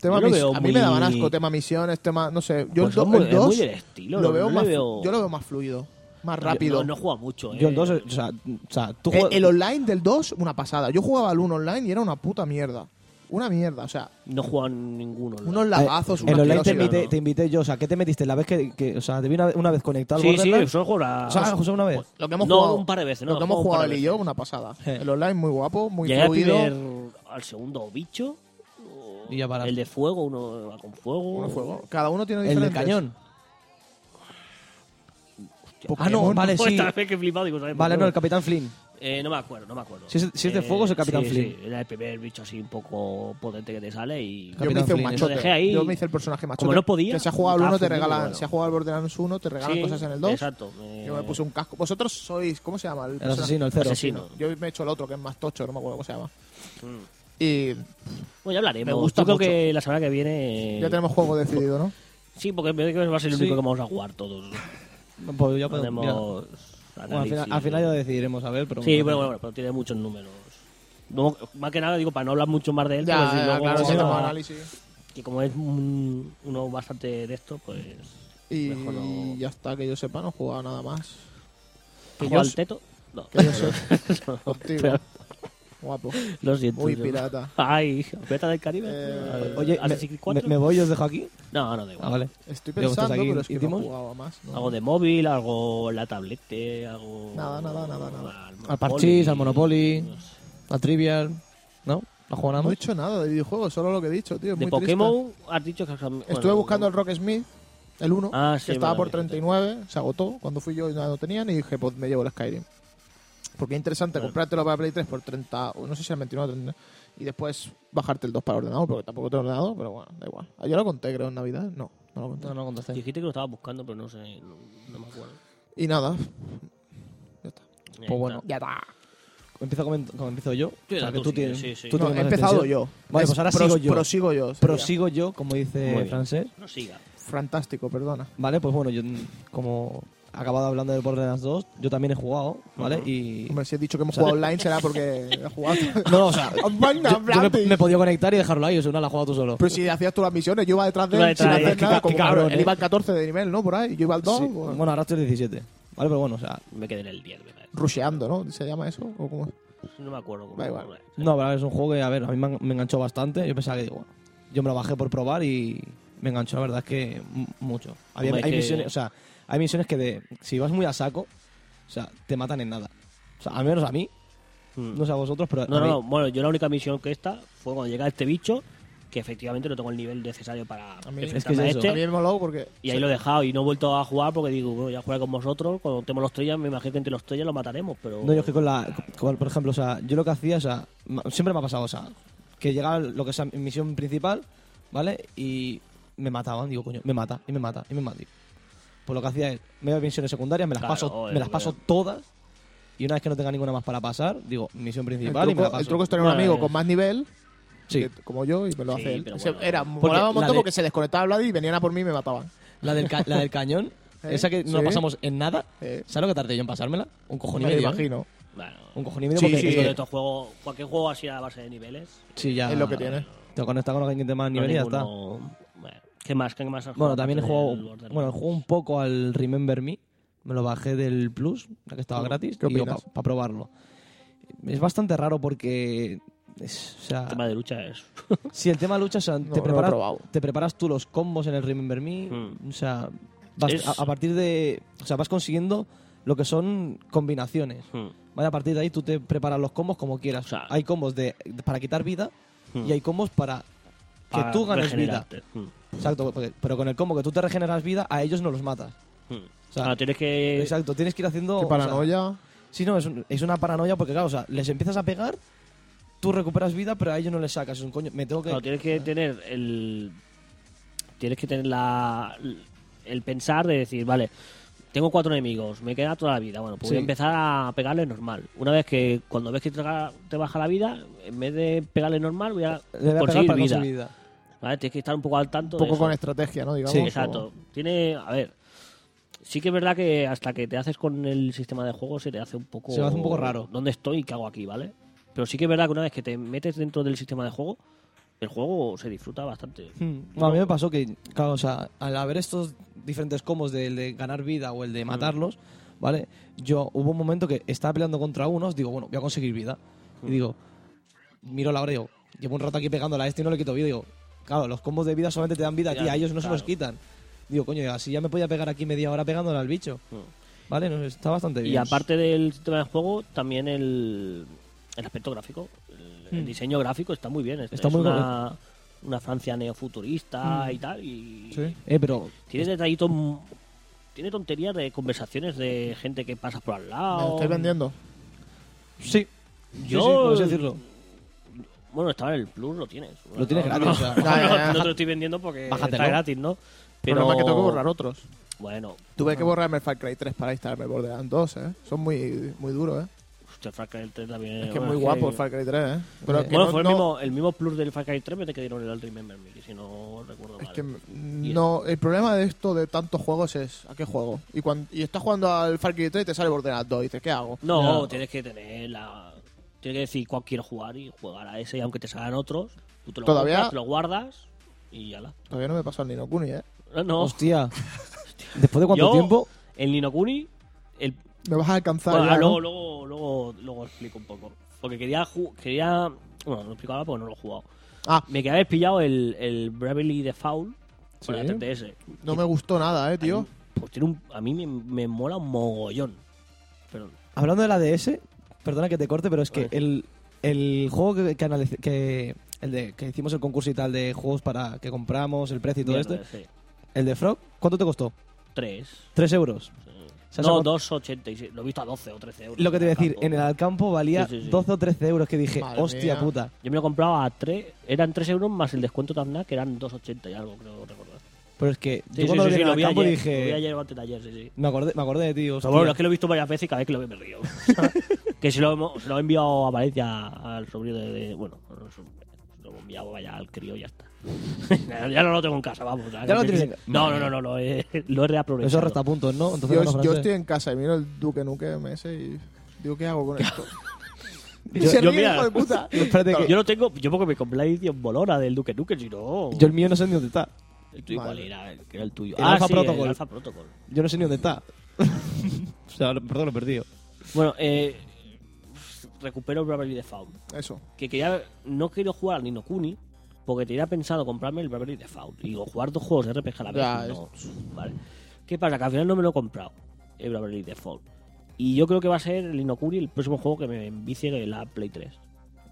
B: Tema
C: Yo lo
B: mis-
C: veo
B: a mí
C: muy-
B: me daban asco, tema misiones, tema, no sé. Yo
C: Pues
B: el, do-
C: es muy-
B: el
C: es muy
B: 2
C: del estilo,
B: lo
C: no-
B: veo
C: no
B: más,
C: le veo-
B: yo lo veo más fluido, más rápido.
C: No, no juega mucho, ¿eh?
D: Yo el 2, o sea, o sea, tú
B: el,
D: juegas...
B: Eh, el online del 2, una pasada. Yo jugaba al 1 online y era una puta mierda. Una mierda, o sea,
C: No juegan ninguno. ¿no?
B: unos
D: Eh,
B: lagazos,
D: en
B: una
D: online te
B: asquerosidad.
D: invité, te invité yo, o sea, ¿qué te metiste? La vez que, que- o sea, te vi una, una vez conectado al
C: Sí, sí,
D: Borderlands.
C: solo juego a...
D: O sea, José, una vez.
B: Lo que hemos
C: No,
B: jugado
C: un par de veces, no,
B: Lo que hemos
C: juego un par
B: jugado
C: de
B: él y
C: veces.
B: yo,
C: Eh.
B: una pasada.
D: Je.
B: El online muy guapo, muy
C: Llegué al
B: fluido.
C: primer, al segundo bicho. o
D: Y ya paraste.
C: El de fuego, uno va con fuego.
B: Uno fuego. Cada uno tiene
D: El del
B: diferentes.
D: cañón.
B: Pokémon.
D: Ah, no, vale,
C: Fue
D: sí.
C: Esta vez que he flipado, digo, ¿sabes?
D: Vale, no, el
C: Porque-
D: Capitán Flynn.
C: Eh, no me acuerdo, no me acuerdo.
D: Si es- si es de
C: Eh,
D: fuego, es el Capitán
C: sí,
D: Flynn.
C: sí, era el primer bicho así un poco potente que te sale
B: Yo
C: y...
B: me
D: Capitán
B: hice un
D: Flynn,
C: lo
B: machote.
C: dejé ahí.
B: Yo me hice el personaje machote.
C: no podía,
B: que se ha jugado al
C: estaba
B: 1, te
C: fundido,
B: regalan.
C: bueno.
B: Se ha jugado al Borderlands 1, te regalan
C: Sí,
B: cosas en el 2.
C: Exacto. eh,
B: Yo me puse un casco. Vosotros sois. ¿Cómo se llama? El,
D: El
B: personaje?
D: asesino, el cero.
C: Asesino.
B: Yo me he hecho el otro, que es más tocho, no me acuerdo cómo se llama.
C: Mm.
B: Y
C: Bueno, ya
B: Me
C: hablaremos.
B: gusta
C: Yo creo
B: mucho.
C: que la semana que viene...
B: ya tenemos juego decidido, ¿no?
C: Sí, porque me parece que va a ser el
D: Sí.
C: único que vamos a jugar todos.
D: Pues ya podemos-
C: Tenemos...
D: mira. Bueno, al,
C: análisis.
D: final, al final ya decidiremos, a ver, pero...
C: Sí, pero bueno, bueno, pero tiene muchos números. No, más que nada, digo, para no hablar mucho más de él,
B: Ya,
C: porque si
B: ya,
C: luego-
B: claro, sí,
C: ah,
B: tenemos análisis.
C: que como es un- uno bastante de esto, pues.
B: Y
C: mejor no.
B: ya está, que yo sepa, no he jugado nada más.
C: ¿Que
B: Yo
C: yo al
B: sé-
C: teto? No.
B: Que yo sepa. Contigo. Guapo.
C: Lo siento.
B: Muy
C: yo-
B: pirata.
C: Ay, ¿Beta del Caribe?
B: Eh,
D: Oye, me,
C: ¿Assassin's Creed
D: me,
C: 4?
D: me voy y os dejo aquí.
C: No, no, da igual.
D: Ah, vale.
B: Estoy
D: Digo, ¿estás
B: pensando,
D: aquí
B: pero es que no
D: íntimos?
B: he jugado a más. ¿no?
C: Algo de móvil, algo en la tablete, algo.
B: Nada, nada, nada, nada.
D: Al Parchís, al Monopoly, al Trivial... ¿No? ¿No juego nada
B: No he
D: más?
B: hecho nada de videojuegos, solo lo que he dicho, tío. es
C: De
B: muy triste.
C: Pokémon, has dicho que. bueno,
B: Estuve buscando el Rock Smith, el 1,
C: Ah, sí,
B: que estaba
C: vale,
B: por
C: fíjate.
B: 39, se agotó. Cuando fui yo ya no tenían y dije, pues me llevo el Skyrim. Porque es interesante
C: Claro.
B: comprártelo para Play 3 por 30, o no sé si era 29 o 30, y después bajarte el 2 para el ordenador, porque tampoco tengo ordenador, pero bueno, da igual. Ah, Yo lo conté, creo, en Navidad. No, no lo conté.
D: No, no contesté.
C: Dijiste que lo estaba buscando, pero no sé, no, no me acuerdo.
B: Y nada,
C: Ahí
D: Pues bueno,
C: está.
B: ya está.
D: Empiezo, comen- como empiezo yo.
C: Sí,
D: o sea,
C: la
D: que
C: tú
D: tú
C: sigues,
D: tienes.
C: sí, sí.
D: tú
B: No,
D: tienes
B: he
D: más
B: empezado
D: extensión.
B: yo.
D: Vale,
B: Es
D: pues ahora
B: pros-
D: sigo yo.
B: Prosigo yo. sería.
D: Prosigo yo, como
C: Muy
D: dice
C: bien.
D: Francés.
C: No siga.
B: Fantástico, perdona.
D: Vale, pues bueno, yo mm, como acabado hablando del Borderlands 2, yo también he jugado, ¿vale? Y...
B: Hombre, si he dicho que hemos jugado online será porque he jugado.
D: No, o sea,
B: Venga,
D: yo- yo me,
B: Blati.
D: me he podido conectar y dejarlo ahí, o sea, una la has jugado tú solo.
B: Pero si hacías tú las misiones, yo iba detrás de
C: Iba
B: él sin
C: detrás de
B: hacer
C: él.
B: nada.
D: Qué-
B: como
D: qué cabrón,
B: cabrón, él
D: eh.
B: iba al 14 de nivel, ¿no? Por ahí. Yo iba al 2,
D: Sí.
B: bueno,
D: Bueno, ahora estoy en 17. Vale, pero bueno, o sea,
C: Me quedé en el 10, me parece.
B: rusheando, ¿no? ¿Se llama eso? ¿O cómo? es?
C: No me acuerdo. cómo
B: Da
C: se
B: igual.
C: llama.
D: No, pero es un juego que, a ver, a mí me, en- me enganchó bastante. Yo pensaba que, digo, bueno, yo me lo bajé por probar y me enganchó, la verdad es que m- mucho. Había-
C: Hombre,
D: hay
C: que-
D: misiones, o sea, hay misiones que de, si vas muy a saco, o sea, te matan en nada. O sea, al menos a mí,
C: Mm.
D: no sé a vosotros, pero a
C: No, no,
D: mí-
C: no. Bueno, yo la única misión que esta fue cuando llega este bicho, que efectivamente no tengo el nivel necesario
B: A
C: para
B: mí-
C: enfrentarme
D: es que es
C: a
D: eso.
C: este.
B: A mí me moló porque.
C: Y ahí lo he dejado y no he vuelto a jugar porque digo, bueno, ya jugaré con vosotros. Cuando tenemos los trellas, me imagino que entre los trellas lo mataremos, pero.
D: No, yo es que con la. con- por ejemplo, o sea, yo lo que hacía, o sea, ma- siempre me ha pasado, o sea, que llegaba lo que es la misión principal, ¿vale? Y me mataban, digo, coño, me mata, y me mata, y me mata. Pues lo que hacía es, me iba a misiones secundarias, me las
C: Claro,
D: paso,
C: obvio,
D: me las paso
C: obvio.
D: todas, y una vez que no tenga ninguna más para pasar, digo, misión
B: El
D: principal y me la
B: truco,
D: paso.
B: el truco es tener un
C: Vale.
B: amigo con más nivel,
D: Sí.
B: que- como yo, y me lo
C: Sí,
B: hace él.
C: pero
B: Ese-
C: bueno.
B: Era,
D: Porque
B: molaba un
D: la
B: montón
D: de-
B: porque se desconectaba Vladi y venían a por mí y me mataban.
D: La del, ca- la del cañón,
B: ¿Eh?
D: esa que no la
B: Sí.
D: pasamos en nada,
B: Eh,
D: ¿sabes lo que tardé yo en pasármela? Un cojón y
B: me
D: medio. ¿eh?
B: imagino.
C: Bueno,
D: Un cojón y medio
B: Sí,
D: porque
C: típico
B: sí.
C: de estos juegos, cualquier juego así a base de niveles.
D: sí, ya.
B: Es lo que tiene.
D: Te conectas con alguien que te más
C: no
D: nivel y ya está.
C: ninguno- bueno, ¿Qué más? ¿Qué más has
D: Bueno,
C: jugado
D: también he
C: aparte
D: jugado,
C: del Borderlands?
D: bueno, juego un poco al Remember Me. Me lo bajé del Plus, la que estaba gratis,
B: ¿Qué
D: para
B: opinas?
D: probarlo. Es bastante raro porque. es- o sea,
C: El tema de lucha es.
D: si el tema lucha, o sea,
B: No, no
D: te,
B: lo he
D: preparas,
B: probado.
D: te preparas tú los combos en el Remember Me.
C: Mm.
D: O sea, vas-
C: Es-
D: a, a partir de. O sea, vas consiguiendo lo que son combinaciones.
C: Hmm.
D: Vale, a partir de ahí tú te preparas los combos como quieras.
C: O sea-
D: hay combos de, para quitar vida
C: Hmm.
D: y hay combos para que
C: Para
D: tú ganes vida.
C: regenerarte. Hmm.
D: Exacto, porque- pero con el combo que tú te regeneras vida, a ellos no los matas.
C: Hmm.
D: O sea,
C: Ah, tienes que.
D: Exacto, tienes que ir haciendo.
B: Qué
D: Oh, o sea,
B: paranoia.
D: sí, no, es, un- es una paranoia porque, claro, o sea, les empiezas a pegar, tú recuperas vida, pero a ellos no les sacas. Es un coño. Me tengo que.
C: Claro, tienes que tener el. Tienes que tener la. El pensar de decir, vale, tengo cuatro enemigos, me queda toda la vida. Bueno, pues voy a
D: Sí.
C: empezar a pegarle normal. Una vez que, cuando ves que te, ga- te baja la vida, en vez de pegarle normal, voy a
D: le voy a pegar
C: conseguir
D: para
C: vida.
D: conseguir vida.
C: ¿vale? Tienes que estar un poco al tanto.
B: Un
C: de
B: poco
C: eso.
B: con estrategia, ¿no? Digamos.
D: Sí,
C: Exacto. Tiene. A ver. Sí que es verdad que hasta que te haces con el sistema de juego se te hace un poco.
D: Se me hace un poco raro.
C: ¿Dónde estoy y qué hago aquí, vale? Pero sí que es verdad que una vez que te metes dentro del sistema de juego, el juego se disfruta bastante.
D: Hmm. Bueno, a mí me pasó que, claro, o sea, al haber estos diferentes combos del de ganar vida o el
C: Mm.
D: de matarlos, ¿vale? Yo hubo un momento que estaba peleando contra unos, digo, bueno, voy a conseguir vida.
C: Mm.
D: Y digo, miro la hora y digo, llevo un rato aquí pegándola a este y no le quito vida. Digo, claro, los combos de vida solamente te dan vida a ti,
C: Ya,
D: a ellos no se los
C: claro.
D: quitan. Digo, coño, así ya me podía pegar aquí media hora pegándola al bicho. ¿Vale? No, está bastante bien.
C: Mm. Y aparte del sistema de juego, también el, el aspecto gráfico. El, el
D: Mm.
C: diseño gráfico está muy bien. Es,
D: Está
C: es
D: muy Hmm.
C: una, una Francia neofuturista y tal. Y
D: Sí. Eh, pero
C: tiene detallitos. m- Tiene tonterías de conversaciones de gente que pasa por al
B: Me
C: lado.
B: lo estáis vendiendo.
D: sí. sí,
C: Yo-
D: sí, ¿cómo se decirlo?
C: Bueno, estaba en el Plus, lo tienes.
D: Lo tienes
C: No,
D: gratis,
C: no,
D: o sea.
C: no,
B: Ya, ya,
C: no,
B: ya.
C: no te lo estoy vendiendo porque
D: Bájatelo.
C: está gratis, ¿no?
B: El
C: Pero
B: problema es que tengo que borrar otros.
C: Bueno,
B: Tuve que borrarme el Far Cry 3 para instalarme el Borderlands 2, ¿eh? Son muy, muy duros, ¿eh?
C: hostia, Far Cry 3 también.
B: Es que es
C: bueno,
B: muy guapo el Far Cry 3, ¿eh? Pero es que
C: Bueno,
B: no-
C: fue el,
B: no-
C: mismo, el mismo Plus del Far Cry 3 me te quedaron el Remember Me, que si no recuerdo mal.
B: Es que no, el problema de esto de tantos juegos es ¿a qué juego? Y cuando y estás jugando al Far Cry 3 y te sale Borderlands 2 y dices, ¿qué hago?
C: No,
D: No.
C: tienes que tener la. Tienes que decir cuál quiero jugar y jugar a ese, y aunque te salgan otros, tú te lo,
B: Todavía-
C: compras, te lo guardas y ya la.
B: Todavía no me pasó el Nino Kuni, ¿eh?
C: No, no.
D: Hostia. ¿Después de cuánto
C: Yo,
D: tiempo?
C: El Nino Kuni, el
B: Me vas a alcanzar
C: Bueno,
B: ya,
C: ah,
B: ¿no?
C: luego, luego, luego, luego explico un poco. Porque quería. ju- quería bueno, no explico ahora porque no lo he jugado.
B: Ah.
C: Me quedé pillado el, el Bravely Default para
B: Sí.
C: la TTS.
B: No me gustó nada, ¿eh, tío?
C: Pues tiene un, a mí me, me mola un mogollón. Pero
D: Hablando de la DS, perdona que te corte, pero es que
C: Vale.
D: el, el juego que, que, analiz- que- el de, que hicimos el concurso y tal de juegos para que compramos, el precio y todo
C: mierda,
D: esto,
C: sí.
D: el de Frog, ¿cuánto te costó?
C: Tres.
D: 3 euros. Se ha
C: No,
D: sacado-
C: 2,86. Lo he visto a 12 o 13 euros.
D: Lo que te voy a decir,
C: Tampoco.
D: en el Alcampo valía
C: Sí, sí, sí.
D: 12 o 13 euros, que dije,
B: Madre
D: hostia
B: mía.
D: puta.
C: Yo me lo compraba a 3. Eran 3 euros más el descuento de Aznar, que eran 2,80 y algo, creo recordar.
D: Pero es que
C: Sí,
D: yo
C: sí,
D: cuando
C: sí,
D: lo vi
C: sí,
D: en el
C: lo vi
D: Alcampo
C: ayer. Lo vi
D: dije...
C: ayer o antes de ayer, sí, sí.
D: Me acordé, me acordé de ti, hostia.
C: Pero bueno, es que lo he visto varias veces y cada vez que lo veo me río. que se lo, hemos- se lo he enviado a Valencia al sobrino de. de- bueno, se lo he enviado vaya al crío y ya está. ya no lo tengo en casa, vamos.
D: Ya lo tienes en casa.
C: No, no, no, no, lo he, lo he reaprovechado.
D: Eso resta puntos, ¿no? Entonces,
B: Yo,
D: no, no,
B: yo
D: no sé.
B: estoy en casa y miro el Duque Nuque MS y digo, ¿qué hago con esto? Y
C: Yo-
B: se
C: yo,
B: ríe,
C: mira,
B: hijo de puta.
D: Espérate que-
C: Yo lo tengo, yo porque me compré la edición bolona del Duque Nuke, si no.
D: Yo el mío no sé ni dónde está.
C: ¿El tuyo cuál
B: Madre.
C: era? El que era el tuyo.
D: El
C: ah,
D: Alpha
C: sí,
D: Protocol.
C: El Alpha Protocol.
D: Yo no sé ni dónde está. o sea, lo- perdón, lo he perdido.
C: Bueno, eh, recupero Bravely Default.
B: Eso.
C: Que quería, no quiero jugar al Nino Kuni porque tenía pensado comprarme el Bravely Default. Y digo, jugar dos juegos de RPG a la vez.
B: Ya,
C: no, vale. ¿Qué pasa? Que al final no me lo he comprado, el Bravely Default. Y yo creo que va a ser el Nino Kuni el próximo juego que me envicie de la Play 3.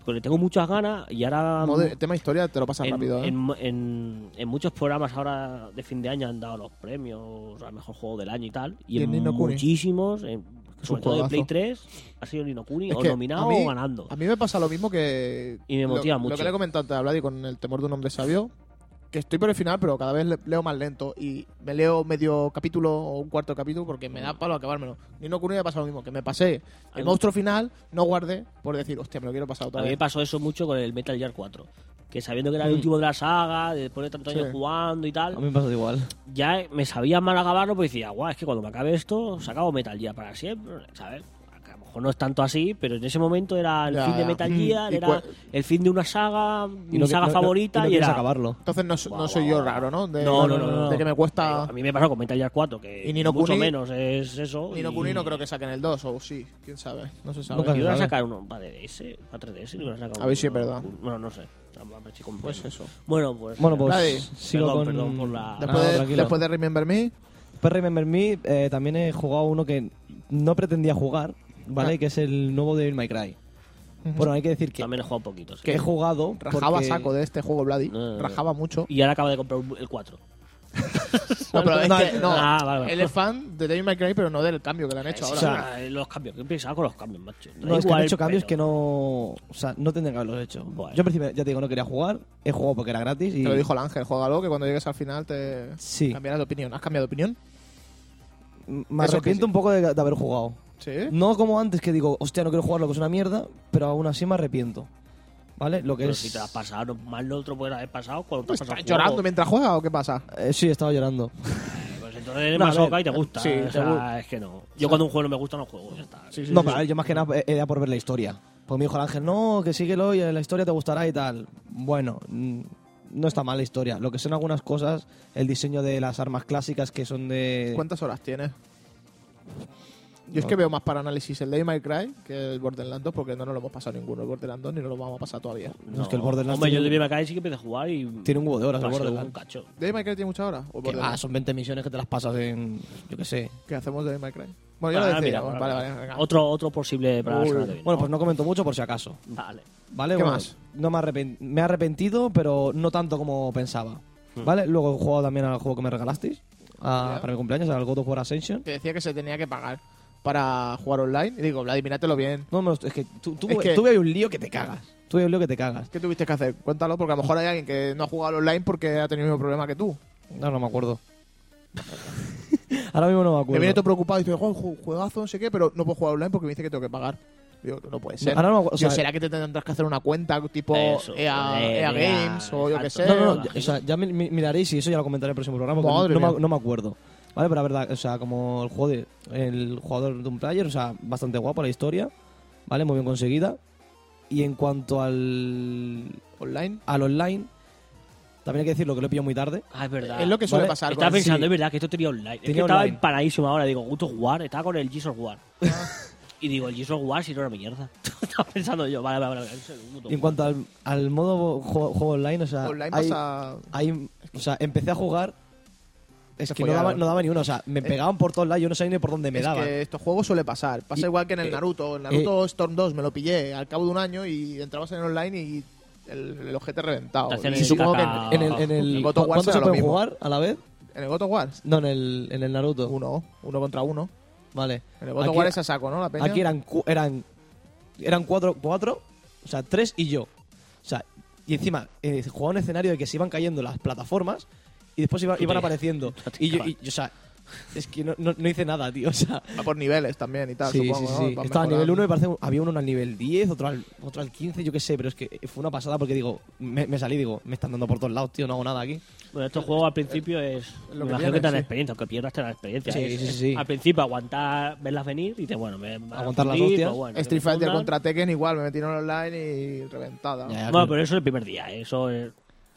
C: Porque le tengo muchas ganas y ahora...
B: Modo- el tema historia te lo pasas
C: en,
B: rápido, ¿eh?
C: en- en- en muchos programas ahora de fin de año han dado los premios al mejor juego del año y tal. Y,
B: Y
C: en
B: el Nino Kuni.
C: muchísimos, en-
B: Es un
C: sobre todo de
B: juegazo.
C: Play 3, ha sido el Nino Kuni,
B: Es
C: o
B: que
C: nominado
B: a mí-
C: o ganando.
B: A mí me pasa lo mismo que.
C: Y me motiva
B: lo,
C: mucho.
B: Lo que le he comentado antes a Vladi con el temor de un hombre sabio. Que estoy por el final, pero cada vez le- leo más lento. Y me leo medio capítulo o un cuarto de capítulo porque me da
C: Mm.
B: palo acabármelo. Ni no Kuni me pasa lo mismo. Que me pasé el
C: Algo-
B: monstruo final, no guardé por decir, hostia, me lo quiero pasar
C: A
B: otra
C: mí me
B: vez.
C: pasó eso mucho con el Metal Gear 4. Que sabiendo que era el último de la saga, después de tantos
B: Mm. Sí.
C: años jugando y
D: A
C: tal,
D: mí me pasa igual.
C: ya me sabía mal acabarlo, pues decía, guau, es que cuando me acabe esto, se acabo Metal Gear para siempre, ¿sabes? A lo mejor no es tanto así, pero en ese momento era el
B: Ya,
C: fin de
B: ya.
C: Metal
B: Mm,
C: Gear,
B: y
C: era
B: cua-
C: el fin de una saga, mi
D: no que-
C: saga
D: no- no-
C: favorita,
D: y, no
C: y,
D: quieres
C: era.
D: acabarlo.
B: Entonces no, so-
C: Guau,
B: no soy
C: guau,
B: yo
C: guau.
B: raro, ¿no? De,
C: No, no, no, no.
B: De que me
C: Digo,
B: cuesta.
C: A mí me pasó con Metal Gear 4, que
B: Y Ni no
C: mucho
B: Kuni-
C: menos es eso.
B: Ni no
C: y-
B: Kuni no creo que saquen el 2, o sí, quién sabe. No se sabe.
D: Nunca
C: Yo iba a
D: Vale.
C: sacar uno para DS, para 3DS, y lo iba a sacar
B: A ver si
C: uno.
B: es verdad.
C: Bueno, no sé. A ver si comprendo.
B: Pues eso.
C: Bueno, pues.
D: Bueno, pues
B: Nadie.
D: sigo
C: Perdón,
D: con...
C: perdón por la-
D: Ah,
B: Después, de,
D: tranquilo.
B: después de Remember Me,
D: Per Remember Me eh, también he jugado uno que no pretendía jugar, ¿vale?
B: Ah.
D: Que es el nuevo de May Cry. Bueno, hay que decir que,
C: También he jugado poquito. sí.
D: que he jugado.
B: rajaba
D: porque-
B: saco de este juego, Vladi.
C: No, no, no.
B: Rajaba mucho.
C: Y ahora acaba de comprar un- el 4.
B: No, pero es
D: No,
B: que, no,
C: ah, vale, vale.
B: él es fan de David McRae, pero no del cambio que le han hecho
C: Eh,
B: ahora.
C: sí, eh, los cambios. ¿Qué pensaba con los cambios, macho? Da
D: No, es que
C: igual,
D: han hecho cambios
C: pero-
D: que no. O sea, no tendrían que haberlos hecho.
C: Bueno.
D: Yo en principio, ya te digo, no quería jugar. He jugado porque era gratis y.
B: Te lo dijo el ángel, juégalo, que cuando llegues al final te
D: Sí.
B: cambiarás de opinión. ¿Has cambiado de opinión?
D: Me
B: Eso que
D: arrepiento
B: sí.
D: un poco de, de haber jugado.
B: Sí.
D: No como antes que digo, hostia, no quiero jugarlo, que es una mierda, pero aún así me arrepiento. ¿Vale? Lo que
C: Pero
D: es.
C: si te has pasado, no- más lo otro puede haber pasado cuando te has pasado
B: Pues ¿Estás
C: el
B: llorando
C: juego.
B: mientras juega o qué pasa?
D: Eh, sí, estaba llorando.
C: Pues entonces eres
D: No, a
C: masoca
D: ver,
C: y te gusta.
B: sí,
C: o sea,
B: seguro.
C: es que no. Yo cuando un juego no me gusta, no juego. Ya está.
D: no, pero a ver, yo más que nada eh, era por ver la historia. Pues me dijo el ángel, no, que síguelo y eh, la historia te gustará y tal. Bueno, mm, no está mal la historia. Lo que son algunas cosas, el diseño de las armas clásicas que son de.
B: ¿Cuántas horas tienes? Yo es que veo más para análisis el David McRae que el Borderlands 2, porque no nos lo hemos pasado ninguno, el Borderlands 2, ni nos lo vamos a pasar todavía.
D: No, es que el Borderlands
C: Hombre, yo
D: tiene-
C: de acá y sí que empecé a jugar y.
D: Tiene un huevo de horas el
C: ha sido
D: Borderlands.
C: un cacho.
B: ¿David McRae tiene muchas horas? ¿O
D: Que va,
B: Borderlands?
D: son 20 misiones que te las pasas en. Yo qué sé.
B: ¿Qué hacemos de David McRae? Bueno, ya
C: Ahora
B: lo decía.
C: miramos,
B: Ah, Vale,
C: ahora
B: vale,
C: miramos.
B: venga.
C: Otro, otro posible para la
B: Uy.
C: semana que viene.
D: Bueno, pues no comento mucho por si acaso.
C: Vale.
D: ¿Vale?
B: ¿Qué
D: Bueno,
B: más?
D: No me, arrepen- me he arrepentido, pero no tanto como pensaba. ¿Vale? Luego he jugado también al juego que me regalasteis a-
B: Ya.
D: para mi cumpleaños, al God of War Ascension.
B: Te decía que se tenía que pagar para jugar online. Y digo, Vladi, míratelo bien.
D: No, me lo- es que tú, tú-
B: Es que-
D: tuve ahí un lío que te cagas. Tuve un lío que te cagas.
B: ¿Qué tuviste que hacer? Cuéntalo, porque a lo mejor hay alguien que no ha jugado al online porque ha tenido el mismo problema que tú.
D: No, no me acuerdo. Ahora mismo no me
B: Me viene
D: acuerdo.
B: todo preocupado y dice, "Jo, ju- juegazo, no sé qué, pero no puedo jugar online porque me dice que tengo que pagar. Digo, no puede ser.
D: Ahora no me acuerdo. o
B: Digo,
D: sea,
B: ¿Será que te tendrás que hacer una cuenta tipo E
C: Eso,
B: EA,
C: eh,
B: EA
C: EA,
B: Games o yo qué sé?
C: exacto.
D: No, no,
C: Pero-
D: ya, o sea, ya mi- mi- miraréis y eso ya lo comentaré en el próximo programa porque
B: Madre
D: no, me-
B: mía.
D: no me acuerdo. Vale, pero la verdad, o sea, como el juego de- el jugador de un player, o sea, bastante guapo la historia, ¿vale? Muy bien conseguida. Y en cuanto al
B: ¿Online?
D: al online, también hay que decirlo que lo he pillado muy tarde.
C: Ah, es verdad.
B: Es lo que suele
D: Vale,
B: pasar.
C: Estaba
B: con-
C: pensando,
B: sí.
C: es verdad, que esto tenía online. es que
D: Tenía
C: estaba
D: online.
C: empanadísimo ahora. Digo, Gusto War, estaba con el Jesus War. y digo, el Jesus War si no era mierda. estaba pensando yo, vale, vale, vale. es el God of
D: Y en cuanto al, al modo juego, juego online, o sea,
B: Online
D: hay-
B: pasa...
D: hay- o sea, empecé a jugar, es
B: Se
D: que no daba,
B: follaron.
D: no daba ni uno, o sea, me pegaban por todos lados, yo no sabía ni por dónde me
B: Eh, es
D: daban.
B: que estos juegos suele pasar. Pasa
D: Y-
B: igual que en el
D: eh,
B: Naruto. El Naruto Storm 2 me lo pillé al cabo de un año y entrabas en el online y el, el ojete reventado.
C: Te hacían
B: Y
C: el
B: supongo que
C: caca.
D: En el, en el,
B: El God of War
D: ¿Cuántos
B: será
D: se
B: lo
D: pueden
B: mismo.
D: jugar a la vez?
B: en el God of War,
D: No, en el, en el Naruto.
B: uno, uno contra uno.
D: Vale.
B: En el God of
D: Aquí-
B: War es a saco, ¿no? La peña.
D: Aquí eran, cu- eran eran cuatro, cuatro, o sea, tres y yo. O sea, y encima eh, jugaba un escenario de que se iban cayendo las plataformas y después iba-
C: Tú
D: iban
C: te-
D: apareciendo.
C: tú te
D: Y yo, y- o sea, es que no, no- no hice nada, tío. O sea,
B: Va por niveles también y tal,
D: sí,
B: supongo,
D: sí,
B: ¿no?
D: sí.
B: Van
D: Estaba a nivel
B: mejorando.
D: 1 y parece había uno al nivel 10, otro al, otro al 15, yo qué sé, pero es que fue una pasada porque digo, me, me salí, digo, me están dando por todos lados, tío, no hago nada aquí.
C: Bueno, estos juegos al principio es.
B: lo
C: me
B: que
C: imagino
B: tiene,
C: que te dan
B: sí.
C: experiencia, aunque pierdas te dan experiencia.
D: Sí,
C: Es-
D: sí, sí.
C: Al principio aguantar, verlas venir y dices, bueno, me van a
D: Aguantar las
C: fundir,
D: hostias.
C: pues bueno, que
B: Street
C: me
B: Fighter
C: fundan.
B: contra Tekken igual, me metieron online y reventada.
D: Ya, ya,
C: Bueno,
D: pero-
C: pero eso es el primer día, ¿eh? eso es.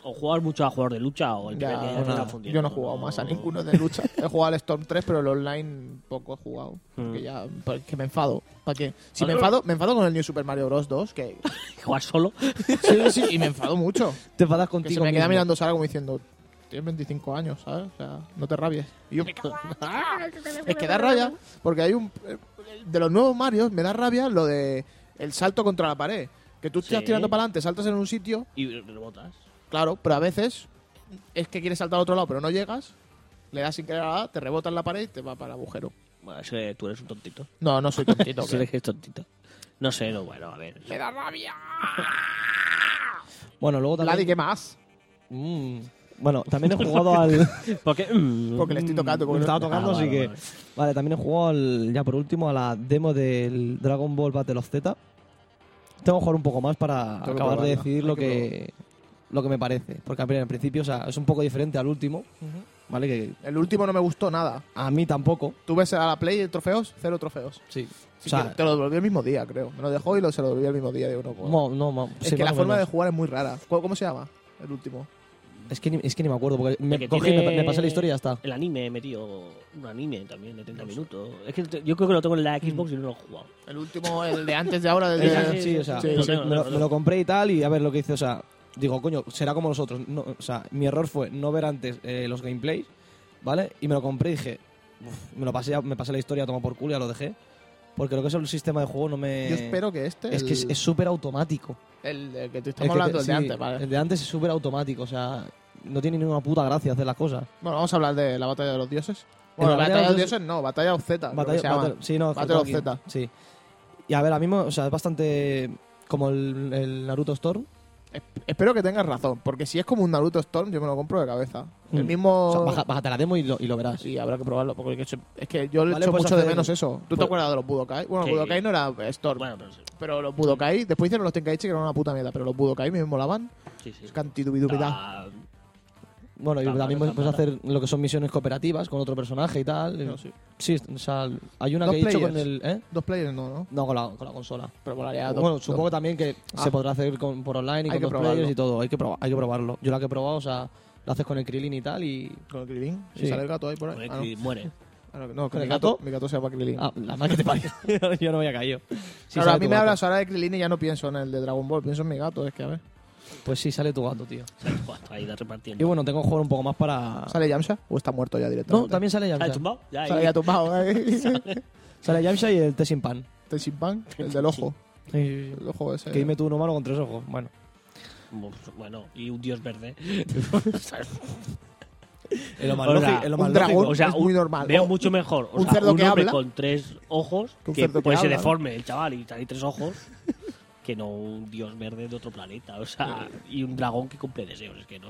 C: o jugar mucho a juegos de lucha o el
B: Ya,
C: PvP
B: bueno,
C: está
D: nada.
C: fundiendo,
B: yo no he jugado más a ninguno de lucha. he jugado al Storm 3, pero el online poco he jugado. Porque
C: Mm.
B: ya porque me enfado. ¿Para qué? Si me enfado, me enfado con el New Super Mario Bros. 2, que
C: Jugar solo.
B: sí, sí, y me enfado mucho.
D: Te enfadas
B: Que
D: contigo
B: se me queda
D: mismo.
B: mirando Sara como diciendo, tienes 25 años, ¿sabes? O sea, no te rabies. Y yo, pues, ¡Ah! es que da rabia, porque hay un... eh, De los nuevos Marios me da rabia lo de el salto contra la pared. Que tú estás
C: Sí.
B: tirando para adelante, saltas en un sitio,
C: Y rebotas.
B: claro, pero a veces es que quieres saltar a otro lado, pero no llegas, le das sin querer a la A, te rebotas en la pared y te va para el agujero.
C: Bueno, es que tú eres un tontito.
B: No, no soy tontito.
C: Sí,
B: que-
C: eres que es tontito. No sé, no, bueno, a ver.
F: Me da rabia.
D: Bueno, luego
B: Ladi,
D: también...
B: ¿qué más?
D: Mm. bueno, también he jugado al...
C: Porque, mm,
B: Porque le estoy tocando. Porque
D: Me estaba tocando,
C: Ah,
D: así
C: vale,
D: que...
C: vale.
D: Vale, también he jugado al- ya por último a la demo del Dragon Ball Battle of Z. Tengo que jugar un poco más para
B: Tengo que
D: acabar de
B: probarla.
D: decidir
B: Hay
D: lo
B: que
D: que, lo que me parece. Porque al principio o sea, es un poco diferente al último, ¿vale? Que
B: El último no me gustó nada.
D: a mí tampoco,
B: Tú ves a la Play de trofeos, cero trofeos.
D: sí.
B: Sí,
D: o sea,
B: que te lo devolvió el mismo día, creo. Me lo dejó y lo, se lo devolvió el mismo día. Digo, no, pues.
D: mo- no, mo-
B: es
D: sí,
B: que
D: más
B: la
D: o
B: forma de
D: menos.
B: jugar es muy rara. ¿Cómo, cómo se llama el último?
D: Es que, ni, es que ni me acuerdo, porque me,
C: que
D: cogí,
C: tiene-
D: me, me pasé la historia y ya está.
C: El anime, he metido un anime también de 30 minutos. Es que te- yo creo que lo tengo en la Xbox y no lo he jugado.
B: El último, el de antes de ahora. del
C: Ese
B: de-
D: Eh,
C: sí,
D: sí,
C: sí,
D: o sea,
B: sí,
D: lo-
C: sí.
D: me, lo, me lo compré y tal, y a ver lo que hice, o sea, digo, coño, será como los otros. No, o sea, mi error fue no ver antes eh, los gameplays, ¿vale? Y me lo compré y dije, "Uf, me lo pasé, ya- me pasé la historia, toma por culo, ya lo dejé. Porque lo que es el sistema de juego no me...
B: Yo espero que este.
D: Eh, Es que es
B: el-
D: es súper automático.
B: El, el que te
D: Es
B: estamos
D: que-
B: hablando, el
D: sí,
B: de antes, vale.
D: El de antes es súper automático, o sea, no tiene ninguna puta gracia hacer las cosas.
B: Bueno, vamos a hablar de la batalla de los dioses. Bueno,
D: la
B: batalla, de los dioses no, batalla of Z. creo que se llama.
D: sí, no,
B: Battle of
D: Kotoki,
B: Zeta.
D: Sí. Y a ver, a mí, me- o sea, es bastante como el, el Naruto Storm.
B: Es- Espero que tengas razón, porque si es como un Naruto Storm, yo me lo compro de cabeza. El
D: Mm.
B: mismo.
D: O sea, baja- bájate la demo y lo, y lo verás.
B: Sí, habrá que probarlo, porque es que- es que yo le
D: Vale,
B: echo
D: pues
B: mucho de
D: hacer-
B: menos eso. ¿Tú te
D: pues-
B: acuerdas de los Budokai? Bueno,
C: Sí.
B: Budokai no era Storm.
C: Bueno, pero sí.
B: Pero los Budokai, después hicieron los Tenkaichi que eran una puta mierda, pero los Budokai me molaban.
C: sí, sí.
B: Cantidubidubidad.
C: Ah,
D: Bueno, y
C: Está
D: también
C: mal,
D: puedes
C: está
D: hacer lo que son misiones cooperativas con otro personaje y tal.
B: No, sí.
D: Sí, o sea, hay una
B: Dos
D: que he hecho
B: players.
D: con el. ¿eh?
B: Dos players no, ¿no?
D: No, con la, con la consola.
B: Pero molaría dos.
D: bueno,
B: dos-
D: supongo también que
B: Ah.
D: se podrá hacer con- por online y
B: Hay que
D: con dos
B: probarlo.
D: players y todo. Hay que, proba- hay que probarlo. Yo la que he probado, o sea, la haces con el Krillin y tal. y
B: Con el Krilin.
D: Sí.
B: ¿Y sale el gato ahí por ahí? Ah,
C: pues, y muere.
B: no. Ah, no, no, que
D: ¿Con
B: mi
D: el
B: gato,
D: gato?
B: mi gato se llama Krilin.
D: Ah, la más que te parió. Yo no me había caído. Sí,
B: claro,
D: sale
B: a mí
D: tu
B: me
D: gato.
B: hablas ahora de Krilin y ya no pienso en el de Dragon Ball, pienso en mi gato, es que a ver.
D: Pues sí, sale tu gato, tío.
C: Se ha puesto ahí de
D: Y
C: repartiendo.
D: bueno, tengo que jugar un poco más para.
B: ¿Sale Yamcha? ¿O está muerto ya directamente?
D: Ah. No, también sale
C: ¿Está
D: Yamcha.
C: tumbado? Ya,
B: Sale
C: ahí.
B: ya tumbado, ¿eh?
D: Sale Yamcha y el té sin pan.
B: Tenshinhan, el del ojo.
D: Sí, sí, sí.
B: El ojo ese.
D: Que dime tú un humano con tres ojos. Bueno.
C: Bueno, y un dios verde.
D: El
C: homológico- O sea, el
B: un dragón
C: O sea,
B: es
C: un-
B: muy normal.
C: Veo
B: Oh,
C: mucho mejor. O
B: un
C: sea,
B: cerdo que
C: hombre
B: habla.
C: con tres ojos,
B: Que un
C: que
B: cerdo que
C: puede ser
B: habla, ¿no?
C: deforme el chaval y trae tres ojos, que no un dios verde de otro planeta. O sea, y un dragón que cumple deseos. Es que no.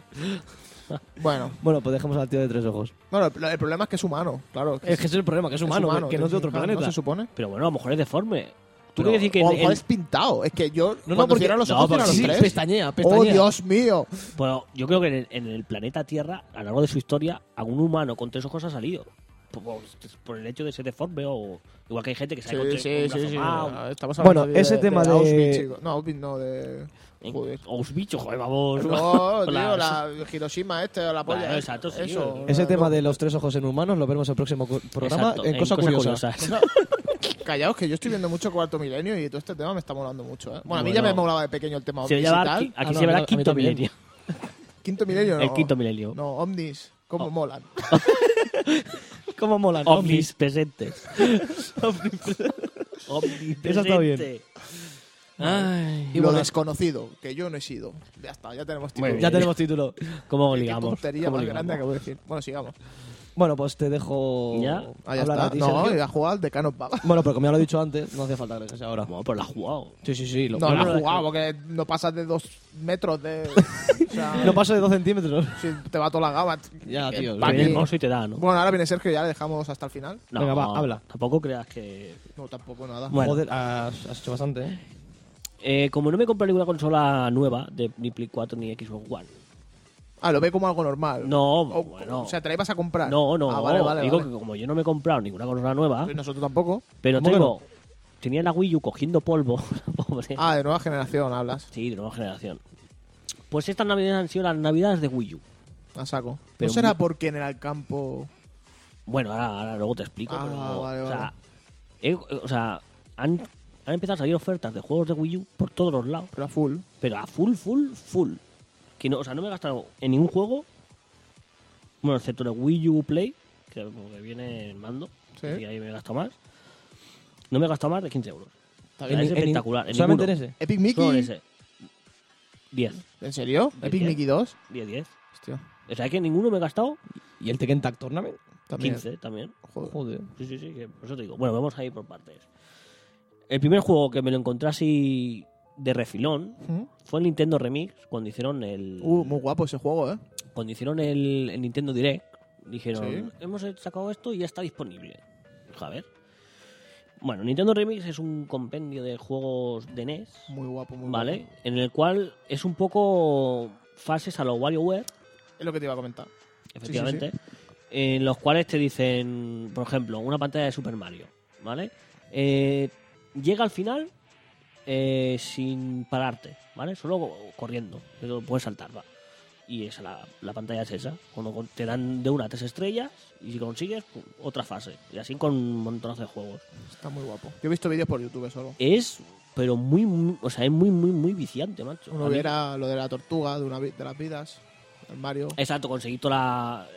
B: Bueno,
D: Bueno, pues dejemos al tío de tres ojos.
B: bueno, el, el problema es que es humano, claro.
D: Es que ese es el problema, que es humano, que no es de otro
B: Tenshinhan,
D: planeta.
B: ¿No se supone?
C: Pero bueno, a lo mejor es deforme. ¿Tú
D: Pero-
C: quieres decir que
B: o
C: en-
B: a lo mejor
C: en-
B: es pintado. Es que yo.
D: No,
B: cuando
D: no, porque-
B: cierran los
C: no,
B: ojos,
C: porque
B: cierran los
D: sí,
B: tres.
D: pestañea,
B: ¡Oh,
D: pestañea.
B: Dios mío!
C: Bueno, yo creo que en el, en el planeta Tierra, a lo largo de su historia, algún humano con tres ojos ha salido. Por, por- por el hecho de ser deforme o... Igual que hay gente que sale con tres con un brazo más,
B: Ah, Estamos
D: Bueno,
B: hablando de-
D: ese tema de-
B: Auschwitz, chico. No, Auschwitz no, de...
C: en-
B: Joder.
C: O un bicho, joder, vamos.
B: No, tío,
C: Las-
B: la Hiroshima este, o la polla.
C: Claro,
B: esta,
C: exacto, sí,
B: Eso.
D: Ese
B: no.
D: tema de los tres ojos en humanos lo veremos el próximo cu- programa
C: Exacto,
D: en Cosa
C: cosas
D: Curiosa.
C: curiosas.
B: Callaos, que yo estoy viendo mucho Cuarto Milenio y todo este tema me está molando mucho, ¿eh? Bueno, a mí ya
C: Bueno.
B: me molaba de pequeño el tema
C: Se
B: ovnis y
C: llama, aquí
B: tal.
C: aquí
D: Ah, no,
C: se
D: a mí- a
C: llama
D: mí
C: quinto
D: también.
C: milenio.
B: ¿Quinto milenio no?
C: El quinto milenio. Oh.
B: No, ovnis. ¿Cómo molan?
D: ¿Cómo molan?
C: Ovnis presentes. Ovnis
D: Eso está bien.
C: presente. Ay,
B: Y lo desconocido, que yo no he sido. Ya está, ya tenemos
C: Muy
B: título.
D: Ya tenemos título.
C: ¿Cómo
B: Qué
C: ligamos?
B: tontería
C: ¿Cómo
B: más
C: ligamos?
B: grande acabo de decir. Bueno, sigamos.
D: Bueno, pues te dejo
C: Ya.
B: Ah, ya
D: hablar
B: está.
D: a ti,
B: no,
D: Sergio.
B: iba a jugar al Decano Baba.
D: Bueno, pero como ya lo he dicho antes, no hace falta que lo sea ahora.
C: Bueno, pues la has jugado.
D: Sí, sí, sí. Lo...
B: No, no
C: lo
B: he
C: he
B: jugado porque no pasas de dos metros de. o sea,
D: No paso de dos centímetros.
B: si te va toda la gama.
D: ya, tío.
B: Pa'
C: Viene
B: mí.
C: hermoso y te da, ¿no?
B: Bueno, ahora viene Sergio y ya le dejamos hasta el final.
C: No,
D: Venga, va, habla.
C: Tampoco creas que
B: No, tampoco nada.
C: Bueno.
D: Joder, has, has hecho bastante, ¿eh?
C: Eh, como no me compré ninguna consola nueva de ni Play 4 ni Xbox One.
B: Ah, lo ve como algo normal.
C: No,
B: O,
C: bueno.
B: Oh, o sea, te la ibas a comprar.
C: no, no,
B: Ah, vale, vale.
C: digo
B: vale.
C: que como yo no me he comprado ninguna consola nueva,
B: Pues Nosotros tampoco.
C: pero
D: ¿Cómo que
C: tengo tenía la Wii U cogiendo polvo, la pobre.
B: Ah, de nueva generación hablas.
C: Sí, de nueva generación. Pues estas navidades han sido las navidades de Wii U.
B: A saco.
C: Pero
B: ¿No será
C: muy-
B: porque en el campo
C: Bueno, ahora, ahora luego te explico.
B: Ah,
C: pero,
B: vale,
C: o
B: vale.
C: sea, he- o sea, han, han empezado a salir ofertas de juegos de Wii U por todos los lados.
B: pero a full?
C: Pero a full, full, full. Que no, o sea, no me he gastado en ningún juego. Bueno, excepto en el Wii U Play, que como que viene el mando.
B: Sí.
C: Y ahí me he gastado más. No me he gastado más de 15 euros.
B: Está
C: bien. Es espectacular, en
D: solamente en
C: ninguno.
D: ese.
B: Epic
C: Solo en
B: Mickey.
C: ese. 10,
B: ¿En serio?
C: Bien,
B: Epic
C: bien.
B: Mickey 2.
C: 10, 10.
B: Hostia.
C: O sea, que ninguno me he gastado.
D: ¿Y el Tekken Tag Tournament?
B: También.
C: 15 también.
B: Joder.
D: Joder.
C: Sí, sí, sí, que por eso te digo. Bueno, vamos a ir por partes. El primer juego que me lo encontré así de refilón
B: Ujú.
C: fue el Nintendo Remix cuando hicieron el
B: Uh, muy guapo ese juego, ¿eh?
C: cuando hicieron el, el Nintendo Direct. Dijeron,
B: Sí.
C: hemos sacado esto y ya está disponible. Dije, a ver. Bueno, Nintendo Remix es un compendio de juegos de NES,
B: Muy guapo, muy
C: ¿vale?
B: guapo.
C: En el cual es un poco fases a los WarioWare,
B: Es lo que te iba a comentar.
C: efectivamente, en los cuales te dicen, por ejemplo, una pantalla de Super Mario, ¿vale? Eh, llega al final eh, sin pararte, ¿vale? Solo corriendo, pero puedes saltar, va. Y esa, la, la pantalla es esa. Cuando con- te dan de una a tres estrellas y si consigues, pum, otra fase. Y así con un montonazo de juegos.
B: Está muy guapo. Yo he visto vídeos por YouTube solo.
C: Es, pero muy, muy- o sea, es muy, muy, muy viciante, macho. A
B: Uno
C: mí-
B: viera lo de la tortuga, de, una vi- de las vidas, el Mario.
C: Exacto, conseguí toda la-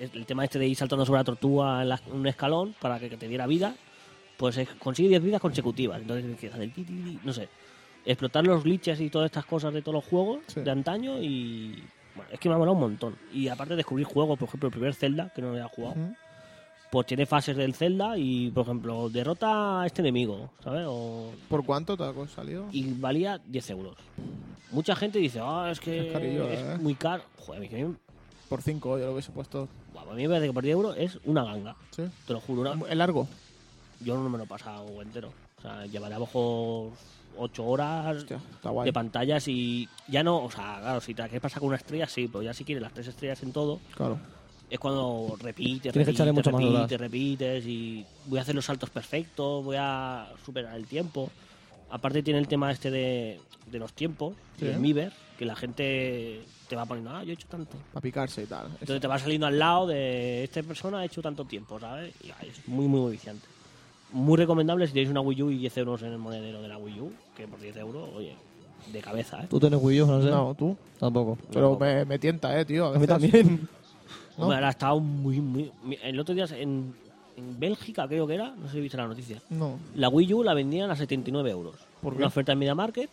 C: el tema este de ir saltando sobre la tortuga en la- un escalón para que, que te diera vida. Pues es- consigue 10 vidas consecutivas. Entonces empiezas del ti, ti, ti, no sé. Explotar los glitches y todas estas cosas de todos los juegos
B: Sí.
C: de antaño y. Bueno, es que me ha molado un montón. Y aparte descubrir juegos, por ejemplo, el primer Zelda, que no lo había jugado,
B: Ujú.
C: pues tiene fases del Zelda y, por ejemplo, derrota a este enemigo, ¿sabes? O-
B: ¿Por cuánto te ha salido?
C: y valía 10 euros. Mucha gente dice, ah, es que
B: Es carillo,
C: es
B: ¿eh?
C: muy caro. Joder, a mí que me-
B: Por 5, yo lo hubiese puesto.
C: Guau, pues a mí me parece que por 10 euros es una ganga.
B: Sí.
C: Te lo juro, una-
B: Es largo.
C: yo no me lo he pasado entero. O sea, llevaré a lo mejor 8 horas
B: Hostia, está guay.
C: de pantallas y ya no, o sea, claro, si te la quieres pasar con una estrella, sí, pero ya si quieres las tres estrellas en todo,
B: Claro.
C: es cuando repites,
D: Tienes que
C: repites,
D: echarle mucho más
C: repites,
D: horas.
C: repites y voy a hacer los saltos perfectos, voy a superar el tiempo. Aparte tiene el tema este de, de los tiempos,
B: Sí.
C: el Miiverse, que la gente te va poniendo, ah, yo he hecho tanto.
B: Para picarse y tal.
C: Entonces te va saliendo al lado de esta persona ha hecho tanto tiempo, ¿sabes? Y ay, es muy, muy, muy viciante. Muy recomendable si tenéis una Wii U y 10 euros en el monedero de la Wii U, que por 10 euros, oye, de cabeza, ¿eh?
D: ¿Tú tienes Wii U? No sé.
B: No, tú.
D: Tampoco.
B: Pero me, me tienta, eh, tío. A,
D: A mí
B: veces.
D: también.
B: ¿no?
C: Hombre, ahora ha estado muy, muy... mi- El otro día en, en Bélgica, creo que era, no sé si viste la noticia,
B: No.
C: la Wii U la vendían a 79 euros.
B: ¿Por qué?
C: Una oferta en Media Market,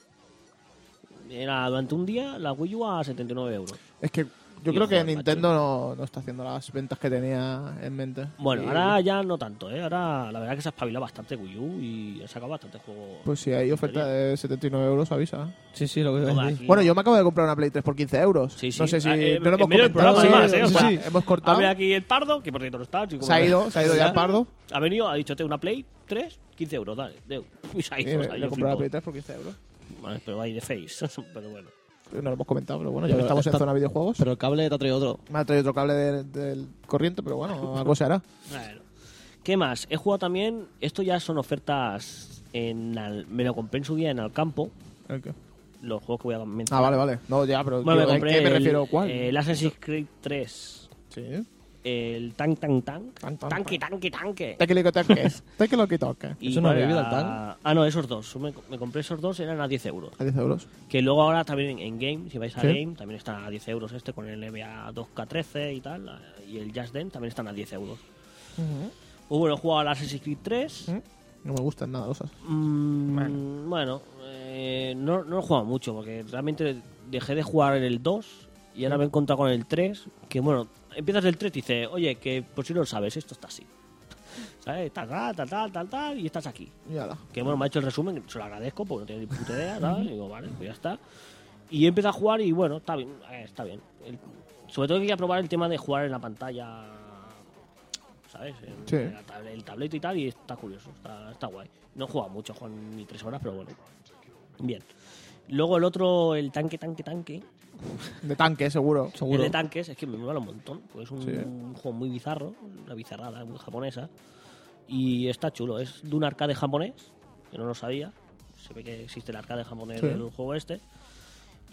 C: era durante un día la Wii U a 79 euros.
B: Es que yo
C: Tío,
B: creo que
C: joder,
B: Nintendo no, no está haciendo las ventas que tenía en mente.
C: Bueno,
B: Y,
C: ahora ya no tanto, ¿eh? Ahora la verdad es que se ha espabilado bastante Wii U y ha sacado bastante juegos.
B: Pues si hay oferta de 79 euros, avisa.
D: Sí, sí, lo que iba a
C: Toma,
D: decir.
C: aquí.
B: eh, Bueno, yo me acabo de comprar una Play 3 por 15 euros.
C: Sí, sí.
B: No sé si.
C: Ah, eh,
B: no lo hemos
C: en medio del
B: comentado.
C: programa,
B: Sí,
C: ¿eh? O
B: sí,
C: sea,
B: sí. Hemos cortado.
C: Abre aquí el pardo, que por cierto no está. chico,
B: Ah. Se ha
C: bueno.
B: ido, se ha ido ya el pardo.
C: Ha venido, ha dicho, tengo una Play 3, 15 euros, dale. deu. Y se ha
B: Sí,
C: ido,
B: le
C: o sea,
B: le
C: yo
B: he comprado la
C: flipado.
B: Play 3 por 15 euros.
C: Vale, pero ahí de face, pero bueno.
B: No lo hemos comentado, pero bueno, ya que
D: Pero
B: estamos en
D: está-
B: zona videojuegos.
D: Pero el cable te ha traído otro.
B: Me ha traído otro cable de- del corriente, pero bueno, algo se hará.
C: Bueno. ¿Qué más? He jugado también, esto ya son ofertas en al- me lo compré en su día en Alcampo,
B: ¿El qué?
C: los juegos que voy a mencionar.
B: Ah, vale, vale. No, ya, pero.
C: Bueno,
B: tío,
C: me
B: ¿a
C: compré
B: ¿Qué me
C: el- eh,
B: refiero? ¿Cuál?
C: El Assassin's Creed 3,
B: Sí.
C: el Tank Tank Tank,
B: Tank, Tank,
C: Tanque Tanque Tanque.
B: Te que lo que toques. Te que lo que toques.
C: Y
D: ¿Es una
C: para-
D: bebida, el Tank?
C: Ah, no, esos dos. Me, me compré esos dos, eran a 10 euros.
B: A 10 euros.
C: Que luego ahora también en Game, si vais a
B: Sí.
C: Game, también está a 10 euros este con el NBA 2K13 y tal. eh, Y el Just Dance también están a 10 euros. Muy bueno, he jugado al Assassin's Creed 3.
B: ¿Mm? No me gustan nada los as-
C: Mm, bueno, eh, no, no he jugado mucho porque realmente dejé de jugar en el 2 y ahora me he encontrado con el 3. Que bueno, empiezas el 3 y dices, oye, que por si no lo sabes, esto está así. ¿Sabes? Tal, tal, tal, tal, tal, tal, y estás aquí.
B: Y ala.
C: Que bueno, me ha hecho el resumen, se lo agradezco porque no tiene ni puta idea, ¿sabes? Y digo, vale, pues ya está. Y he empezado a jugar y bueno, está bien, eh, está bien. El- sobre todo que quería probar el tema de jugar en la pantalla, ¿sabes? En-
B: Sí.
C: en la tab- el tableto y tal, y está curioso, está, está guay. No he jugado mucho, he jugado ni tres horas, pero bueno. Bien. Luego el otro, el tanque, tanque, tanque.
B: De tanque, seguro.
C: El
D: Seguro.
C: de tanques, es que me mola un montón, porque es un,
B: Sí.
C: un juego muy bizarro, una bizarrada, muy japonesa. Y está chulo, es de un arcade japonés, que no lo sabía. Se ve que existe el arcade japonés
B: Sí.
C: del juego este.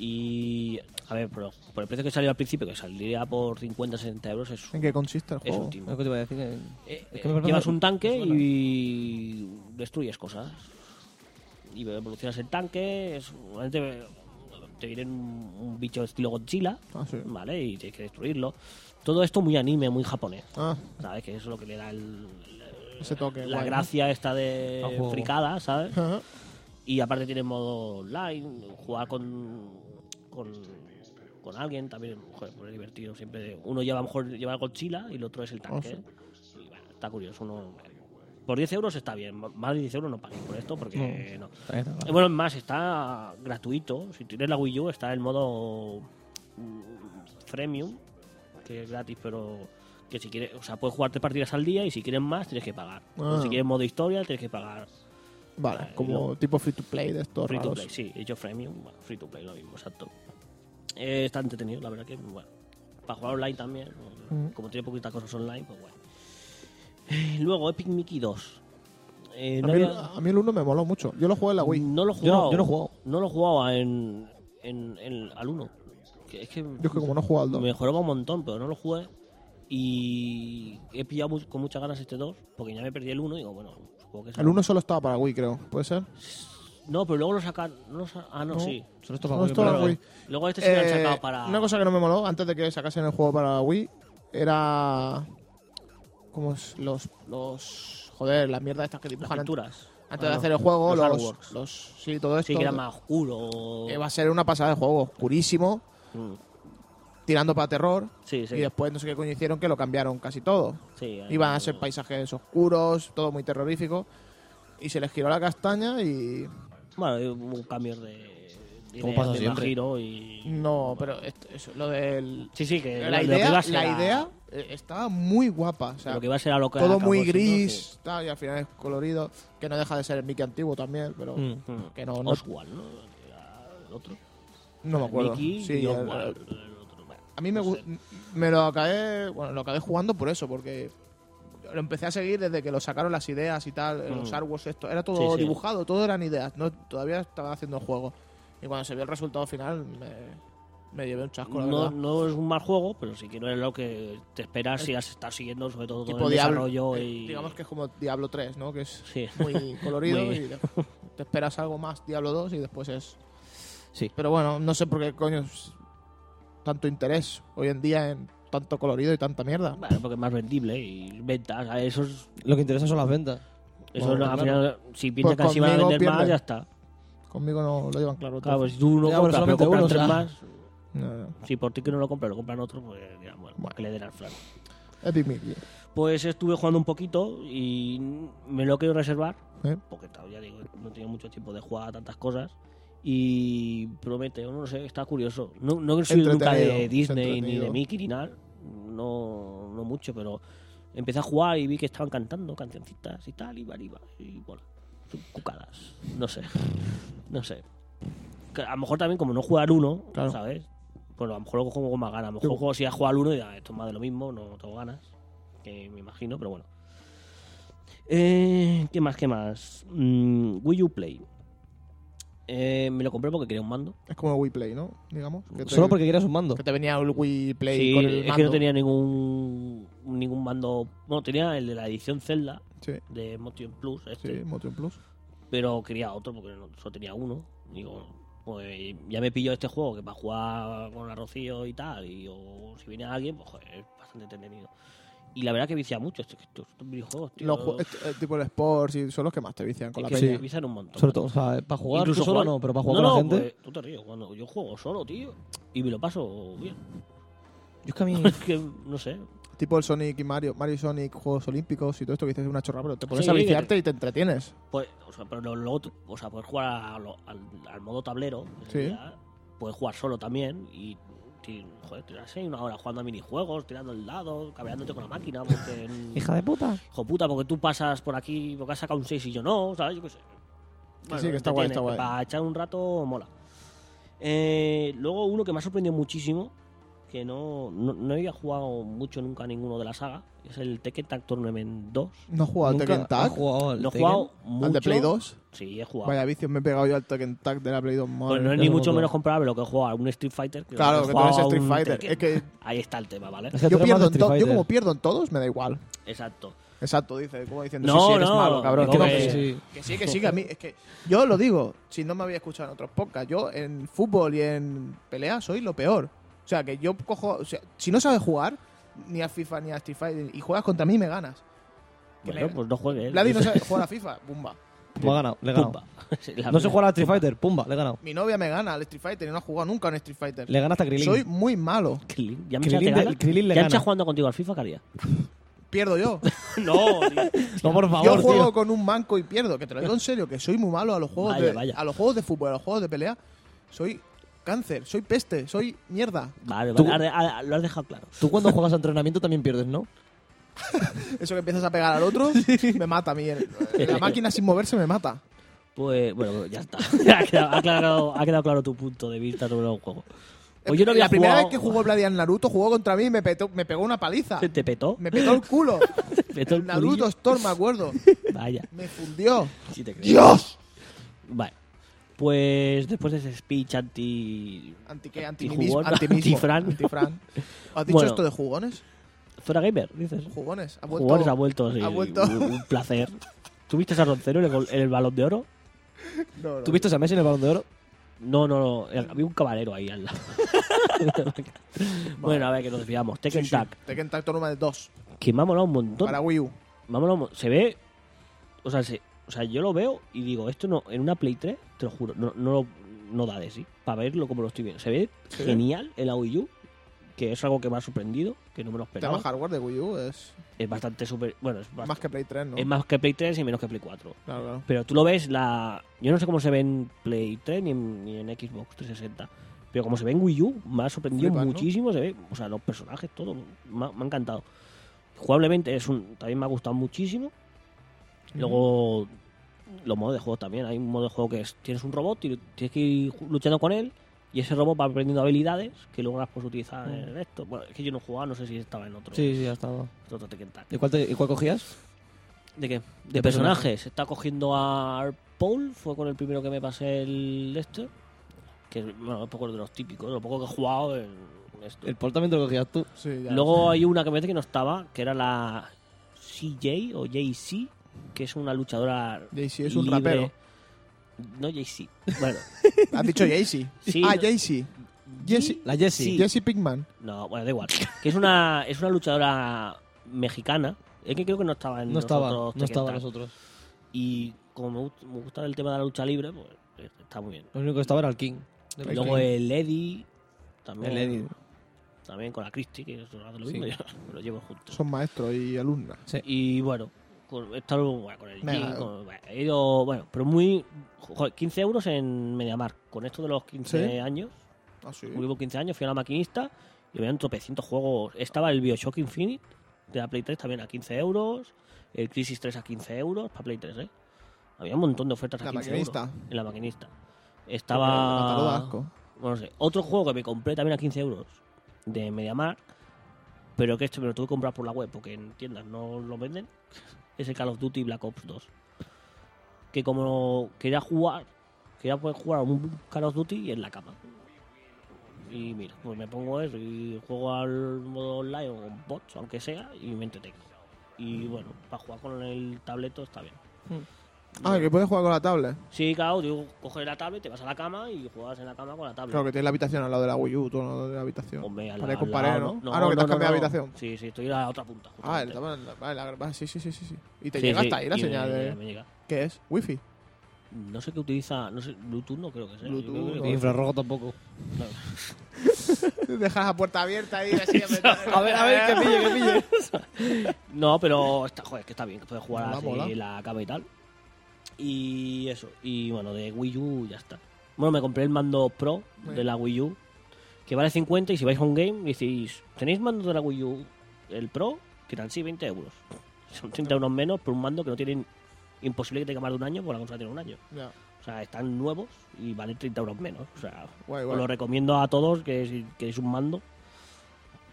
C: Y, a ver, pero por el precio que salió al principio, que saldría por 50, 60 euros, es,
B: ¿En qué consiste el
C: es
B: juego?
C: un
D: Lo que
C: timo.
D: te iba a decir. que-
C: Eh,
D: es
C: eh,
D: que me parece-
C: llevas un tanque
D: me suena.
C: y destruyes cosas. Y evolucionas el tanque. es- normalmente, eh, te vienen un, un bicho estilo Godzilla,
B: Ah, sí.
C: ¿vale? Y tienes que destruirlo. Todo esto muy anime, muy japonés.
B: Ah,
C: ¿Sabes? Que eso es lo que le da el-
B: ese toque.
C: la
B: guay, ¿no?
C: gracia esta
D: Al
C: de
D: juego.
C: fricada, ¿sabes?
B: Ajá.
C: Y aparte tiene modo online, jugar con, con, con alguien también joder, pues es divertido. Siempre uno lleva a lo mejor lleva el Godzilla y el otro es el tanque. Y, bueno, está curioso. Uno, por 10 euros está bien, más de 10 euros no paguéis por esto porque no.
D: Ahí está, vale.
C: Eh, Bueno, es más, está gratuito. Si tienes la Wii U, está el modo mm, freemium, que es gratis, pero que si quieres, o sea, puedes jugarte partidas al día y si quieres más, tienes que pagar.
B: Ah.
C: Si quieres modo historia, tienes que pagar.
B: Vale, como tipo free to play de estos
C: Free to
B: raros.
C: play, sí, hecho freemium, bueno, free to play, lo mismo, exacto. Eh, está entretenido, la verdad que, bueno, para jugar online también, bueno, como tiene poquitas cosas online, pues bueno. Eh, Luego, Epic Mickey 2. Eh,
B: A
C: no
B: mí,
C: había-
B: a mí el 1 me moló mucho. Yo lo jugué en la Wii.
C: no lo he
D: Yo no-
C: jugado.
D: yo no he jugado.
C: No lo jugaba en, en, en- al 1. Que es que,
B: Yo es que como no he jugado al 2.
C: me jugaba un montón, pero no lo jugué. Y he pillado mu- con muchas ganas este 2, porque ya me perdí el 1 y digo, bueno, supongo que es
B: El 1 solo estaba para Wii, creo. ¿Puede ser?
C: No, pero luego lo sacaron. No lo sa- ah, no, sí.
D: Solo esto para
B: No
D: Wii,
B: estaba
D: pero-
B: para Wii.
C: Luego este sí lo han
B: Eh,
C: sacado para.
B: Una cosa que no me moló antes de que sacasen el juego para Wii era. ¿Cómo es? Los. los joder, las mierdas estas que
C: las
B: dibujan. Antes,
C: pinturas.
B: antes
C: Ah,
B: de
C: no.
B: hacer el juego,
C: Los
B: los.
C: artworks.
B: los- sí, todo esto.
C: Sí, que era más oscuro.
B: Eh, va a ser una pasada de juego, oscurísimo,
C: Mm.
B: tirando para terror.
C: Sí, sí.
B: Y después no sé qué coño hicieron que lo cambiaron casi todo.
C: sí,
B: Iban
C: eh,
B: a ser paisajes oscuros, todo muy terrorífico. Y se les giró la castaña y.
C: Bueno, hubo cambios de. de
D: Como
C: ideas,
D: pasa
C: de
D: siempre.
C: giro y.
B: No, pero esto- eso, lo del.
C: Sí, sí, que
B: La
C: Eh, lo que
B: idea,
C: iba a ser
B: la
C: a-
B: idea eh, estaba muy guapa. O sea,
C: lo que iba a ser a lo que
B: todo
C: acabó
B: muy
C: siendo,
B: gris tal, y al final es colorido que no deja de ser el Mickey antiguo también pero
D: Mm.
C: sí. Mm.
B: que no no,
C: Oswald, ¿no? Era El otro.
B: no me acuerdo
C: Mickey
B: Sí,
C: y
B: el-
C: Oswald.
B: el-
C: el otro. Bueno,
B: a mí me,
C: no
B: gu-
C: sé.
B: me lo acabé bueno lo acabé jugando por eso porque lo empecé a seguir desde que lo sacaron las ideas y tal
C: Mm.
B: los artworks esto era todo
C: Sí, sí.
B: dibujado todo eran ideas no todavía estaba haciendo el juego y cuando se vio el resultado final me, me llevé un chasco la
C: No,
B: verdad.
C: no es un mal juego, pero sí que no es lo que te esperas si has estado siguiendo sobre todo, todo
B: tipo
C: el
B: Diablo
C: desarrollo
B: eh,
C: y...
B: digamos que es como Diablo 3 no que es
C: Sí.
B: muy colorido
C: Muy-
B: y de- te esperas algo más Diablo 2 y después es
D: Sí.
B: pero bueno no sé por qué coño es tanto interés hoy en día en tanto colorido y tanta mierda
C: Bueno, porque es más vendible y ventas. a Eso, es,
D: Lo que interesa son las ventas.
C: eso
B: Bueno,
C: al
B: claro.
C: final, si piensas
B: Pues
C: que así van a
B: conmigo
C: vender más,
B: pierden.
C: ya está.
B: conmigo no lo llevan claro,
C: Claro,
B: todo.
C: pues si tú no
D: Ya,
C: compras,
D: pero
C: pero compran
D: solamente
C: tres
D: uno,
C: más.
B: No, no.
C: Si por ti que no lo compran, lo compran otro, pues dirán, bueno,
B: Bueno.
C: que le den al flan.
B: Epic Mickey
C: Pues estuve jugando un poquito y me lo quiero reservar.
B: ¿eh?
C: Porque claro, ya digo, no he tenido mucho tiempo de jugar a tantas cosas. Y promete, no sé, está curioso. No, no soy nunca de
B: Entretenido,
C: Disney ni
B: entretenido.
C: de Mickey ni nada. No, no mucho, pero empecé a jugar y vi que estaban cantando cancioncitas y tal, y va, y va, y bola. Cucadas. No sé. No sé. Que a lo mejor también, como no jugar uno,
B: Claro.
C: ¿sabes? Bueno, a lo mejor lo juego con más ganas. A lo
B: Sí.
C: mejor juego si ya jugar al uno y diga, esto es más de lo mismo, no tengo ganas. Que me imagino, pero bueno. Eh, ¿Qué más? ¿Qué más? Mm, Wii U Play. Eh, me lo compré porque quería un mando.
B: es como Wii Play no digamos que te,
D: Solo porque quieras un mando.
B: que te venía el Wii Play
C: Sí,
B: con el
C: es
B: mando
C: que no tenía ningún ningún mando. Bueno, tenía el de la edición Zelda
B: sí
C: de Motion Plus,
B: sí
C: este,
B: Motion Plus
C: pero quería otro porque no- solo tenía uno. Digo, pues ya me pilló este juego que para jugar con Arrocío y tal, y o si viene alguien, pues joder, es bastante entretenido. Y la verdad que vicia mucho estos, estos videojuegos, tío.
B: los ju- este- eh, tipo el Sports y son los que más te vician con
C: es
B: la
C: que
B: peña.
C: se vician un montón.
D: Sobre todo, o sea, eh, para jugar tú solo
C: jugar-
D: no, pero para jugar con la gente.
C: pues, tú te ríes. Cuando yo juego solo, tío, y me lo paso bien.
D: Yo es que a mí.
C: Es que, no sé.
B: tipo el Sonic y Mario Mario y Sonic Juegos Olímpicos y todo esto que dices es una chorra pero te pones
C: Sí,
B: a
C: que te-
B: viciarte y te entretienes
C: Pues, o sea, pero luego, tú- o sea, puedes jugar a lo- al, al modo tablero. en
B: Sí.
C: realidad. Puedes jugar solo también y. ti- Joder, tirarse ahí una hora jugando a minijuegos, tirando el dado, cabreándote con la máquina, porque. en-
D: Hija de puta.
C: Hijo puta, porque tú pasas por aquí, porque has sacado un 6 y yo no, ¿sabes? Yo qué sé.
B: sí, que está guay,
C: entretiene,
B: está guay.
C: Para echar un rato mola. Eh, luego uno que me ha sorprendido muchísimo, que no, no, no había jugado mucho nunca a ninguno de la saga, es el Tekken Tag Tournament 2.
B: No he jugado al
D: Nunca
B: Tekken
D: he
B: Tag.
D: jugado al
C: Lo he
D: Tekken.
C: jugado mucho.
B: ¿Al de Play 2?
C: Sí, he jugado.
B: Vaya vicios me he pegado yo al Tekken Tag de la Play 2.
C: Pues no
B: madre
C: es
B: mía.
C: ni
D: Yo
C: mucho
D: tampoco.
C: menos comparable lo que he jugado a un Street Fighter. Que
B: Claro,
C: lo
B: que
C: he
B: tú eres
C: jugado a un
B: Street Fighter.
C: Tekken.
B: Es que
C: Ahí está el tema, ¿vale?
D: Es que tú
B: yo,
D: eres
B: pierdo
D: más
B: en
D: de
B: to-
D: Street
B: yo
D: Fighter.
B: como pierdo en todos, me da igual.
C: Exacto.
B: Exacto, dice, como diciendo,
C: No,
B: sí, sí, eres
C: no,
B: malo, cabrón.
C: no,
B: Tío,
C: que-
D: Sí.
B: que, que sí, que sí, que a mí, es que yo lo digo, si no me había escuchado en otros podcasts, yo en fútbol y en pelea soy lo peor. O sea, que yo cojo, o sea, si no sabes jugar, ni a FIFA ni a Street Fighter, y juegas contra mí, me ganas. Que
C: Bueno,
B: le-
C: pues no juegues.
B: Vladi no sabe jugar a FIFA, bumba.
D: Me ha ganado, Pues le he ganado.
C: Pumba. Sí, la
D: No sé
C: verdad.
D: jugar al Street Fighter, pumba, le he ganado.
B: Mi novia me gana al Street Fighter y no ha jugado nunca a un Street Fighter.
D: Le gana hasta Krilin.
B: Soy muy malo.
C: Krilin, ya me
D: Krilin,
C: echaste
D: de-
C: ganas.
D: Krilin le
C: Ya
D: gana.
C: estás jugando contigo al FIFA, Caría.
B: Pierdo yo.
C: no, tío.
D: No, por favor,
B: Yo juego
D: tío.
B: con un manco y pierdo, que te lo digo en serio, que soy muy malo a los juegos
C: Vaya,
B: de
C: vaya.
B: a los juegos de fútbol, a los juegos de pelea. Soy cáncer, soy peste, soy mierda.
C: Vale,
D: Tú-
C: vale, ahora- ahora lo has dejado claro.
D: Tú cuando juegas a entrenamiento también pierdes, ¿no?
B: Eso que empiezas a pegar al otro me mata a mí. La máquina sin moverse me mata.
C: Pues bueno, ya está. Ya ha, quedado, ha quedado- ha quedado claro tu punto de vista sobre el juego. Pues yo no había
B: la primera
C: jugado-
B: vez que jugó Vladi al Naruto jugó contra mí y me, petó- me pegó una paliza.
C: ¿Te petó?
B: Me petó el culo.
C: ¿Te petó el
B: Naruto Storm, me acuerdo.
C: culillo? Vaya.
B: Me fundió.
C: Sí te ¡Dios! Vale. Pues después de ese speech anti.
B: Anti qué,
C: Anti
B: anti mismo,
C: jugón,
B: anti mismo.
C: antifran.
B: ¿Has dicho
C: Bueno.
B: esto de jugones?
C: Zona Gamer, dices.
B: Jugones. Ha vuelto.
C: Jugadores ha vuelto, sí,
B: ha vuelto.
C: Un, un placer. ¿Tuviste a Roncero en el, gol- en el balón de oro?
B: No, no,
D: ¿Tú viste a Messi en el balón de oro?
C: No, no, no. eh, Había un caballero ahí al lado. bueno, a ver, que nos desviamos.
B: Sí,
C: Tekken
B: sí.
C: Tag.
B: Tekken Tag Tournament 2.
C: Que me ha molado un montón.
B: Para Wii U.
C: Me ha molado un mon- Se ve. O sea, se- o sea, yo lo veo y digo, esto no. En una Play 3, te lo juro, no, no, lo- no da de sí. Para verlo como lo estoy viendo. Se ve genial el AOU. Que es algo que me ha sorprendido. Que no me lo
B: El tema
C: esperaba.
B: hardware de Wii U es
C: es bastante super. Bueno, es, bast-
B: más que Play 3, ¿no?
C: es más que Play 3 y menos que Play 4.
B: Claro, claro.
C: Pero tú lo ves, la yo no sé cómo se ve en Play 3 ni en, ni en Xbox 360. Pero como se ve en Wii U, me ha sorprendido
B: Flipas, ¿no?
C: muchísimo. Se ve, o sea, los personajes, todo. Me ha, me ha encantado. Jugablemente es un, también me ha gustado muchísimo. Luego, los modos de juego también. Hay un modo de juego que es, tienes un robot y tienes que ir ju- luchando con él. Y ese robot va aprendiendo habilidades que luego las puedes utilizar en esto. Bueno, es que yo no jugaba, no sé si estaba en otro.
D: Sí, sí, ya estaba.
C: otro Tekken Tag.
D: ¿Y cuál, te- y cuál cogías?
C: ¿De qué? De, personajes. Está cogiendo a Paul, fue con el primero que me pasé el este. Que bueno, es poco de los típicos, lo poco que he jugado en esto.
D: El Paul también te lo cogías tú.
B: Sí, ya.
C: Luego hay una que me parece que no estaba, que era la CJ o JC, que es una luchadora.
B: Jay-Z es un
C: libre.
B: rapero.
C: No JC. Bueno,
B: Has dicho Jay-Z.
C: Sí,
B: ah,
C: no-
B: Jay-Z. Jesse-
D: La Jessie.
C: Sí.
B: Jesse Pinkman.
C: no, bueno, da igual. Que es una, es una luchadora mexicana. Es que creo que no estaba en
D: No estaba,
C: nosotros
D: no
C: Tekken
D: estaba
C: Tag.
D: nosotros.
C: Y como me gust- me gusta el tema de la lucha libre, pues está muy bien.
D: Lo único que estaba era el King. El
C: Luego
D: King.
C: el Eddie. También,
D: El Eddie.
C: También con la Christie, que es lo mismo.
D: Sí.
C: yo lo llevo juntos.
B: Son maestros y alumnas.
C: Y bueno, con, he estado, bueno, con el
B: Venga.
C: Jim, con- bueno, he ido, bueno, pero muy. joder, 15 euros en Mediamar. Con esto de los 15
B: ¿Sí?
C: años,
B: Ah, sí.
C: hubo 15 años, fui a la maquinista y habían tropecientos juegos. Estaba el Bioshock Infinite de la Play 3 también a 15 euros. El Crisis 3 a 15 euros para Play 3, ¿eh? Había un montón de ofertas
B: La
C: a 15
B: maquinista.
C: euros. En la maquinista.
B: Me
C: Estaba.
B: mató de asco.
C: Bueno, no sé. Otro juego que me compré también a 15 euros de MediaMarkt, pero que este me lo tuve que comprar por la web porque en tiendas no lo venden, es el Call of Duty Black Ops 2. Que como quería jugar, quería poder jugar a un Call of Duty en la cama. Y mira, pues me pongo eso y juego al modo online o con bots, aunque sea, y me entretengo. Y bueno, para jugar con el tableto está bien.
B: Ah, que puedes jugar con la tablet.
C: Sí, claro, tú coges la tablet, te vas a la cama y juegas en la cama con la tablet.
B: Claro que tienes la habitación al lado de la Wii U, tú no de la habitación.
C: Hombre, al
B: Para
C: lado-
B: comparar,
C: al
B: ¿no?
C: lado-
B: Ah, no, que te has cambiado de habitación.
C: Sí, sí, estoy a la otra punta.
B: Ah, el,
C: justamente.
B: vale, vale, vale, sí, sí, sí, sí, sí. Y te
C: Sí,
B: llega
C: sí,
B: hasta ahí la
C: y me-
B: señal de...
C: me llega.
B: ¿Qué es? ¿Wifi?
C: No sé qué utiliza, no sé, Bluetooth no creo que sea.
B: Bluetooth,
C: Yo creo
D: Y
C: que-
D: infrarrojo tampoco.
B: Dejas la puerta abierta ahí. así, a
D: ver, a ver, que pille, que pille.
C: No, pero está, joder, que está bien, que puedes jugar
B: Mola,
C: así
B: mola.
C: en la cama y tal. Y eso, y bueno, de Wii U ya está. Bueno, me compré el mando Pro de la Wii U, que vale 50 y si vais a un game decís, ¿tenéis mando de la Wii U? El Pro, que tan sí, 20 euros. Son 30 euros menos por un mando que no tienen... Imposible que tenga más de un año, porque la consola tiene un año.
B: Ya,
C: O sea, están nuevos y valen 30 euros menos. O sea,
B: guay,
C: os lo
B: guay.
C: recomiendo a todos que si queréis un mando,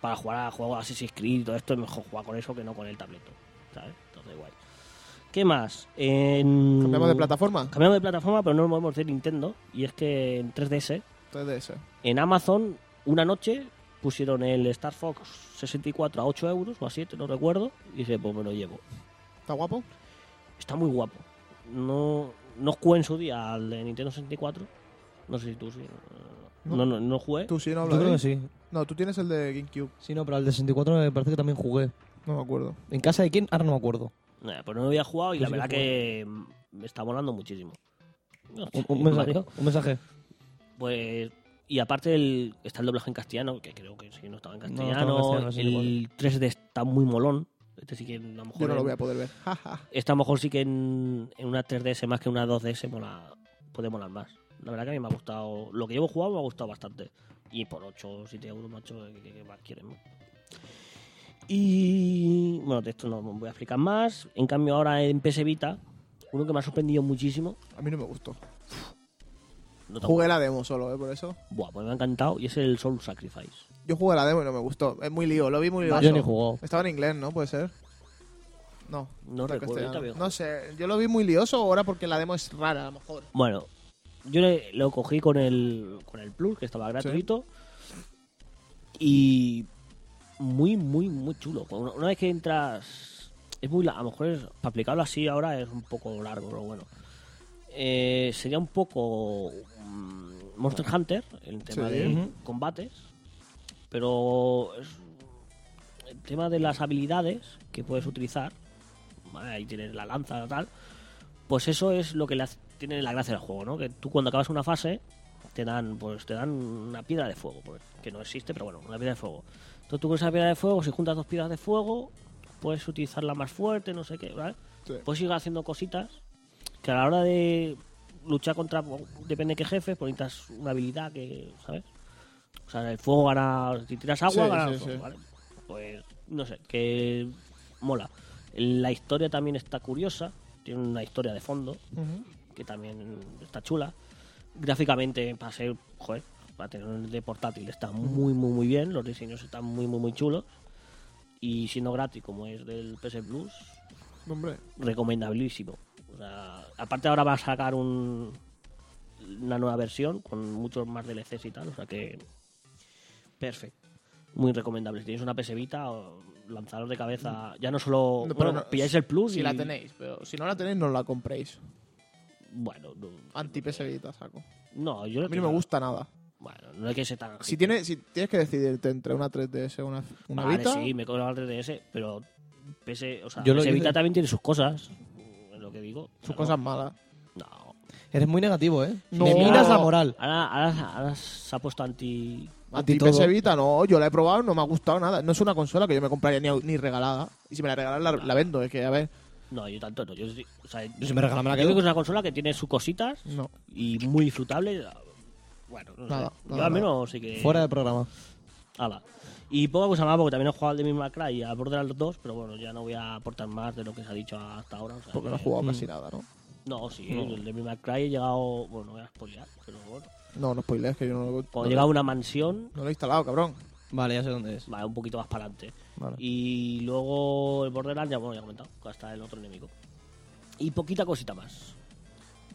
C: para jugar a juegos Assassin's Creed y todo esto, es mejor jugar con eso que no con el tableto. ¿Sabes? Entonces, guay. ¿Qué más? En-
B: Cambiamos de plataforma.
C: Cambiamos de plataforma, pero no nos movemos de Nintendo. Y es que en 3DS,
B: 3DS.
C: en Amazon, una noche pusieron el Star Fox 64 a 8 euros o a 7, no recuerdo. Y dije, pues me lo llevo.
B: ¿Está guapo?
C: Está muy guapo. No, no jugué en su día al de Nintendo 64. No sé si tú sí. No,
B: No.
C: no, no, jugué.
B: Tú sí, no
D: Yo
B: hablas.
D: creo
B: de
D: que
B: él?
D: sí.
B: No, tú tienes el de GameCube.
D: Sí, no, pero al de 64 me parece que también jugué.
B: No me acuerdo.
D: ¿En casa de quién? Ahora no me acuerdo.
C: Nah, pues no lo había jugado y
D: Yo
C: la
D: sí que
C: verdad
D: jugué.
C: que mm, me está volando muchísimo. No
D: Un,
C: sé,
D: un mensaje.
C: Mario.
D: Un mensaje.
C: Pues. Y aparte el, está el doblaje en castellano, que creo que sí, no estaba en
D: No, estaba en
C: castellano.
D: castellano, sí,
C: el 3D está muy molón. Este sí que a lo mejor.
B: Yo no lo
C: en-
B: voy a poder ver. Ja, ja.
C: Esta a lo mejor sí que en, en una 3DS más que una 2DS mola, puede molar más. La verdad que a mí me ha gustado. Lo que llevo jugado me ha gustado bastante. Y por 8 o 7 euros, macho, ¿qué, qué- qué más quieren? Y bueno, de esto no voy a explicar más. En cambio, ahora en PS Vita, uno que me ha sorprendido muchísimo.
B: A mí no me gustó.
C: No te-
B: Jugué la demo solo, ¿eh? Por eso.
C: Buah, pues me ha encantado. Y es el Soul Sacrifice.
B: Yo jugué la demo y no me gustó. Es muy lío, lo vi muy lío.
D: Yo ni jugó.
B: Estaba en inglés, ¿no? Puede ser. No.
C: No
B: está en
C: recuerdo, yo
B: castellano.
C: también
B: este No sé, yo lo vi muy lioso ahora porque la demo es rara, a lo mejor.
C: Bueno, yo le- lo cogí con el, con el Plus, que estaba gratuito. Y muy, muy, muy chulo. Pues Una, una vez que entras. Es muy, la- a lo mejor es- para aplicarlo así ahora es un poco largo, pero bueno. Eh, sería un poco mm, Monster Hunter, el tema
B: Sí.
C: de
D: Ujú.
C: combates, pero es el tema de las habilidades que puedes utilizar, vale, ahí tienes la lanza tal, pues eso es lo que le hace- tiene la gracia del juego, ¿no? Que tú cuando acabas una fase te dan, pues te dan una piedra de fuego, por- que no existe, pero bueno, una piedra de fuego. Entonces tú con esa piedra de fuego, si juntas dos piedras de fuego, puedes utilizarla más fuerte, no sé qué, ¿vale?
B: Sí.
C: Puedes ir haciendo cositas que a la hora de luchar contra, depende de qué jefe, pues necesitas una habilidad que, ¿sabes? O sea, el fuego gana, si tiras agua,
B: Sí,
C: gana
B: sí,
C: el fuego,
B: sí.
C: ¿vale? Pues, no sé, que mola. La historia también está curiosa, tiene una historia de fondo, que también está chula. Gráficamente, para ser, joder, para tener un de portátil está muy, muy, muy bien. Los diseños están muy, muy, muy chulos. Y siendo gratis, como es del PS Plus,
B: Hombre,
C: recomendabilísimo. O sea, aparte, ahora va a sacar un, una nueva versión con muchos más DLCs y tal. O sea que. Perfecto. Muy recomendable. Si tenéis una PS Vita, o- lanzaros de cabeza. Ya no solo.
B: Mm. No,
C: bueno,
B: pero no-
C: pilláis el Plus
B: si
C: y-
B: la tenéis, pero si no la tenéis, no la compréis.
C: Bueno, no,
B: Anti pesevita saco.
C: no, yo no
B: A mí no me
C: quiero-
B: gusta nada.
C: Bueno, no hay que ser tan.
B: Si tienes, si tienes que decidirte entre una 3DS o una, una
C: vale,
B: Vita,
C: sí, me cobro el 3DS, pero PS, o sea,
D: Yo lo
C: PS Vita
D: hice.
C: también tiene sus cosas. Es lo que digo.
B: sus
C: Claro.
B: cosas malas.
C: No.
D: Eres muy negativo, ¿eh?
B: No.
D: Me miras la moral.
C: Ahora, ahora, ahora se ha puesto anti.
B: Anti
D: todo.
B: PS Vita, no, yo la he probado, no me ha gustado nada. No es una consola que yo me compraría ni, ni regalada. Y si me la regalan, la, la vendo. Es que, a ver,
C: No, yo tanto no. Yo, sí- o sea,
D: Yo si me regalan, me la
C: yo
D: quedo.
C: creo que es una consola que tiene sus cositas
B: no.
C: y muy disfrutable. Bueno, no sé.
B: Nada,
C: yo
B: nada,
C: al menos sí que.
D: Fuera del programa.
C: Ala. Y poca cosa más, porque también he jugado al de misma Cry y al Borderlands 2, pero bueno, ya no voy a aportar más de lo que se ha dicho hasta ahora. o sea
B: Porque no he
C: que-
B: jugado casi nada, ¿no?
C: No, sí, el de mi McCry he llegado. Bueno, no voy a spoilear, pero bueno.
B: No, no spoilees, que yo no, lo-
C: Cuando
B: no,
C: he llegado a una mansión,
B: no lo he instalado, cabrón.
D: Vale, ya sé dónde es.
C: va un poquito más para adelante.
D: Vale.
C: Y luego el Borderlands, ya, bueno, ya he comentado, hasta el otro enemigo. Y poquita cosita más.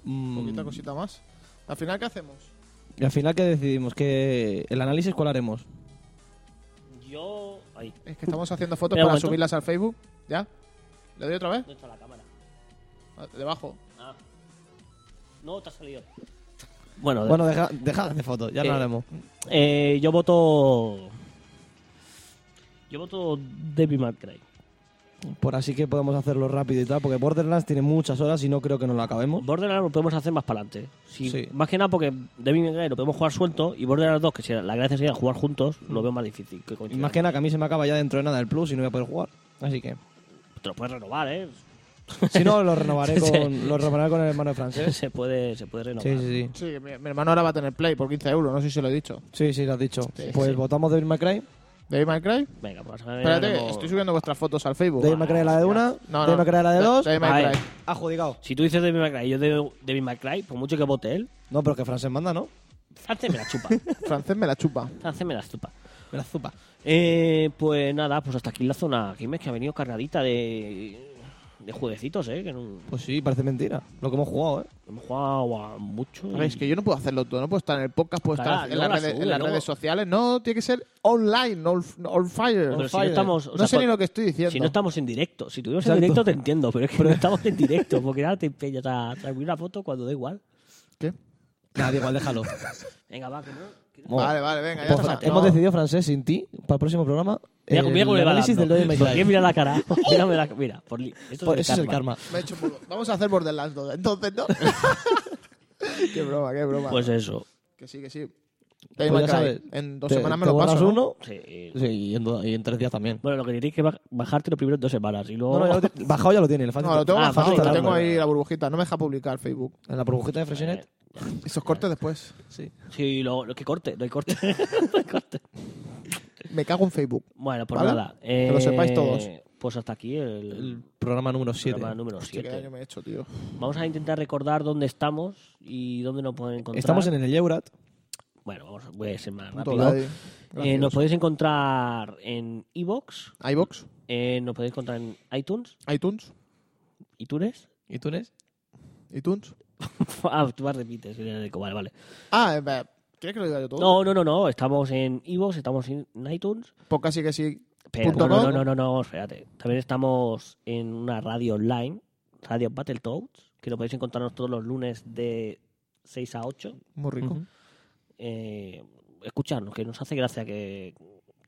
D: Mm,
B: Poquita cosita más. Al final, ¿qué hacemos?
D: Y al final, ¿qué decidimos? que ¿El análisis cuál haremos?
C: Yo. Ahí,
B: Es que estamos haciendo fotos
C: Espera un
B: para
C: momento.
B: subirlas al Facebook. ¿Ya? ¿Le doy otra vez?
C: ¿dónde está la cámara?
B: Ah, Debajo.
C: Ah. No, te ha salido. Bueno,
D: Bueno, deja, deja de hacer fotos, ya
C: Eh,
D: lo haremos.
C: eh, yo voto. Yo voto Debbie McCray.
D: Por así que podemos hacerlo rápido y tal, porque Borderlands tiene muchas horas y no creo que nos lo acabemos.
C: Borderlands lo podemos hacer más para adelante. Si-
D: Sí.
C: Más que nada porque Devil May Cry lo podemos jugar suelto y Borderlands 2, que si la gracia sería jugar juntos, lo veo más difícil. Que
D: Y
C: coincidan.
D: Mm. más que nada que a mí se me acaba ya dentro de nada el plus y no voy a poder jugar. Así que,
C: Te lo puedes renovar, ¿eh?
D: si no, lo renovaré
C: Sí.
D: con, lo renovaré con el hermano de francés.
C: Se puede, se puede renovar.
D: Sí, sí, sí.
B: Sí, mi, mi hermano ahora va a tener Play por 15 euros, no sé si lo he dicho.
D: Sí, sí, lo has dicho.
B: Sí,
D: pues
B: sí.
D: votamos Devil May Cry.
B: ¿David McCray?
C: Venga, pues
B: Espérate,
C: haremos-
B: estoy subiendo vuestras fotos al Facebook.
D: Devil May Cry la de una,
B: No,
D: Devil
B: no. eh.
D: May Cry la de
B: Da-
D: dos.
B: Devil
C: A
B: May
C: ver.
B: Cry.
D: Adjudicado.
C: Si tú dices Devil May Cry, yo de- Devil May Cry, por mucho que vote él,
D: No, pero que francés manda, ¿no?
C: Francés me la chupa.
B: Francés me la chupa.
C: Francés me la chupa.
D: Me la zupa.
C: Eh, pues nada, pues hasta aquí la zona Gimes, que ha venido cargadita de, de jueguecitos, ¿eh? Que no,
D: Pues sí, parece mentira. Lo que hemos jugado, ¿eh?
C: hemos jugado a mucho.
B: A ver, es que yo no puedo hacerlo todo, no puedo estar en el podcast, puedo
C: Claro,
B: estar en,
C: luego
B: las
C: la
B: redes, en
C: sube,
B: las
C: luego-
B: redes sociales. No, tiene que ser online, on, on fire.
C: Pero si no
B: fire.
C: estamos- o
B: No
C: sea,
B: sé ni
C: por-
B: lo que estoy diciendo.
C: Si no estamos en directo, si tuvimos en
D: Exacto.
C: directo te entiendo, pero es que no estamos en directo, porque ahora te empeñas a subir una foto cuando da igual.
B: ¿Qué?
D: Nada, da igual, déjalo.
C: Venga, va, que no. que no.
B: Vale, vale, venga, ya
D: Pues,
B: está.
D: hemos
B: No.
D: decidido, francés, sin ti, para el próximo programa.
C: Mira,
D: Eh, el
C: mira cómo le va
D: análisis del
C: dando.
D: Devil May Cry.
C: ¿Por qué mira la cara? Mírame la- mira, por li- esto
D: Pues ese es el karma.
B: Me he hecho un poco- Vamos a hacer Borderlands 2, entonces, ¿no? qué broma, qué broma.
C: Pues eso.
B: que sí, que sí.
D: Pues
B: Devil May
D: ya
B: Cry.
D: sabes,
B: en dos
D: te-
B: semanas me
D: te
B: lo
D: borras
B: paso. ¿no?
D: uno
C: Sí.
D: sí, y, en, do- y en tres días también.
C: Bueno, lo que tienes que baj- bajarte los primeros dos semanas y luego.
D: No, no, ya lo te- bajado ya lo tiene. le falta-
B: No, lo tengo
C: Ah,
B: bajado,
C: fácil,
B: lo
C: claro,
B: tengo
C: claro.
B: ahí la burbujita. No me deja publicar Facebook.
D: En la burbujita de Freshenet.
B: Esos cortes después.
D: Sí.
C: Eh, Sí, lo, lo que corte, no hay corte. No hay corte.
B: Me cago en Facebook.
C: Bueno, pues
B: ¿Vale?
C: nada.
B: Que lo
C: eh,
B: sepáis todos.
C: Pues hasta aquí el,
D: El programa número 7.
C: programa número
B: Hostia, qué
C: 7.
B: daño me he hecho, tío.
C: Vamos a intentar recordar dónde estamos y dónde nos pueden encontrar.
D: Estamos en el Eurat.
C: Bueno, vamos, voy a ser más
B: Punto
C: rápido.
B: Daddy.
C: Eh, nos
B: Gracioso.
C: podéis encontrar en iBox,
B: iVoox,
C: nos podéis encontrar en iTunes,
B: iTunes,
C: iTunes.
D: ¿Y Túnez?
B: iTunes.
C: ah, tú más repites, vale, vale.
B: Ah, eh, va, ¿quieres que lo diga yo todo?
C: No, no, no, no, estamos en iBox, estamos en iTunes.
B: Pues casi que sí.
C: Espera,
B: Punto
C: no, no,
B: com.
C: no, no, no, espérate. También estamos en una radio online, Radio Battletoads, que lo podéis encontrarnos todos los lunes de 6 a 8.
B: Muy rico.
D: Ujú.
C: Eh, escucharnos, que nos hace gracia que,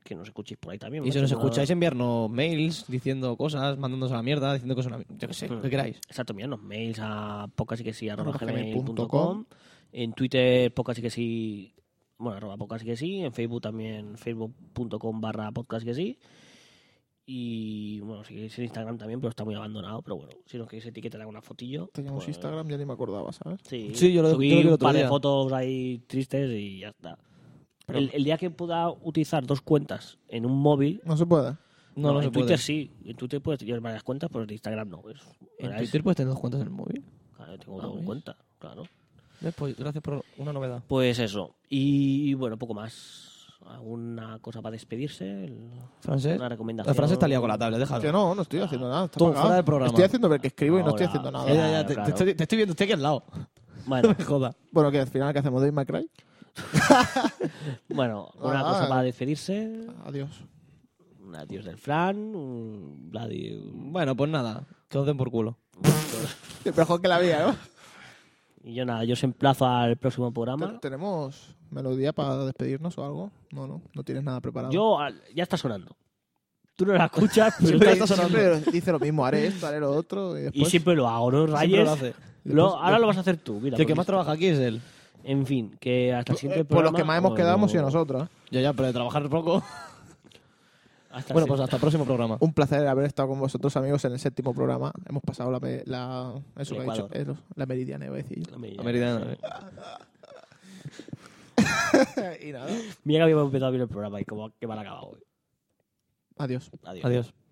C: que nos escuchéis por ahí también.
D: Y si
C: ¿no?
D: nos
C: Una-
D: escucháis, enviarnos mails diciendo cosas, mandándonos a la mierda, diciendo que es una mierda. Yo qué sé, lo que queráis.
C: Exacto, los mails a pocasi que sí, arroba
B: Arroba gmail
C: gmail punto
B: punto com.
C: com. En Twitter, pocasi que sí, bueno, arroba pocasi que sí. En Facebook también, facebook.com barra podcast que sí. Y bueno, si queréis en Instagram también, pero está muy abandonado. Pero bueno, si nos queréis etiquetar alguna fotillo.
B: Teníamos
C: pues,
B: Instagram, ya ni me acordaba, ¿sabes?
C: Sí,
D: Sí, yo lo-
C: subí
D: yo lo vi el
C: un
D: otro
C: par de
D: día.
C: fotos ahí tristes y ya está.
B: Pero-
C: el, el día que pueda utilizar dos cuentas en un móvil.
B: No se puede.
D: No, no,
C: en
D: se
C: Twitter
D: puede.
C: sí. En Twitter puedes tener varias cuentas, pero en Instagram no. Es-
D: ¿En
C: es-
D: Twitter puedes tener dos cuentas en el móvil?
C: Claro, tengo
D: Ah,
C: dos
D: ¿ves?
C: cuentas, claro.
D: ¿Ves? Pues gracias por una novedad.
C: Pues eso. Y bueno, poco más. ¿Alguna cosa para despedirse? El-
D: Francés.
C: Una recomendación.
D: El francés está liado con ¿Eh? la tablet, déjalo.
B: Que no, no estoy haciendo nada. está
D: Tú,
B: apagado.
D: fuera del programa.
B: Estoy haciendo ver que escribo y no
C: Ahora.
B: estoy haciendo
D: Ya,
B: nada.
D: ya, ya, te,
C: Claro.
D: te estoy, te estoy viendo, estoy aquí al lado.
C: Bueno,
D: Me joda.
B: Bueno, que al final, ¿qué hacemos? ¿Dave McRae?
C: bueno una
B: Ah,
C: cosa
B: eh.
C: para despedirse.
B: Adiós.
C: Un adiós del Fran. Un adiós.
D: Bueno, pues nada, que os den por culo.
B: Sí, Mejor que la vida, ¿no?
C: Y yo nada, yo os emplazo al próximo
B: Te-
C: programa.
B: ¿Tenemos melodía para despedirnos o algo? No, no, no tienes nada preparado.
C: Yo al- ya está sonando. Tú no la escuchas, pero
B: siempre,
C: está sonando.
B: siempre dice lo mismo, haré esto, haré lo otro. Y
C: Y
B: después,
C: siempre lo hago, ¿no,
D: Pues Siempre
C: Rayes?
D: lo hace.
C: Lo- ahora lo vas a hacer tú, mira.
D: El que
C: porque
D: más
C: esto-
D: trabaja aquí es él.
C: En fin, que hasta el siguiente
B: Eh,
C: programa.
B: por los que más hemos
C: o-
B: quedado, hemos sido nosotros. ¿eh?
D: Ya, ya, pero de trabajar poco.
C: Hasta el
D: Bueno, pues
C: siguiente.
D: hasta el próximo programa.
B: Un placer haber estado con vosotros, amigos, en el séptimo programa. Hemos pasado la, me- la, eso
C: El
B: que he dicho,
C: Ecuador.
B: eso, la meridiana, iba a decir. yo.
C: La medida.
D: A Meridiana.
B: y nada,
C: Mira que habíamos empezado bien el programa y como que mal acabado.
B: adiós.
C: Adiós.
D: Adiós.